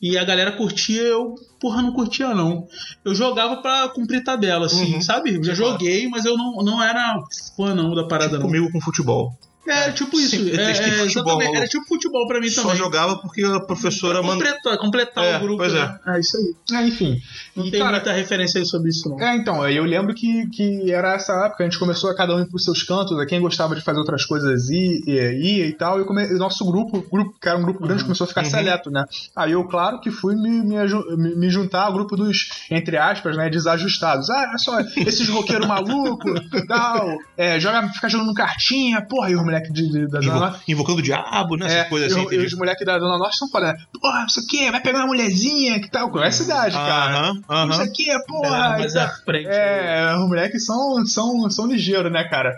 Speaker 3: E a galera curtia, eu, porra, não curtia, não. Eu jogava pra cumprir tabela, assim,
Speaker 1: Uhum.
Speaker 3: sabe? Eu já joguei, mas eu não, não era fã, não, da parada, não.
Speaker 1: Comigo com futebol.
Speaker 3: É, tipo isso.
Speaker 1: tipo Sim, eu
Speaker 3: é,
Speaker 1: detestei
Speaker 3: é,
Speaker 1: futebol,
Speaker 3: exatamente.
Speaker 1: maluco.
Speaker 3: Era tipo futebol pra mim
Speaker 1: Só
Speaker 3: também.
Speaker 1: jogava porque a professora mandou.
Speaker 3: Completar, completar
Speaker 1: É,
Speaker 3: o grupo.
Speaker 1: pois é.
Speaker 3: né? É isso aí.
Speaker 2: é, enfim.
Speaker 3: Não
Speaker 2: E,
Speaker 3: tem
Speaker 2: cara,
Speaker 3: muita referência aí sobre isso, não.
Speaker 2: É, então, aí eu lembro que, que era essa época, a gente começou a cada um ir pros seus cantos, a quem gostava de fazer outras coisas ia, ia, ia e tal, e come- e nosso grupo, grupo, que era um grupo grande,
Speaker 3: Uhum.
Speaker 2: começou a ficar
Speaker 1: Uhum.
Speaker 2: seleto, né? Aí eu, claro, que fui me, me, aju- me- me juntar ao grupo dos, entre aspas, né, desajustados. Ah, olha só, esses roqueiros malucos, tal, é, joga, fica jogando cartinha, porra, e os moleque de, de- da Zona
Speaker 1: Invo-
Speaker 2: Norte.
Speaker 1: invocando o diabo, né? Essas
Speaker 2: É,
Speaker 1: coisas assim.
Speaker 2: e, o- e os moleques da Zona Norte estão falando, porra, isso aqui, vai pegar uma mulherzinha, que tal? Qual é a cidade, cara?
Speaker 1: Ah, Aham, aham.
Speaker 2: Isso aqui é porra.
Speaker 3: mais
Speaker 2: isso é-
Speaker 3: à frente.
Speaker 2: É, os moleques são, são, são ligeiros, né, cara?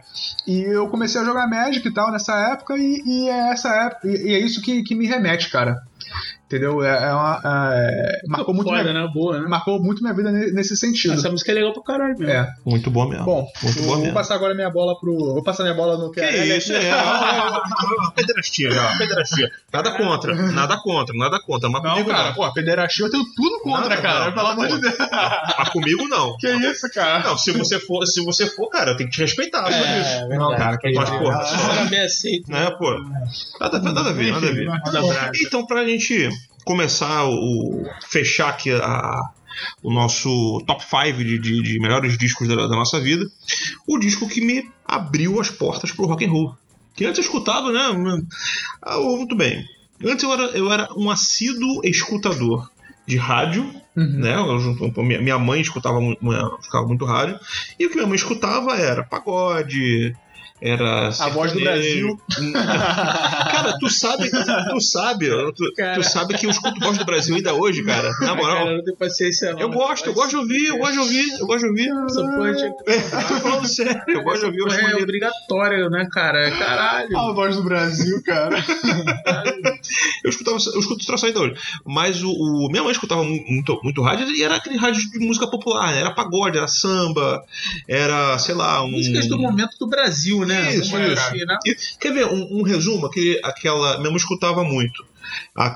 Speaker 2: E eu comecei a jogar Magic e tal nessa época, e, e é essa época, e, e é isso que, que me remete, cara. Entendeu? É, é uma, é- marcou, muito
Speaker 3: Foda,
Speaker 2: minha,
Speaker 3: né? Boa, né?
Speaker 2: marcou muito minha vida ne- nesse sentido.
Speaker 3: Essa música é legal pra caralho mesmo.
Speaker 2: É.
Speaker 1: Muito bom mesmo.
Speaker 2: Bom,
Speaker 1: Muito
Speaker 2: eu
Speaker 1: bom
Speaker 2: vou
Speaker 1: Tá. mesmo.
Speaker 2: passar agora minha bola pro. Vou passar minha bola no
Speaker 1: Que isso, é. Pederastia, já, pederastia. Nada contra, nada contra, nada contra. Mas
Speaker 2: Não,
Speaker 1: comigo
Speaker 2: cara,
Speaker 1: não.
Speaker 2: pô, pederastia eu tenho tudo contra,
Speaker 1: Não,
Speaker 2: cara.
Speaker 1: não,
Speaker 2: pelo
Speaker 1: não,
Speaker 2: amor de
Speaker 1: pô.
Speaker 2: Deus.
Speaker 1: Mas comigo não.
Speaker 2: Que isso, cara?
Speaker 1: Não, se você for, se você for, cara, tem que te respeitar. É.
Speaker 3: É,
Speaker 2: Não, cara, que
Speaker 1: Mas,
Speaker 2: isso.
Speaker 1: pô,
Speaker 3: Agora bem aceito.
Speaker 1: né, pô? Nada, nada a ver, nada a ver.
Speaker 3: Manda abraço.
Speaker 1: Então, pra gente começar o. fechar aqui a- o nosso top 5 de, de- de melhores discos da, da nossa vida, o disco que me abriu as portas pro rock and roll. Que antes eu escutava, né? ah, oh, muito bem. Antes eu era, eu era um assíduo escutador de rádio,
Speaker 2: Uhum.
Speaker 1: né? Eu junto- pô, minha minha mãe escutava, mu- mu- escutava muito rádio, e o que minha mãe escutava era pagode, era.
Speaker 2: A voz do
Speaker 1: sertanejo. Cara, tu sabe, tu sabe, tu,
Speaker 3: Cara.
Speaker 1: tu sabe que eu escuto voz do Brasil ainda hoje, cara. Na
Speaker 3: Cara,
Speaker 1: moral.
Speaker 3: eu não tenho paciência, não.
Speaker 1: Eu gosto, eu gosto de ouvir, eu gosto de ouvir, eu gosto de ouvir.
Speaker 3: Essa porra é tinha que-
Speaker 1: Tô falando sério, eu gosto de ouvir os
Speaker 3: Porra, é
Speaker 1: maneiros.
Speaker 3: obrigatório, né, cara? Caralho.
Speaker 2: A voz do Brasil, cara.
Speaker 1: Eu, escutava, eu escuto troço ainda hoje. Mas o, o minha mãe escutava mu- muito, muito rádio e era aquele rádio de música popular, né? Era pagode, era samba, era, sei lá, um.
Speaker 3: Músicas do momento do Brasil, né?
Speaker 1: Isso,
Speaker 3: Vamos
Speaker 1: isso.
Speaker 3: assim, né?
Speaker 1: E- Quer ver um, um resumo? Aquele, aquela. Minha mãe escutava muito.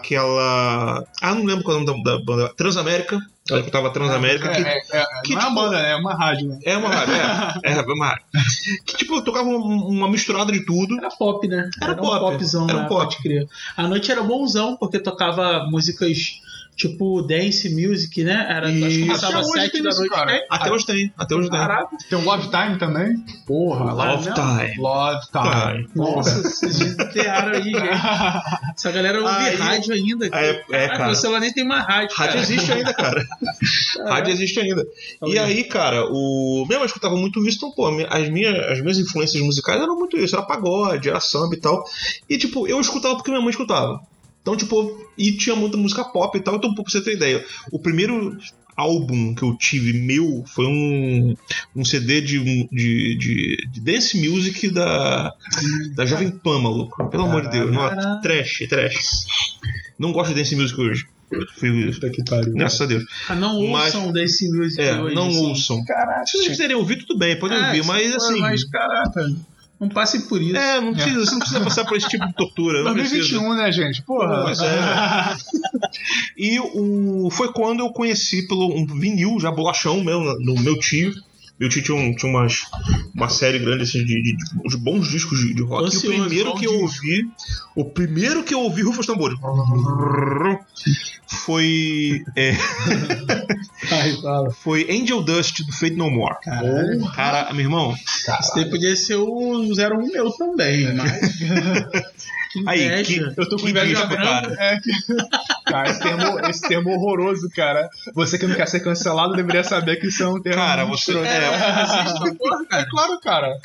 Speaker 1: Aquela. Ah, não lembro qual é o nome da, da banda. Transamérica. Ela escutava
Speaker 3: Ah,
Speaker 1: Transamérica. que-
Speaker 2: É, é, é,
Speaker 1: que
Speaker 2: não é
Speaker 1: tipo-
Speaker 2: uma banda, né? É uma rádio, né?
Speaker 1: É uma rádio, é. É, é uma rádio. Que, tipo, tocava um- uma misturada de tudo.
Speaker 3: Era pop, né?
Speaker 1: Era
Speaker 3: um
Speaker 1: pop,
Speaker 3: popzão,
Speaker 1: era
Speaker 3: né?
Speaker 1: um pop.
Speaker 3: Pode crer. A noite era bonzão, porque tocava músicas tipo dance music, né? Era, acho que
Speaker 1: Isso.
Speaker 3: começava
Speaker 2: Até
Speaker 3: às
Speaker 2: hoje
Speaker 3: 7
Speaker 2: tem
Speaker 3: da
Speaker 2: isso,
Speaker 3: noite,
Speaker 2: cara.
Speaker 3: né?
Speaker 1: Até hoje tem, até hoje tem.
Speaker 3: Caralho,
Speaker 2: Tem o Love Time também. Porra,
Speaker 3: Love
Speaker 1: Love Time.
Speaker 2: Love Time. Porra.
Speaker 3: nossa, vocês enterraram aí, gente. Essa galera ouve
Speaker 1: Aí-
Speaker 3: rádio ainda. cara.
Speaker 1: É, é,
Speaker 3: Ah,
Speaker 1: cara.
Speaker 3: Meu celular nem tem mais rádio.
Speaker 1: Rádio
Speaker 3: cara.
Speaker 1: existe ainda, cara.
Speaker 2: É.
Speaker 1: Rádio existe ainda. E aí, cara, o. Minha mãe escutava muito isso, então, pô, mi- as minhas, as minhas influências musicais eram muito isso. Era pagode, era samba e tal. E, tipo, eu escutava porque minha mãe escutava. Então, tipo, e tinha muita música pop e tal. Então, pra você ter ideia, o primeiro álbum que eu tive meu foi um, um CD de, um- de, de, de dance music da, da Jovem Pan, maluco. Pelo amor de Deus. Não,
Speaker 3: Caraca.
Speaker 1: trash, trash. Não gosto de dance music hoje. Fui,
Speaker 2: Puta que pariu.
Speaker 1: graças a Deus.
Speaker 3: Ah, não
Speaker 1: Mas-
Speaker 3: ouçam desse music
Speaker 1: É,
Speaker 3: hoje.
Speaker 1: não
Speaker 3: assim.
Speaker 1: ouçam.
Speaker 3: Caraca.
Speaker 1: Se vocês quiserem ouvir, tudo bem, podem
Speaker 3: É,
Speaker 1: ouvir, mas
Speaker 3: pô,
Speaker 1: assim.
Speaker 3: Mas, caraca, não passe por isso.
Speaker 1: É, não precisa, você não precisa passar por esse tipo de tortura. Não precisa.
Speaker 2: 2021, né, gente? Porra.
Speaker 1: Pois E o, foi quando eu conheci pelo um vinil, já bolachão meu, do meu tio. Meu tio tinha, um- tinha umas, uma série grande assim, de, de, de bons discos de, de rock. e
Speaker 3: Ansioso,
Speaker 1: o primeiro
Speaker 3: bom
Speaker 1: que eu
Speaker 3: disco.
Speaker 1: ouvi. O primeiro que eu ouvi Rufus Tambores. Foi. é,
Speaker 2: Ai, fala. É,
Speaker 1: foi Angel Dust do Fate No More.
Speaker 2: Caralho.
Speaker 1: Cara, meu irmão,
Speaker 3: Isso daí podia ser o 01 meu também, mas. que
Speaker 1: aí, que,
Speaker 3: inveja.
Speaker 2: Eu tô com
Speaker 1: que
Speaker 2: inveja
Speaker 1: disco,
Speaker 2: branca.
Speaker 1: cara.
Speaker 2: É que... Cara, esse termo, esse termo horroroso, cara. Você que não quer ser cancelado deveria saber que isso é um termo.
Speaker 1: Cara,
Speaker 2: muito
Speaker 1: você-
Speaker 2: escroto.
Speaker 1: é,
Speaker 2: Porra, cara, claro, cara.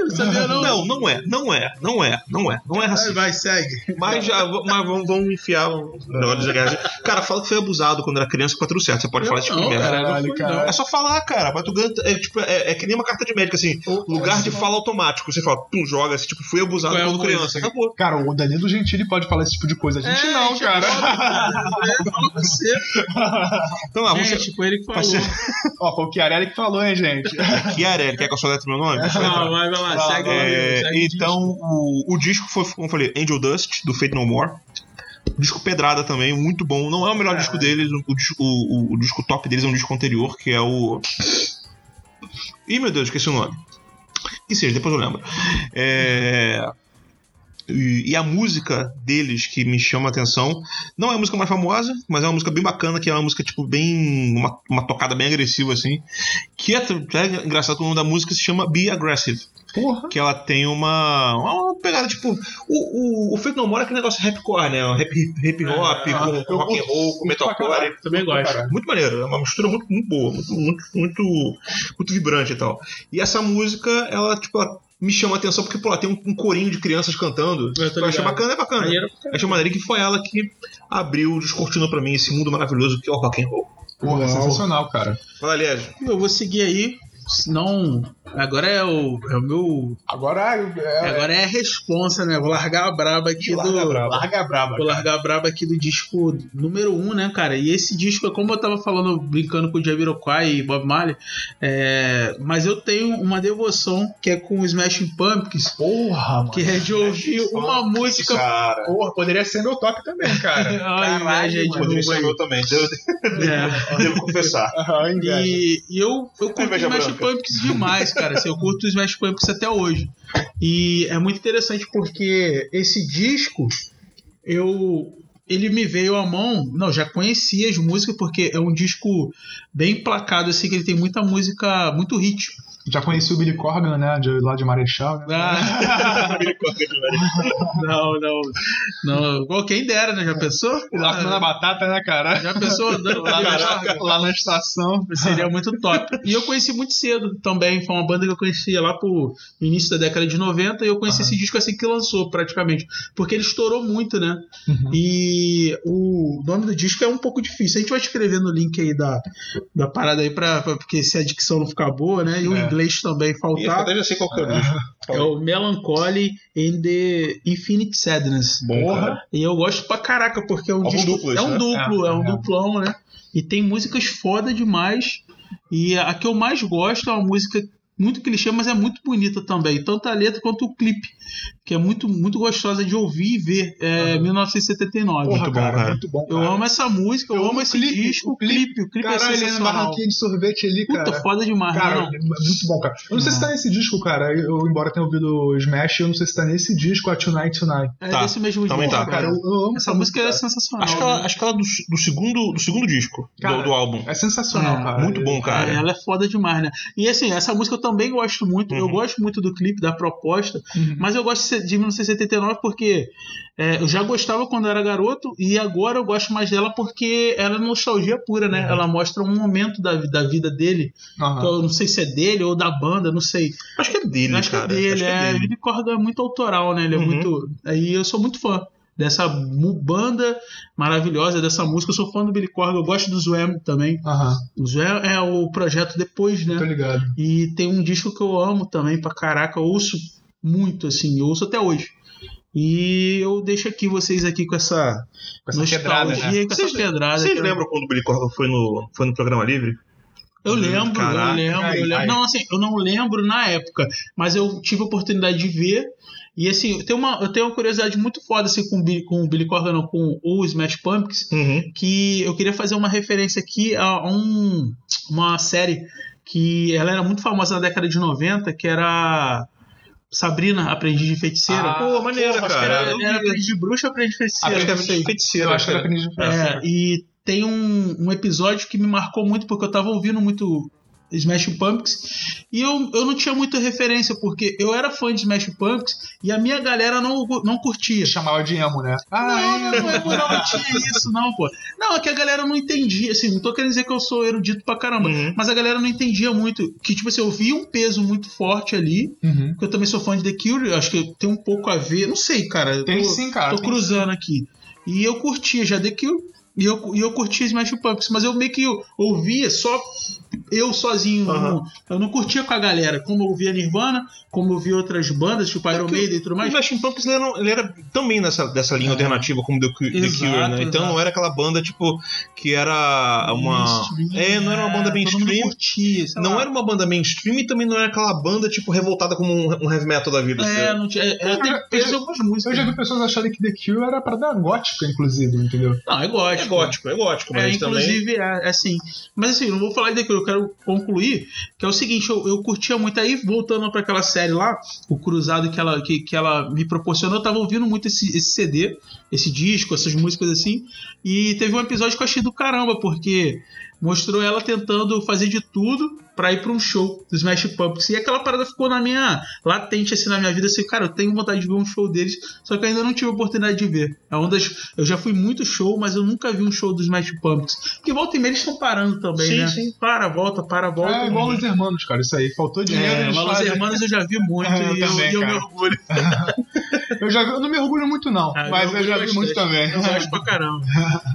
Speaker 3: Não sabia,
Speaker 1: Não,
Speaker 3: não.
Speaker 1: não é, não é, não é, não é, não é
Speaker 3: Vai,
Speaker 1: racista.
Speaker 3: vai, segue.
Speaker 1: Mas já mas vamos, vamos enfiar um negócio de guerra. Cara, fala que foi abusado quando era criança com a certo. Você pode falar esse tipo de
Speaker 3: não,
Speaker 1: merda.
Speaker 3: cara, não
Speaker 2: Caralho,
Speaker 3: fui,
Speaker 2: cara.
Speaker 1: É só falar, cara. Mas tu ganha, é, tipo, é, é que nem uma carta de médico, assim. Lugar de fala automático. Você fala, pum, joga, assim, tipo, fui abusado
Speaker 3: Foi
Speaker 1: quando
Speaker 3: abuso.
Speaker 1: criança. Acabou.
Speaker 2: Cara, o Danilo Gentili pode falar esse tipo de coisa. A gente
Speaker 3: É,
Speaker 2: não,
Speaker 3: gente,
Speaker 2: cara.
Speaker 3: não. Fala você.
Speaker 1: Então lá, vamos
Speaker 3: Gente,
Speaker 1: ser.
Speaker 3: tipo, ele que falou.
Speaker 1: Parceiro.
Speaker 2: Ó, foi o Chiarelli que falou, hein, gente.
Speaker 1: Chiarelli, quer que eu só letre meu nome? Deixa eu letrar.
Speaker 3: Não, vai, vai lá,
Speaker 2: Fala,
Speaker 3: segue.
Speaker 1: É,
Speaker 3: segue o disco.
Speaker 1: então, o, o disco foi, como eu falei, Angel Dust, do Fate No More. Disco Pedrada também, muito bom. Não é o melhor disco deles, o, disco- o- o- o disco top deles é um disco anterior, que é o. Ih, meu Deus, esqueci o nome. Que seja, depois eu lembro. É, E, e a música deles que me chama a atenção não é a música mais famosa, mas é uma música bem bacana, que é uma música, tipo, bem. uma, uma tocada bem agressiva, assim. Que é, é engraçado que o nome da música se chama Be Aggressive
Speaker 2: Porra.
Speaker 1: que ela tem uma, uma pegada, tipo, o, o, o Fate No More é aquele negócio rapcore, né? Rap, hip hop,
Speaker 3: Ah,
Speaker 1: com, com rock and roll, com metalcore.
Speaker 3: Também gosto.
Speaker 1: Muito maneiro, é uma mistura muito, muito boa, muito, muito, muito, muito vibrante e tal. E essa música, ela, tipo, ela me chama a atenção porque, pô, lá tem um, um corinho de crianças cantando.
Speaker 3: Eu tô
Speaker 1: Eu achei
Speaker 3: ligado.
Speaker 1: bacana, é bacana.
Speaker 3: Aí era pra caralho.
Speaker 1: Achei maneiro que foi ela que abriu, descortinou pra mim esse mundo maravilhoso que é o rock and roll.
Speaker 2: Porra, é
Speaker 3: Uau.
Speaker 2: sensacional, cara.
Speaker 1: Fala, aliás,
Speaker 3: Eu vou seguir aí, senão. Agora é o, é o meu.
Speaker 2: Agora é,
Speaker 3: Agora é a responsa, né? Vou largar a braba aqui
Speaker 2: Larga
Speaker 3: do.
Speaker 2: a braba. Larga a braba.
Speaker 3: Vou largar a braba aqui do disco número 1, um, né, cara? E esse disco, é como eu tava falando, brincando com o Jamiroquai e Bob Marley, é, mas eu tenho uma devoção que é com o Smashing Pumpkins,
Speaker 2: Porra, mano.
Speaker 3: que é de ouvir
Speaker 2: Smashing
Speaker 3: uma música...
Speaker 1: cara.
Speaker 2: Porra, poderia ser meu toque também, cara.
Speaker 3: Olha,
Speaker 2: Caralho,
Speaker 3: gente,
Speaker 2: mano.
Speaker 1: Poderia ser
Speaker 3: Ué.
Speaker 1: meu também, devo,
Speaker 3: É.
Speaker 1: devo confessar.
Speaker 2: Aham, inveja.
Speaker 3: E, e eu, eu curto
Speaker 1: Inveja
Speaker 3: Smash
Speaker 1: branca.
Speaker 3: Pumpkins demais, cara. Assim, eu curto Smash Pumpkins até hoje. E é muito interessante porque esse disco, eu. Ele me veio à mão. Não, já conhecia as músicas, porque é um disco bem placado, assim, que ele tem muita música, muito hit.
Speaker 2: Já conheci o Billy Corgan, né? De, lá de Marechal. Né?
Speaker 3: Ah, não, não. Não. Pô, Quem dera, né? Já pensou?
Speaker 2: Lá comendo a batata, né, cara?
Speaker 3: Já pensou andando pela Jarga?
Speaker 2: lá na estação.
Speaker 3: Então, Seria muito top. E eu conheci muito cedo também. Foi uma banda que eu conhecia lá pro início da década de 90 e eu conheci esse disco assim que lançou, praticamente. Porque ele estourou muito, né? E o nome do disco é um pouco difícil. A gente vai escrever no link aí da, da parada aí, pra, pra- porque se a dicção não ficar boa, né? E o
Speaker 2: É.
Speaker 3: inglês também
Speaker 1: E eu
Speaker 3: faltar.
Speaker 1: até já sei qual que é o disco.
Speaker 3: É o Melancholy and the Infinite Sadness.
Speaker 2: Porra.
Speaker 3: E eu gosto pra caraca, porque é um
Speaker 1: Álbum
Speaker 3: disco.
Speaker 1: duplo
Speaker 3: é
Speaker 1: esse,
Speaker 3: um
Speaker 1: né?
Speaker 3: duplo, é,
Speaker 2: É,
Speaker 3: um
Speaker 2: é.
Speaker 3: duplão, né? E tem músicas foda demais. E a que eu mais gosto é uma música muito clichê, mas é muito bonita também. Tanto a letra quanto o clipe. Que é muito, muito gostosa de ouvir e ver. É 1979.
Speaker 2: Porra,
Speaker 1: bom,
Speaker 2: cara,
Speaker 1: cara.
Speaker 2: Muito bom,
Speaker 3: eu
Speaker 2: cara.
Speaker 3: amo essa música, eu,
Speaker 2: Eu
Speaker 3: amo
Speaker 2: amo o
Speaker 3: esse
Speaker 2: clipe,
Speaker 3: disco, o
Speaker 2: o
Speaker 3: clipe. O clipe é
Speaker 2: Caralho, ele na
Speaker 3: sensacional.
Speaker 2: barraquinha de sorvete ali,
Speaker 3: Puta,
Speaker 2: cara.
Speaker 3: foda demais, né,
Speaker 2: Cara,
Speaker 3: não.
Speaker 2: é muito bom, cara. Eu não, sei se tá nesse disco, cara. Eu, embora tenha ouvido o Smash, eu não sei se tá nesse disco, a Tonight Tonight.
Speaker 3: É
Speaker 1: Tá,
Speaker 3: desse mesmo
Speaker 1: também tá.
Speaker 3: disco,
Speaker 2: Porra, cara, eu, eu amo
Speaker 3: Essa música é sensacional.
Speaker 1: Acho que
Speaker 3: né?
Speaker 1: ela, acho que ela é do, do segundo, do segundo disco do-
Speaker 2: Cara,
Speaker 1: do, álbum.
Speaker 2: É sensacional,
Speaker 3: É,
Speaker 2: cara.
Speaker 1: Muito bom,
Speaker 3: É,
Speaker 1: cara.
Speaker 3: ela é foda demais, né? E assim, essa música eu também gosto muito. Eu
Speaker 1: Uhum.
Speaker 3: gosto muito do clipe, da proposta.
Speaker 2: Uhum.
Speaker 3: Mas eu gosto de 1979 porque é, eu já gostava quando eu era garoto. E agora eu gosto mais dela porque ela é nostalgia pura,
Speaker 1: Uhum.
Speaker 3: né? Ela mostra um momento da, vi- da vida dele.
Speaker 2: Aham.
Speaker 3: que eu não sei se é dele ou da banda, não sei.
Speaker 1: Acho que é dele,
Speaker 3: acho que
Speaker 1: cara.
Speaker 3: é dele. é,
Speaker 1: dele.
Speaker 3: Ele corda é muito autoral, né? Ele é
Speaker 1: Uhum.
Speaker 3: muito. Aí eu sou muito fã. Dessa mu- banda maravilhosa, dessa música. Eu sou fã do Billy Corgan, eu gosto do Zwem também.
Speaker 2: Aham.
Speaker 3: O Zwem é o projeto depois, né?
Speaker 2: Tô ligado.
Speaker 3: E tem um disco que eu amo também pra caraca, eu ouço muito, assim, eu ouço até hoje. E eu deixo aqui vocês aqui com essa,
Speaker 2: Com essa pedrada, né?
Speaker 3: nostalgia, com essa
Speaker 1: Vocês-
Speaker 3: pedrada.
Speaker 1: Vocês
Speaker 3: que eu-
Speaker 1: lembram quando o Billy Corgan foi no, foi no programa livre?
Speaker 3: Eu lembro,
Speaker 1: Caraca,
Speaker 3: eu lembro,
Speaker 2: ai,
Speaker 3: eu lembro.
Speaker 2: ai.
Speaker 3: Não, assim, eu não lembro na época, mas eu tive a oportunidade de ver. E assim, eu tenho uma, eu tenho uma curiosidade muito foda assim, com, o Billy- com o Billy Corgan, não, com o Smash Pumpkins,
Speaker 1: Uhum.
Speaker 3: que eu queria fazer uma referência aqui a a um, uma série que ela era muito famosa na década de 90, que era Sabrina, Aprendiz de Feiticeira.
Speaker 2: Ah,
Speaker 1: Pô, maneira,
Speaker 2: porra,
Speaker 1: cara.
Speaker 3: era, era Aprendiz de Bruxa, Aprendiz de Feiticeira.
Speaker 1: Acho que
Speaker 3: não sei.
Speaker 1: é feiticeiro.
Speaker 2: Eu acho que eu
Speaker 1: cara.
Speaker 2: aprendi.
Speaker 3: É, e tem um, um episódio que me marcou muito porque eu tava ouvindo muito Smash Pumpkins e eu, eu não tinha muita referência porque eu era fã de Smash Pumpkins e a minha galera não, não curtia.
Speaker 2: Chamava de emo, né?
Speaker 3: Não, não,
Speaker 2: Ah,
Speaker 3: não, não, não tinha isso, não, pô. Não, é que a galera não entendia, assim, não tô querendo dizer que eu sou erudito pra caramba,
Speaker 1: Uhum.
Speaker 3: mas a galera não entendia muito. Que, tipo assim, eu vi um peso muito forte ali,
Speaker 2: é. Uhum.
Speaker 3: que eu também sou fã de The Cure, eu acho que tem um pouco a ver, não sei, cara. eu
Speaker 2: Tem
Speaker 3: tô,
Speaker 2: sim, cara.
Speaker 3: tô cruzando aqui. E eu curtia já The Cure, e eu, e eu curtia Smash Pumpkins, mas eu meio que ouvia só eu sozinho.
Speaker 1: Aham.
Speaker 3: eu não- Eu não curtia com a galera, como eu ouvia Nirvana, como eu via outras bandas,
Speaker 2: É
Speaker 3: tipo Iron
Speaker 1: que-
Speaker 3: Maiden e tudo
Speaker 1: Mas
Speaker 3: mais.
Speaker 1: o Smashing Pumpkins ele era, um, ele era também nessa, dessa linha
Speaker 3: É.
Speaker 1: alternativa como The, Cu- The
Speaker 3: Exato,
Speaker 1: Cure, né? Então
Speaker 3: exato.
Speaker 1: não era aquela banda, tipo, que era uma...
Speaker 3: Mainstream,
Speaker 1: É, não era uma banda
Speaker 3: todo mundo
Speaker 1: mainstream.
Speaker 3: curtia, sei
Speaker 1: Não
Speaker 3: lá.
Speaker 1: era uma banda mainstream e também não era aquela banda, tipo, revoltada como um, um heavy metal da vida.
Speaker 3: É,
Speaker 1: entendeu?
Speaker 3: não tinha. É, é,
Speaker 2: Cara,
Speaker 3: tem fez algumas
Speaker 2: Eu
Speaker 3: músicas.
Speaker 2: já vi pessoas acharem que The Cure era pra dar gótica, inclusive, entendeu?
Speaker 3: Não, é
Speaker 1: é
Speaker 3: gótico.
Speaker 1: gótico, é gótico,
Speaker 3: É,
Speaker 1: mas também...
Speaker 3: inclusive, é, é assim. Mas assim, não vou falar de The Cure, eu quero concluir. Que é o seguinte, eu, eu curtia muito. Aí, voltando pra aquela série lá, o Cruzado que ela, que, que ela me proporcionou, eu tava ouvindo muito esse, esse CD, esse disco, essas músicas assim. E teve um episódio que eu achei do caramba, porque mostrou ela tentando fazer de tudo pra ir pra um show do Smash Pumpkins. E aquela parada ficou na minha latente assim na minha vida, assim, cara, eu tenho vontade de ver um show deles, só que eu ainda não tive a oportunidade de ver. É uma das, eu já fui muito show, mas eu nunca vi um show do Smash Pumpkins. Porque volta e meia eles estão parando também,
Speaker 1: Sim,
Speaker 3: né?
Speaker 1: sim.
Speaker 3: Para, volta, para, volta.
Speaker 2: É igual os irmãos, cara, isso aí. Faltou dinheiro.
Speaker 3: uhum. É,
Speaker 2: eles
Speaker 3: mas Los
Speaker 2: fazem.
Speaker 3: Hermanos eu já vi muito
Speaker 2: É, eu
Speaker 3: e eu,
Speaker 2: também,
Speaker 3: e eu me
Speaker 2: cara.
Speaker 3: orgulho.
Speaker 2: Eu, já, vi- eu não me orgulho muito, não.
Speaker 3: Ah,
Speaker 2: mas eu,
Speaker 3: orgulho
Speaker 2: já vi muito também.
Speaker 3: bastante. Eu gosto pra caramba.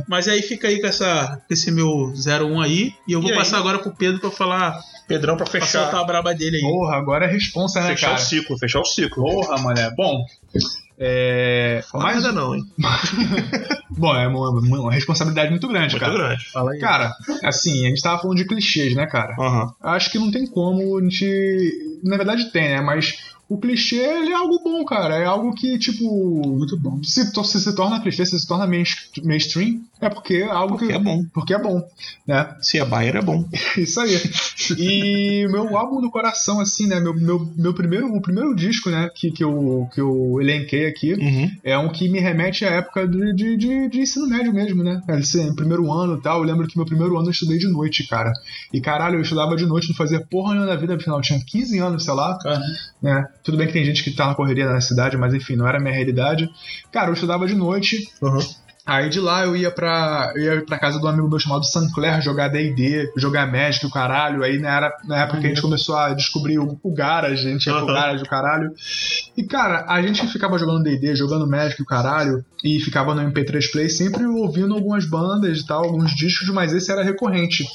Speaker 3: Mas aí fica aí com, essa, com esse meu 01 aí. E eu vou
Speaker 1: E aí?
Speaker 3: passar agora pro Pedro pra falar.
Speaker 1: Pedrão pra
Speaker 3: Pra
Speaker 1: fechar.
Speaker 3: soltar a braba dele aí.
Speaker 2: Porra, agora é responsa, né,
Speaker 1: fechar o
Speaker 2: cara?
Speaker 1: ciclo, fechar o ciclo.
Speaker 2: Porra, mulher. Bom. É.
Speaker 1: Mas
Speaker 2: Mas,
Speaker 1: ainda não, hein?
Speaker 2: bom, é uma, uma responsabilidade muito grande,
Speaker 1: Muito
Speaker 2: cara.
Speaker 1: grande.
Speaker 3: Fala aí.
Speaker 2: Cara, assim, a gente tava falando de clichês, né, cara?
Speaker 1: Aham.
Speaker 2: acho que não tem como a gente. Na verdade tem, né? Mas o clichê ele é algo bom, cara. É algo que, tipo. Muito bom. Se, to- se se torna clichê, se se torna mains- mainstream, é porque é algo
Speaker 1: Porque
Speaker 2: que.
Speaker 1: é bom.
Speaker 2: Porque é bom, né?
Speaker 1: Se é Bayer, é bom.
Speaker 2: Isso aí. E meu álbum do coração, assim, né? Meu, meu, meu primeiro, o primeiro disco, né? Que, que, eu, que eu elenquei aqui
Speaker 1: Uhum.
Speaker 2: é um que me remete à época de, de, de, de ensino médio mesmo, né? Assim, primeiro ano e tal, eu lembro que meu primeiro ano eu estudei de noite, cara. E caralho, eu estudava de noite, não fazia porra nenhuma da vida, afinal, eu tinha 15 anos, sei lá,
Speaker 3: Cara,
Speaker 2: né? Tudo bem que tem gente que tá na correria na cidade, mas enfim, não era a minha realidade. Cara, eu estudava de noite,
Speaker 1: Uhum.
Speaker 2: aí de lá eu ia pra, eu ia pra casa do amigo meu chamado Sinclair jogar D&D, jogar Magic, o caralho. Aí na, era, na época que a gente começou a descobrir o, o Garage, a gente ia pro
Speaker 1: Aham.
Speaker 2: Garage, o caralho. E, cara, a gente que ficava jogando D&D, jogando Magic, o caralho, e ficava no MP3 Play sempre ouvindo algumas bandas e tal, alguns discos, mas esse era recorrente.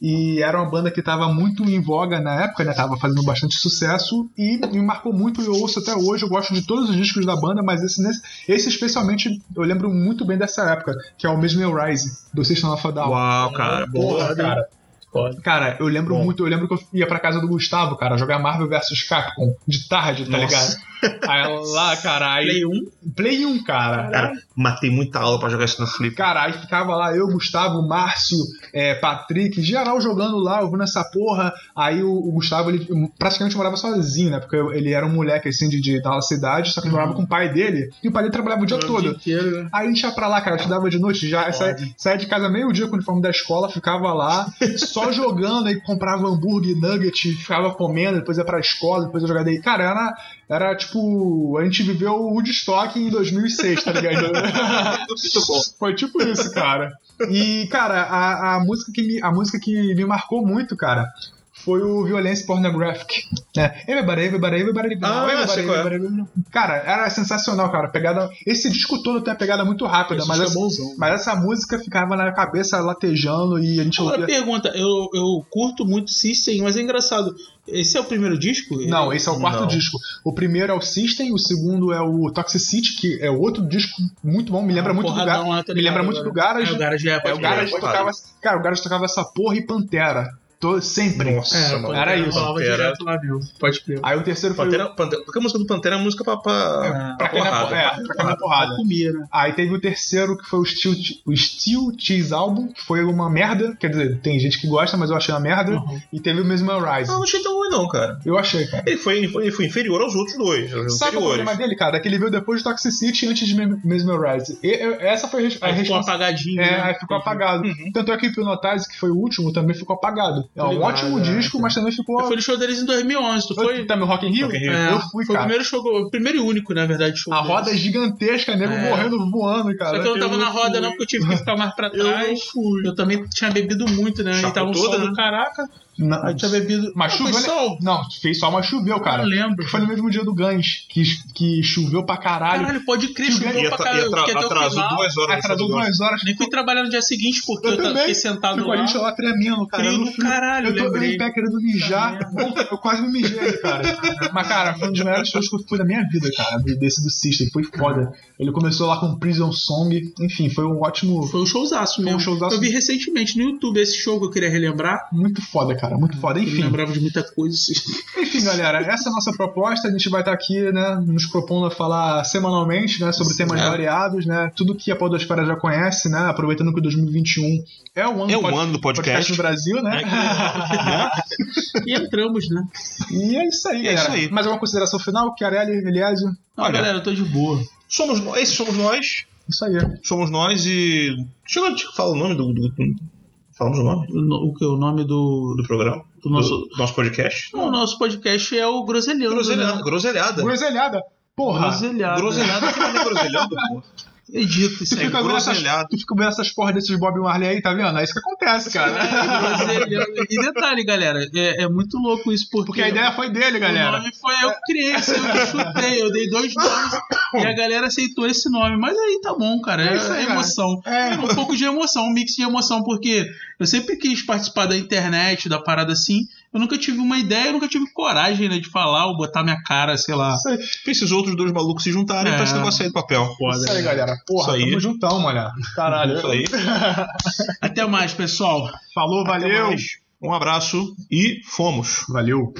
Speaker 2: E era uma banda que tava muito em voga na época, né? Tava fazendo bastante sucesso e me marcou muito. Eu ouço até hoje, eu gosto de todos os discos da banda, mas esse, nesse- esse especialmente eu lembro muito bem dessa época, que é o Miss May Rise, do System of a Down.
Speaker 1: Uau, cara.
Speaker 2: Porra, cara.
Speaker 3: Foda.
Speaker 2: Cara, eu lembro
Speaker 1: Bom.
Speaker 2: muito, eu lembro que eu ia pra casa do Gustavo, cara, jogar Marvel vs Capcom de tarde, tá
Speaker 1: Nossa.
Speaker 2: ligado? Aí lá, cara, aí
Speaker 3: Play 1.
Speaker 2: Play 1, cara.
Speaker 1: Cara, matei muita aula pra jogar isso na Flip.
Speaker 2: Cara, aí ficava lá eu, Gustavo, Márcio, é, Patrick, geral jogando lá, ouvindo essa porra. Aí o, o Gustavo, ele praticamente morava sozinho, né? Porque ele era um moleque, assim, de, de, da nossa cidade, só que ele morava com o pai dele. E o pai dele trabalhava o dia todo.
Speaker 3: Inteiro, né?
Speaker 2: Aí a gente ia pra lá, cara, estudava de noite, já saía, saía de casa meio-dia com o uniforme da escola, ficava lá, só jogando, aí comprava hambúrguer, nugget, ficava comendo, depois ia pra escola, depois eu jogava daí. Cara, era, era tipo, a gente viveu o Woodstock em 2006, tá ligado? Foi tipo isso, cara. E, cara, a, a, música que me, a música que me marcou muito, cara, foi o Violence Pornographic. Né? Everybody, everybody, everybody,
Speaker 1: Ah, sei qual é.
Speaker 2: Cara, era sensacional, cara. a Pegada, esse disco todo tem a pegada muito rápida, mas
Speaker 1: é
Speaker 2: essa,
Speaker 1: né?
Speaker 2: mas essa música ficava na música latejando e a gente
Speaker 3: Agora,
Speaker 2: ouvia.
Speaker 3: pergunta, eu, eu curto muito System, mas é engraçado. Esse é o primeiro disco?
Speaker 2: Não, esse é o quarto
Speaker 1: Não.
Speaker 2: disco. O primeiro é o System, o segundo é o Toxicity, que é outro disco muito bom, me lembra
Speaker 3: Ah,
Speaker 2: muito do Garage. Me lembra muito do
Speaker 3: É,
Speaker 2: Garage.
Speaker 3: o Garage é,
Speaker 2: É, o
Speaker 3: pode
Speaker 2: Garage
Speaker 1: claro.
Speaker 2: tocava. Cara, o Garage tocava essa porra e Pantera. Tô, sempre.
Speaker 1: Nossa,
Speaker 3: crer. É,
Speaker 1: mano.
Speaker 3: pode
Speaker 2: Era
Speaker 3: crer,
Speaker 2: isso.
Speaker 3: rolava
Speaker 1: Pantera.
Speaker 3: direto lá mesmo. Pode crer.
Speaker 2: Aí o terceiro foi.
Speaker 1: Pantera, Pantera, porque a música do Pantera é música pra, pra,
Speaker 3: Ah,
Speaker 1: pra
Speaker 2: cair na
Speaker 1: porrada.
Speaker 2: porra, é, pra cair na porrada.
Speaker 3: Pra comer, né?
Speaker 2: Aí teve o terceiro, que foi o Steel, o Steel Cheese Album, que foi uma merda. Quer dizer, tem gente que gosta, mas eu achei uma merda.
Speaker 3: Uhum.
Speaker 2: E teve o mesmo Rise.
Speaker 1: Não,
Speaker 3: Ah.
Speaker 1: não achei tão ruim, não, cara.
Speaker 2: Eu achei, cara.
Speaker 1: Ele foi, ele foi, ele foi inferior aos outros dois. aos
Speaker 2: Sabe qual é o
Speaker 1: anteriores.
Speaker 2: problema dele, cara? É que ele veio depois de Toxicity e antes de Mes- Mesmerize. E, e, essa foi a res- a
Speaker 3: Aí ficou
Speaker 2: resposta.
Speaker 3: apagadinho.
Speaker 2: É,
Speaker 3: né? Uhum.
Speaker 2: aí ficou apagado. Tanto é que o Hypnotize, que foi o último, também ficou apagado. É um
Speaker 3: ligado,
Speaker 2: ótimo
Speaker 3: é,
Speaker 2: disco, mas também ficou.
Speaker 3: Eu fui no show deles em 2011, tu foi?
Speaker 2: Eu- também o Rock in Rio?
Speaker 1: Rock in Rio.
Speaker 3: É,
Speaker 2: Eu fui,
Speaker 3: foi o
Speaker 2: cara.
Speaker 3: primeiro show, o primeiro e único, na verdade, show
Speaker 2: A
Speaker 3: deles.
Speaker 2: roda gigantesca, nego
Speaker 3: É.
Speaker 2: morrendo, voando, cara.
Speaker 3: Só que eu não
Speaker 1: né?
Speaker 3: tava
Speaker 1: eu
Speaker 3: na
Speaker 1: não
Speaker 3: roda,
Speaker 1: fui.
Speaker 3: não, porque eu tive que ficar mais pra
Speaker 1: Eu não
Speaker 3: trás. Eu também tinha bebido muito, né?
Speaker 1: Chapou
Speaker 3: e tava um
Speaker 1: toda,
Speaker 3: sol
Speaker 1: né?
Speaker 3: do caraca.
Speaker 2: Não,
Speaker 3: Aí tinha bebido.
Speaker 2: Mas
Speaker 3: Ah,
Speaker 2: choveu,
Speaker 3: foi
Speaker 2: né?
Speaker 3: sol?
Speaker 2: Não, fez só, mas choveu, cara.
Speaker 3: Não lembro.
Speaker 2: Foi no mesmo dia do Gans, que, que choveu pra caralho.
Speaker 3: Caralho, pode crer,
Speaker 2: Choveu
Speaker 1: E
Speaker 3: choveu pra
Speaker 1: atra- e
Speaker 3: caralho.
Speaker 1: atra-
Speaker 3: Porque até o
Speaker 1: atrasou
Speaker 3: final.
Speaker 1: duas horas.
Speaker 2: Atrasou
Speaker 1: do show
Speaker 2: duas horas.
Speaker 3: Nem fui trabalhar no dia seguinte, porque
Speaker 2: Eu
Speaker 3: eu, ta-
Speaker 2: também.
Speaker 3: fiquei sentado
Speaker 2: Ficou
Speaker 3: lá.
Speaker 2: a gente lá tremendo, cara.
Speaker 3: Frio
Speaker 2: Eu
Speaker 3: do
Speaker 2: não-
Speaker 3: caralho,
Speaker 2: eu tô eu em
Speaker 3: lembrei.
Speaker 2: pé querendo mijar. Eu quase me mijei, cara. Mas, cara, foi um dos melhores shows que eu fui da minha vida, cara. Desse do System. Foi foda. Ele começou lá com Prison Song. Enfim, foi um ótimo.
Speaker 3: Foi um showzaço
Speaker 2: Foi um
Speaker 3: mesmo.
Speaker 2: showzaço.
Speaker 3: Eu vi recentemente no YouTube esse show que eu queria relembrar.
Speaker 2: Muito foda, cara. Muito foda.
Speaker 3: Eu
Speaker 2: Enfim.
Speaker 3: lembrava de muita coisa. assim.
Speaker 2: Enfim, galera, essa é a nossa proposta. A gente vai estar aqui, né, nos propondo a falar semanalmente, né, sobre temas
Speaker 1: É.
Speaker 2: variados, né, tudo que a Podosfera já conhece, né, aproveitando que 2021 é o ano
Speaker 1: É
Speaker 2: do
Speaker 1: o
Speaker 2: pod-
Speaker 1: ano do
Speaker 2: podcast no
Speaker 1: podcast. É
Speaker 2: Brasil, né?
Speaker 1: Né?
Speaker 3: E entramos, né?
Speaker 2: E é isso aí,
Speaker 1: É isso
Speaker 2: galera.
Speaker 1: aí.
Speaker 2: Mais alguma consideração final? Chiarelli, Eliasio?
Speaker 3: Não,
Speaker 1: Olha.
Speaker 3: galera, eu tô de boa.
Speaker 1: Somos nós, esses somos nós.
Speaker 2: Isso aí.
Speaker 1: Somos nós e. Chega, te fala o nome do. do- do- Falamos o nome
Speaker 3: O, no- o que? O nome do.
Speaker 1: do programa?
Speaker 3: do nosso.
Speaker 1: do nosso podcast?
Speaker 3: O nosso podcast é o Groselhando.
Speaker 1: Groselhada.
Speaker 3: né?
Speaker 1: Groselhada.
Speaker 2: Groselhada. Porra.
Speaker 3: Groselhado.
Speaker 1: Groselhada que não é groselhada, pô.
Speaker 3: Edito isso
Speaker 2: Tu
Speaker 3: aí.
Speaker 2: fica, vendo essas,
Speaker 1: groselhado.
Speaker 2: tu fica vendo essas porras desses Bob Marley aí, tá vendo? É isso que acontece, cara.
Speaker 3: Groselhando. E detalhe, galera, é, é muito louco isso porque.
Speaker 2: Porque a ideia foi dele,
Speaker 3: O
Speaker 2: galera.
Speaker 3: nome foi eu que criei, assim, eu chutei, eu dei dois nomes e a galera aceitou esse nome. Mas aí tá bom, cara, é,
Speaker 2: É isso aí,
Speaker 3: é
Speaker 2: cara.
Speaker 3: emoção.
Speaker 2: É.
Speaker 3: Um pouco de emoção, um mix de emoção, porque eu sempre quis participar da internet, da parada assim. Eu nunca tive uma ideia, eu nunca tive coragem né, de falar ou botar minha cara, sei lá.
Speaker 2: Isso aí,
Speaker 1: Pra esses outros dois malucos se juntarem
Speaker 3: É.
Speaker 1: pra esse negócio sair do papel.
Speaker 2: isso aí, galera. Porra,
Speaker 1: Isso aí.
Speaker 2: tamo juntão, mano. Caralho.
Speaker 1: Isso aí.
Speaker 3: Até mais, pessoal.
Speaker 2: Falou,
Speaker 1: Até
Speaker 2: valeu.
Speaker 1: mais. Um abraço e fomos.
Speaker 2: Valeu.